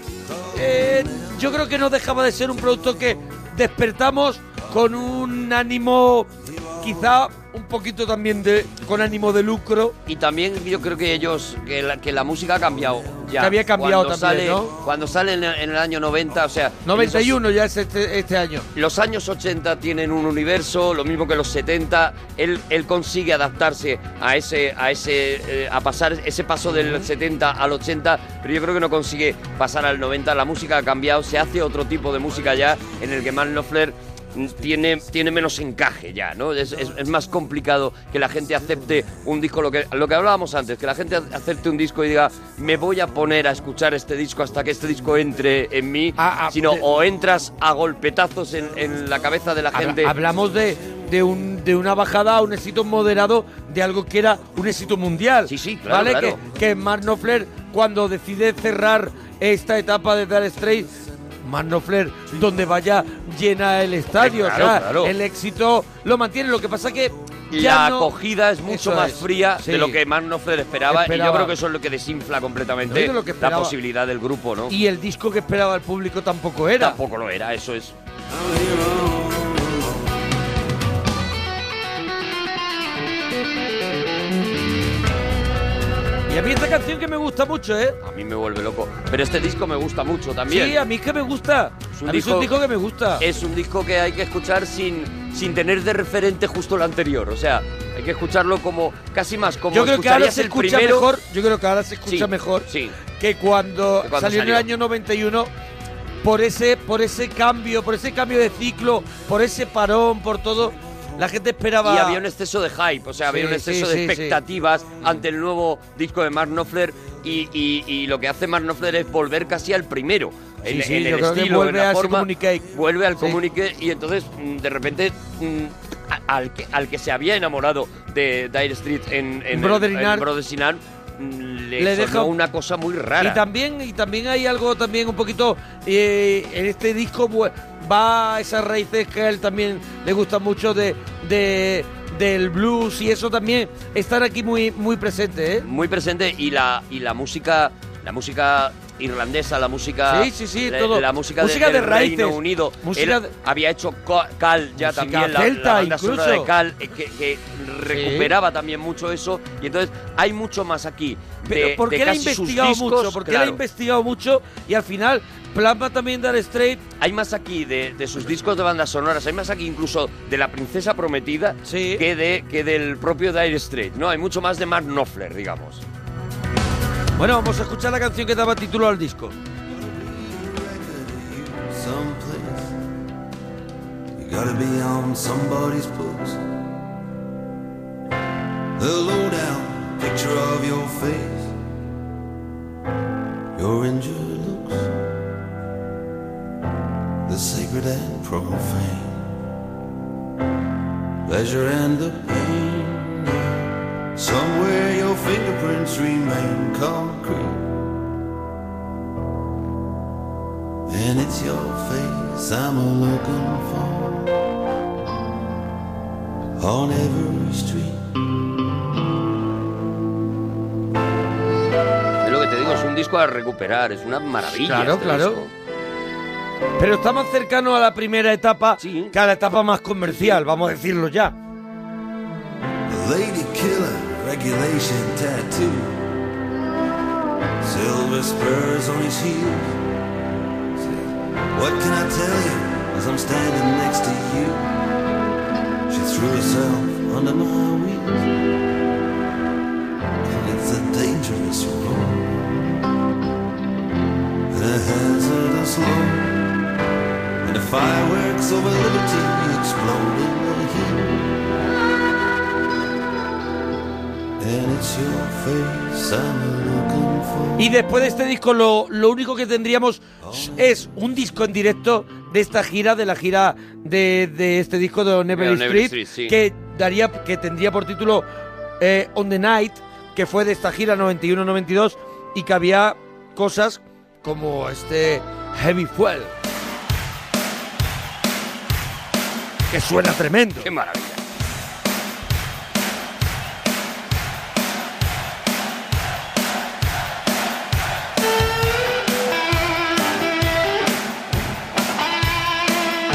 C: eh, yo creo que no dejaba de ser un producto que despertamos con un ánimo quizá un poquito también de con ánimo de lucro
I: y también yo creo que ellos que la, que la música ha cambiado ya
C: Que había cambiado
I: cuando
C: también,
I: sale,
C: ¿no?
I: cuando sale en, en el año 90 o sea
C: 91 ya es este, este año
I: los años 80 tienen un universo, lo mismo que los 70. Él, él consigue adaptarse a ese, a ese, eh, a pasar ese paso del 70 al 80, pero yo creo que no consigue pasar al 90. La música ha cambiado, se hace otro tipo de música ya en el que Man Knopfler mm, tiene, tiene menos encaje ya, ¿no? Es, es- es más complicado que la gente acepte un disco, lo que, lo que hablábamos antes, que la gente acepte un disco y diga, me voy a poner a escuchar este disco hasta que este disco entre en mí, sino
C: Ah, de-
I: o entras a golpetazos en, en la cabeza de la
C: Habla-
I: gente.
C: hablamos de, de, un, de una bajada a un éxito moderado de algo que era un éxito mundial. Sí, sí,
I: claro,
C: ¿Vale?
I: claro.
C: Que, que Mark Knopfler, cuando decide cerrar esta etapa de Dar Straits, Mark Knopfler, donde vaya, llena el estadio.
I: Eh, Claro,
C: o sea,
I: claro.
C: el éxito lo mantiene. Lo que pasa que. ya
I: la
C: no-
I: acogida es mucho
C: Eso
I: más
C: es,
I: fría
C: sí.
I: de lo que Marnofer esperaba, y
C: Esperaba.
I: yo creo que eso es lo que desinfla completamente
C: Yo creo que
I: la
C: esperaba.
I: posibilidad del grupo, ¿no?
C: Y el disco que esperaba el público tampoco era.
I: Tampoco lo era, eso es.
C: Y a mí esta canción que me gusta mucho, ¿eh?
I: A mí me vuelve loco. Pero este disco me gusta mucho también.
C: Sí, a mí es que me gusta.
I: Es un
C: a mí es un
I: disco-
C: disco que me gusta.
I: Es un disco que hay que escuchar sin, sin tener de referente justo el anterior. O sea, hay que escucharlo como casi más como
C: yo creo que ahora
I: escucharías
C: se
I: el
C: escucha
I: primero.
C: mejor. Yo creo que ahora se escucha
I: Sí,
C: mejor
I: sí.
C: que cuando,
I: Que cuando
C: salió, en el
I: salió.
C: año 91 por ese por ese cambio, por ese cambio de ciclo, por ese parón, por todo. La gente esperaba.
I: Y había un exceso de hype, o sea, había
C: Sí,
I: un exceso
C: sí,
I: de
C: sí, sí.
I: expectativas ante el nuevo disco de Mark Knopfler y, y- y lo que hace Mark Knopfler es volver casi al primero. En,
C: Sí, sí,
I: en
C: yo
I: el
C: creo que
I: estilo,
C: vuelve
I: en la
C: a ese
I: forma,
C: communique.
I: vuelve al
C: Sí.
I: comunique y entonces mm, de repente mm, a- al, que, al que se había enamorado de Dire Street en, en,
C: Brother
I: en-
C: Inar.
I: en Brother Inar, mm, le,
C: Le
I: sonó
C: deja-
I: una cosa muy rara.
C: Y también, y también hay algo también un poquito eh, en este disco pues, va a esas raíces que a él también le gusta mucho de, de- del blues y eso también están aquí muy muy presente, ¿eh?
I: muy presente y la y la música la música irlandesa la música
C: Sí, sí, sí,
I: la,
C: todo.
I: la música, de-
C: Música de
I: del
C: raíces.
I: Reino Unido
C: Música
I: Él
C: de-
I: había hecho Co- Cal ya
C: Música
I: también la- la,
C: celta
I: banda sonora
C: incluso.
I: de Cal eh, que, que recuperaba también mucho eso y entonces hay mucho más aquí de,
C: Pero porque
I: de
C: él ha
I: casi sus
C: investigado
I: discos,
C: mucho, porque él ha
I: claro.
C: investigado mucho y al final plasma también Dar Straight.
I: Hay más aquí de, de sus discos de bandas sonoras, hay más aquí incluso de La Princesa Prometida que, de, que del propio Dire Straits, ¿no? Hay mucho más de Mark Knopfler, digamos.
C: Bueno, vamos a escuchar la canción que daba título al disco.
V: someplace. You gotta be on somebody's books. The lowdown picture of your face, your injured looks, the sacred and profane, pleasure and the pain. Somewhere your fingerprints remain concrete. And it's your face I'm a looking for on every street.
I: Es lo que te digo, es un disco a recuperar, es una maravilla.
C: Claro,
I: este
C: claro.
I: disco.
C: Pero está más cercano a la primera etapa que a la etapa más comercial, vamos a decirlo ya.
V: Lady killer regulation tattoo. Silver spurs on his heels. Say, What can I tell you as I'm standing next to you? She threw herself under my wings. And it's a dangerous road. And a hazardous load. And the fireworks over liberty explode in the heat. And it's your face I'm looking for.
C: Y después de este disco lo, lo único que tendríamos es un disco en directo de esta gira, de la gira de, de este disco de On Every
I: De On Every
C: Street,
I: Street, sí.
C: que daría, que tendría por título eh, On the Night, que fue de esta gira 91-92 y que había cosas como este Heavy Fuel. Que suena tremendo.
I: Qué maravilla.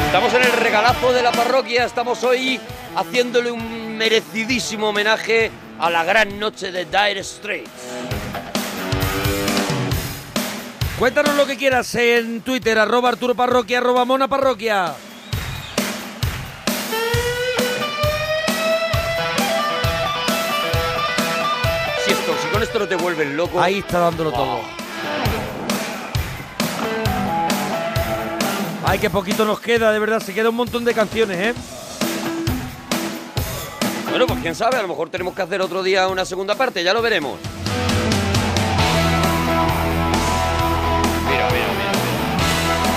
I: Estamos en el regalazo de la parroquia, estamos hoy haciéndole un merecidísimo homenaje a la gran noche de Dire Straits.
C: Cuéntanos lo que quieras en Twitter, arroba Arturo Parroquia, arroba Mona Parroquia.
I: Si, esto, si con esto no te vuelves loco... Oh.
C: Ahí está dándolo todo. Ay, qué poquito nos queda, de verdad, se queda un montón de canciones, ¿eh?
I: Bueno, pues quién sabe, a lo mejor tenemos que hacer otro día una segunda parte, ya lo veremos. Mira, mira, mira.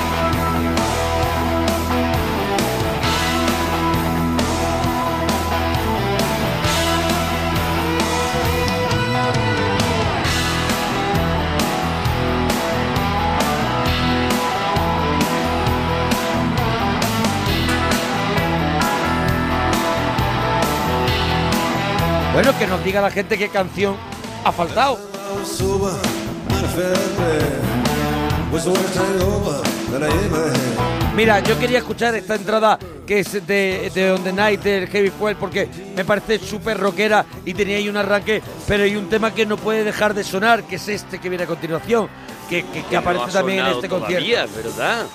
C: Bueno, que nos diga la gente qué canción ha faltado.
V: I was sober when I fell bad. Was the worst hangover that I ever had.
C: Mira, yo quería escuchar esta entrada que es de, de On The Night, del Heavy Fuel, porque me parece súper rockera y tenía ahí un arranque, pero hay un tema que no puede dejar de sonar, que es este que viene a continuación, que, que- que
I: no
C: aparece
I: ha
C: también en
I: sonado
C: este
I: todavía,
C: concierto.
I: es ¿verdad?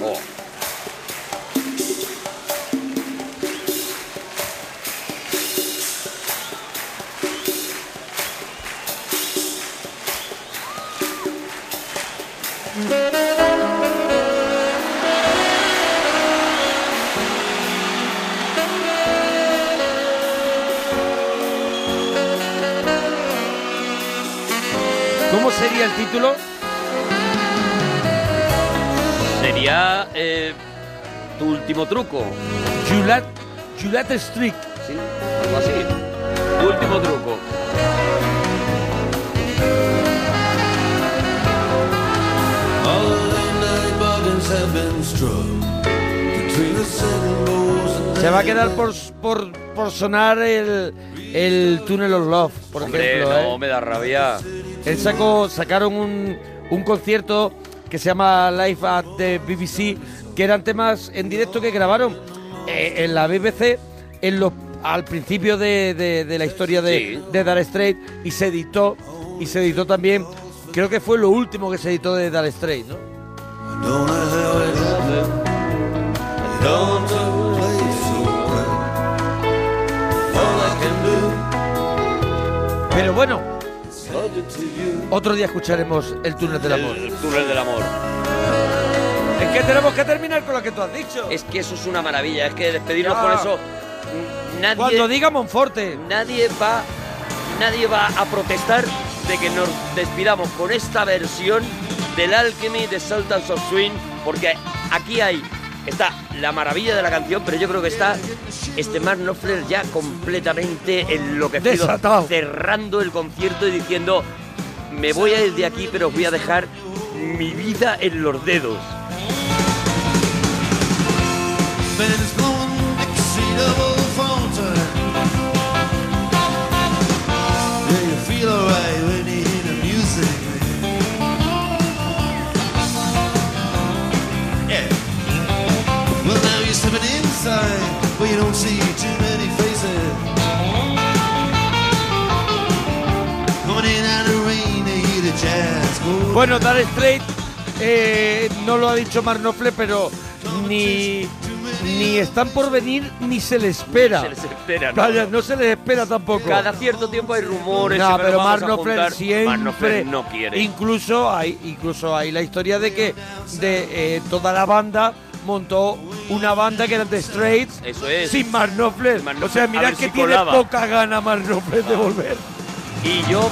I: Oh.
C: ¿Cómo sería el título?
I: Sería eh, tu último truco.
C: Julat, Julat Street.
I: Sí, algo así. Tu último truco.
W: All the night bargains have been struck between the seven bulls and
C: Se va a quedar por, por, por sonar el, el Túnel of Love, por
I: Hombre,
C: ejemplo.
I: no,
C: ¿eh?
I: me da rabia.
C: Él sacó, sacaron un, un concierto que se llama Live at the BBC, que eran temas en directo que grabaron eh, en la BBC en los, al principio de, de- de la historia de, de Dire Straits y se editó, y se editó también, creo que fue lo último que se editó de Dire Straits, ¿no?
W: Don't know how it happened. It all took place so quick. All I can do
C: Pero bueno,
W: is hold you to you.
C: otro día escucharemos el túnel del amor.
I: El túnel del amor.
C: Es que tenemos que terminar con lo que tú has dicho.
I: Es que eso es una maravilla. Es que despedirnos
C: Ya.
I: con eso. Nadie,
C: Cuando diga Monforte.
I: Nadie va, nadie va a protestar de que nos despidamos con esta versión del Alchemy de Sultans of Swing, porque aquí hay está la maravilla de la canción, pero yo creo que está este Mark Knopfler ya completamente enloquecido,
C: Desatado.
I: cerrando el concierto y diciendo me voy a ir de aquí, pero os voy a dejar mi vida en los dedos.
W: But it's going exceedable phone time. Yeah, you feel alright when you hear the music. Yeah. Well, now you're stepping inside where you don't see too many faces. Going in out of rain to hear the jazz. go
C: Bueno, Dar Straight eh, no lo ha dicho Marnofle, pero ni, ni están por venir ni se les espera.
I: Se les espera, ¿no?
C: Vaya, no se les espera tampoco.
I: Cada cierto tiempo hay rumores.
C: no,
I: siempre
C: pero
I: nos vamos a
C: Marnofle
I: juntar.
C: siempre.
I: Mark Knopfler no quiere.
C: Incluso hay, incluso hay la historia de que de eh, toda la banda montó una banda que era The Straits
I: Eso es.
C: sin Marnofle. O sea,
I: a
C: mirad
I: ver
C: que
I: si
C: tiene
I: colaba. Ah.
C: poca gana Marnofle de volver.
I: Y yo,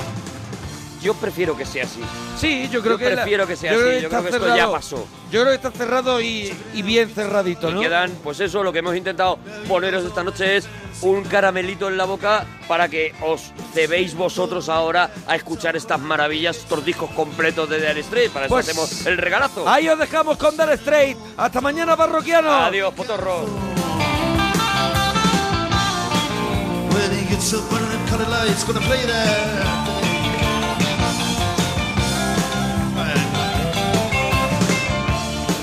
I: yo prefiero que sea así.
C: Sí, yo creo
I: Yo
C: que la-
I: prefiero que sea
C: yo
I: así,
C: creo
I: yo
C: está
I: creo que esto
C: cerrado.
I: ya pasó.
C: Yo creo que está cerrado y, y bien cerradito,
I: Y
C: ¿no?
I: quedan, pues eso, lo que hemos intentado poneros esta noche es un caramelito en la boca para que os cebéis vosotros ahora a escuchar estas maravillas, estos discos completos de Dire Straits. Para eso
C: Pues,
I: hacemos el regalazo.
C: Ahí os dejamos con Dar Straight. Hasta mañana, parroquianos.
I: Adiós, potorros.
W: When he gets up under the colored lights, gonna play that.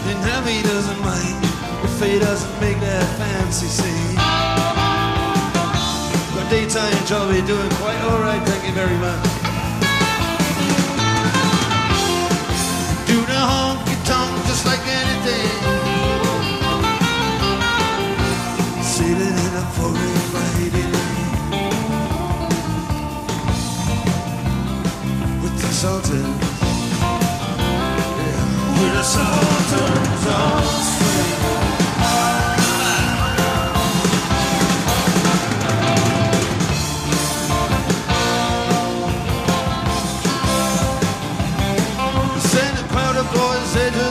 W: And Hammy doesn't mind if he doesn't make that fancy scene. But daytime job, we're doing quite alright, thank you very much. Do the honky tonk just like anything. Sailing in a foreign mighty land with the Sultan. Yeah, with the Sultan's on Send a crowd of boys into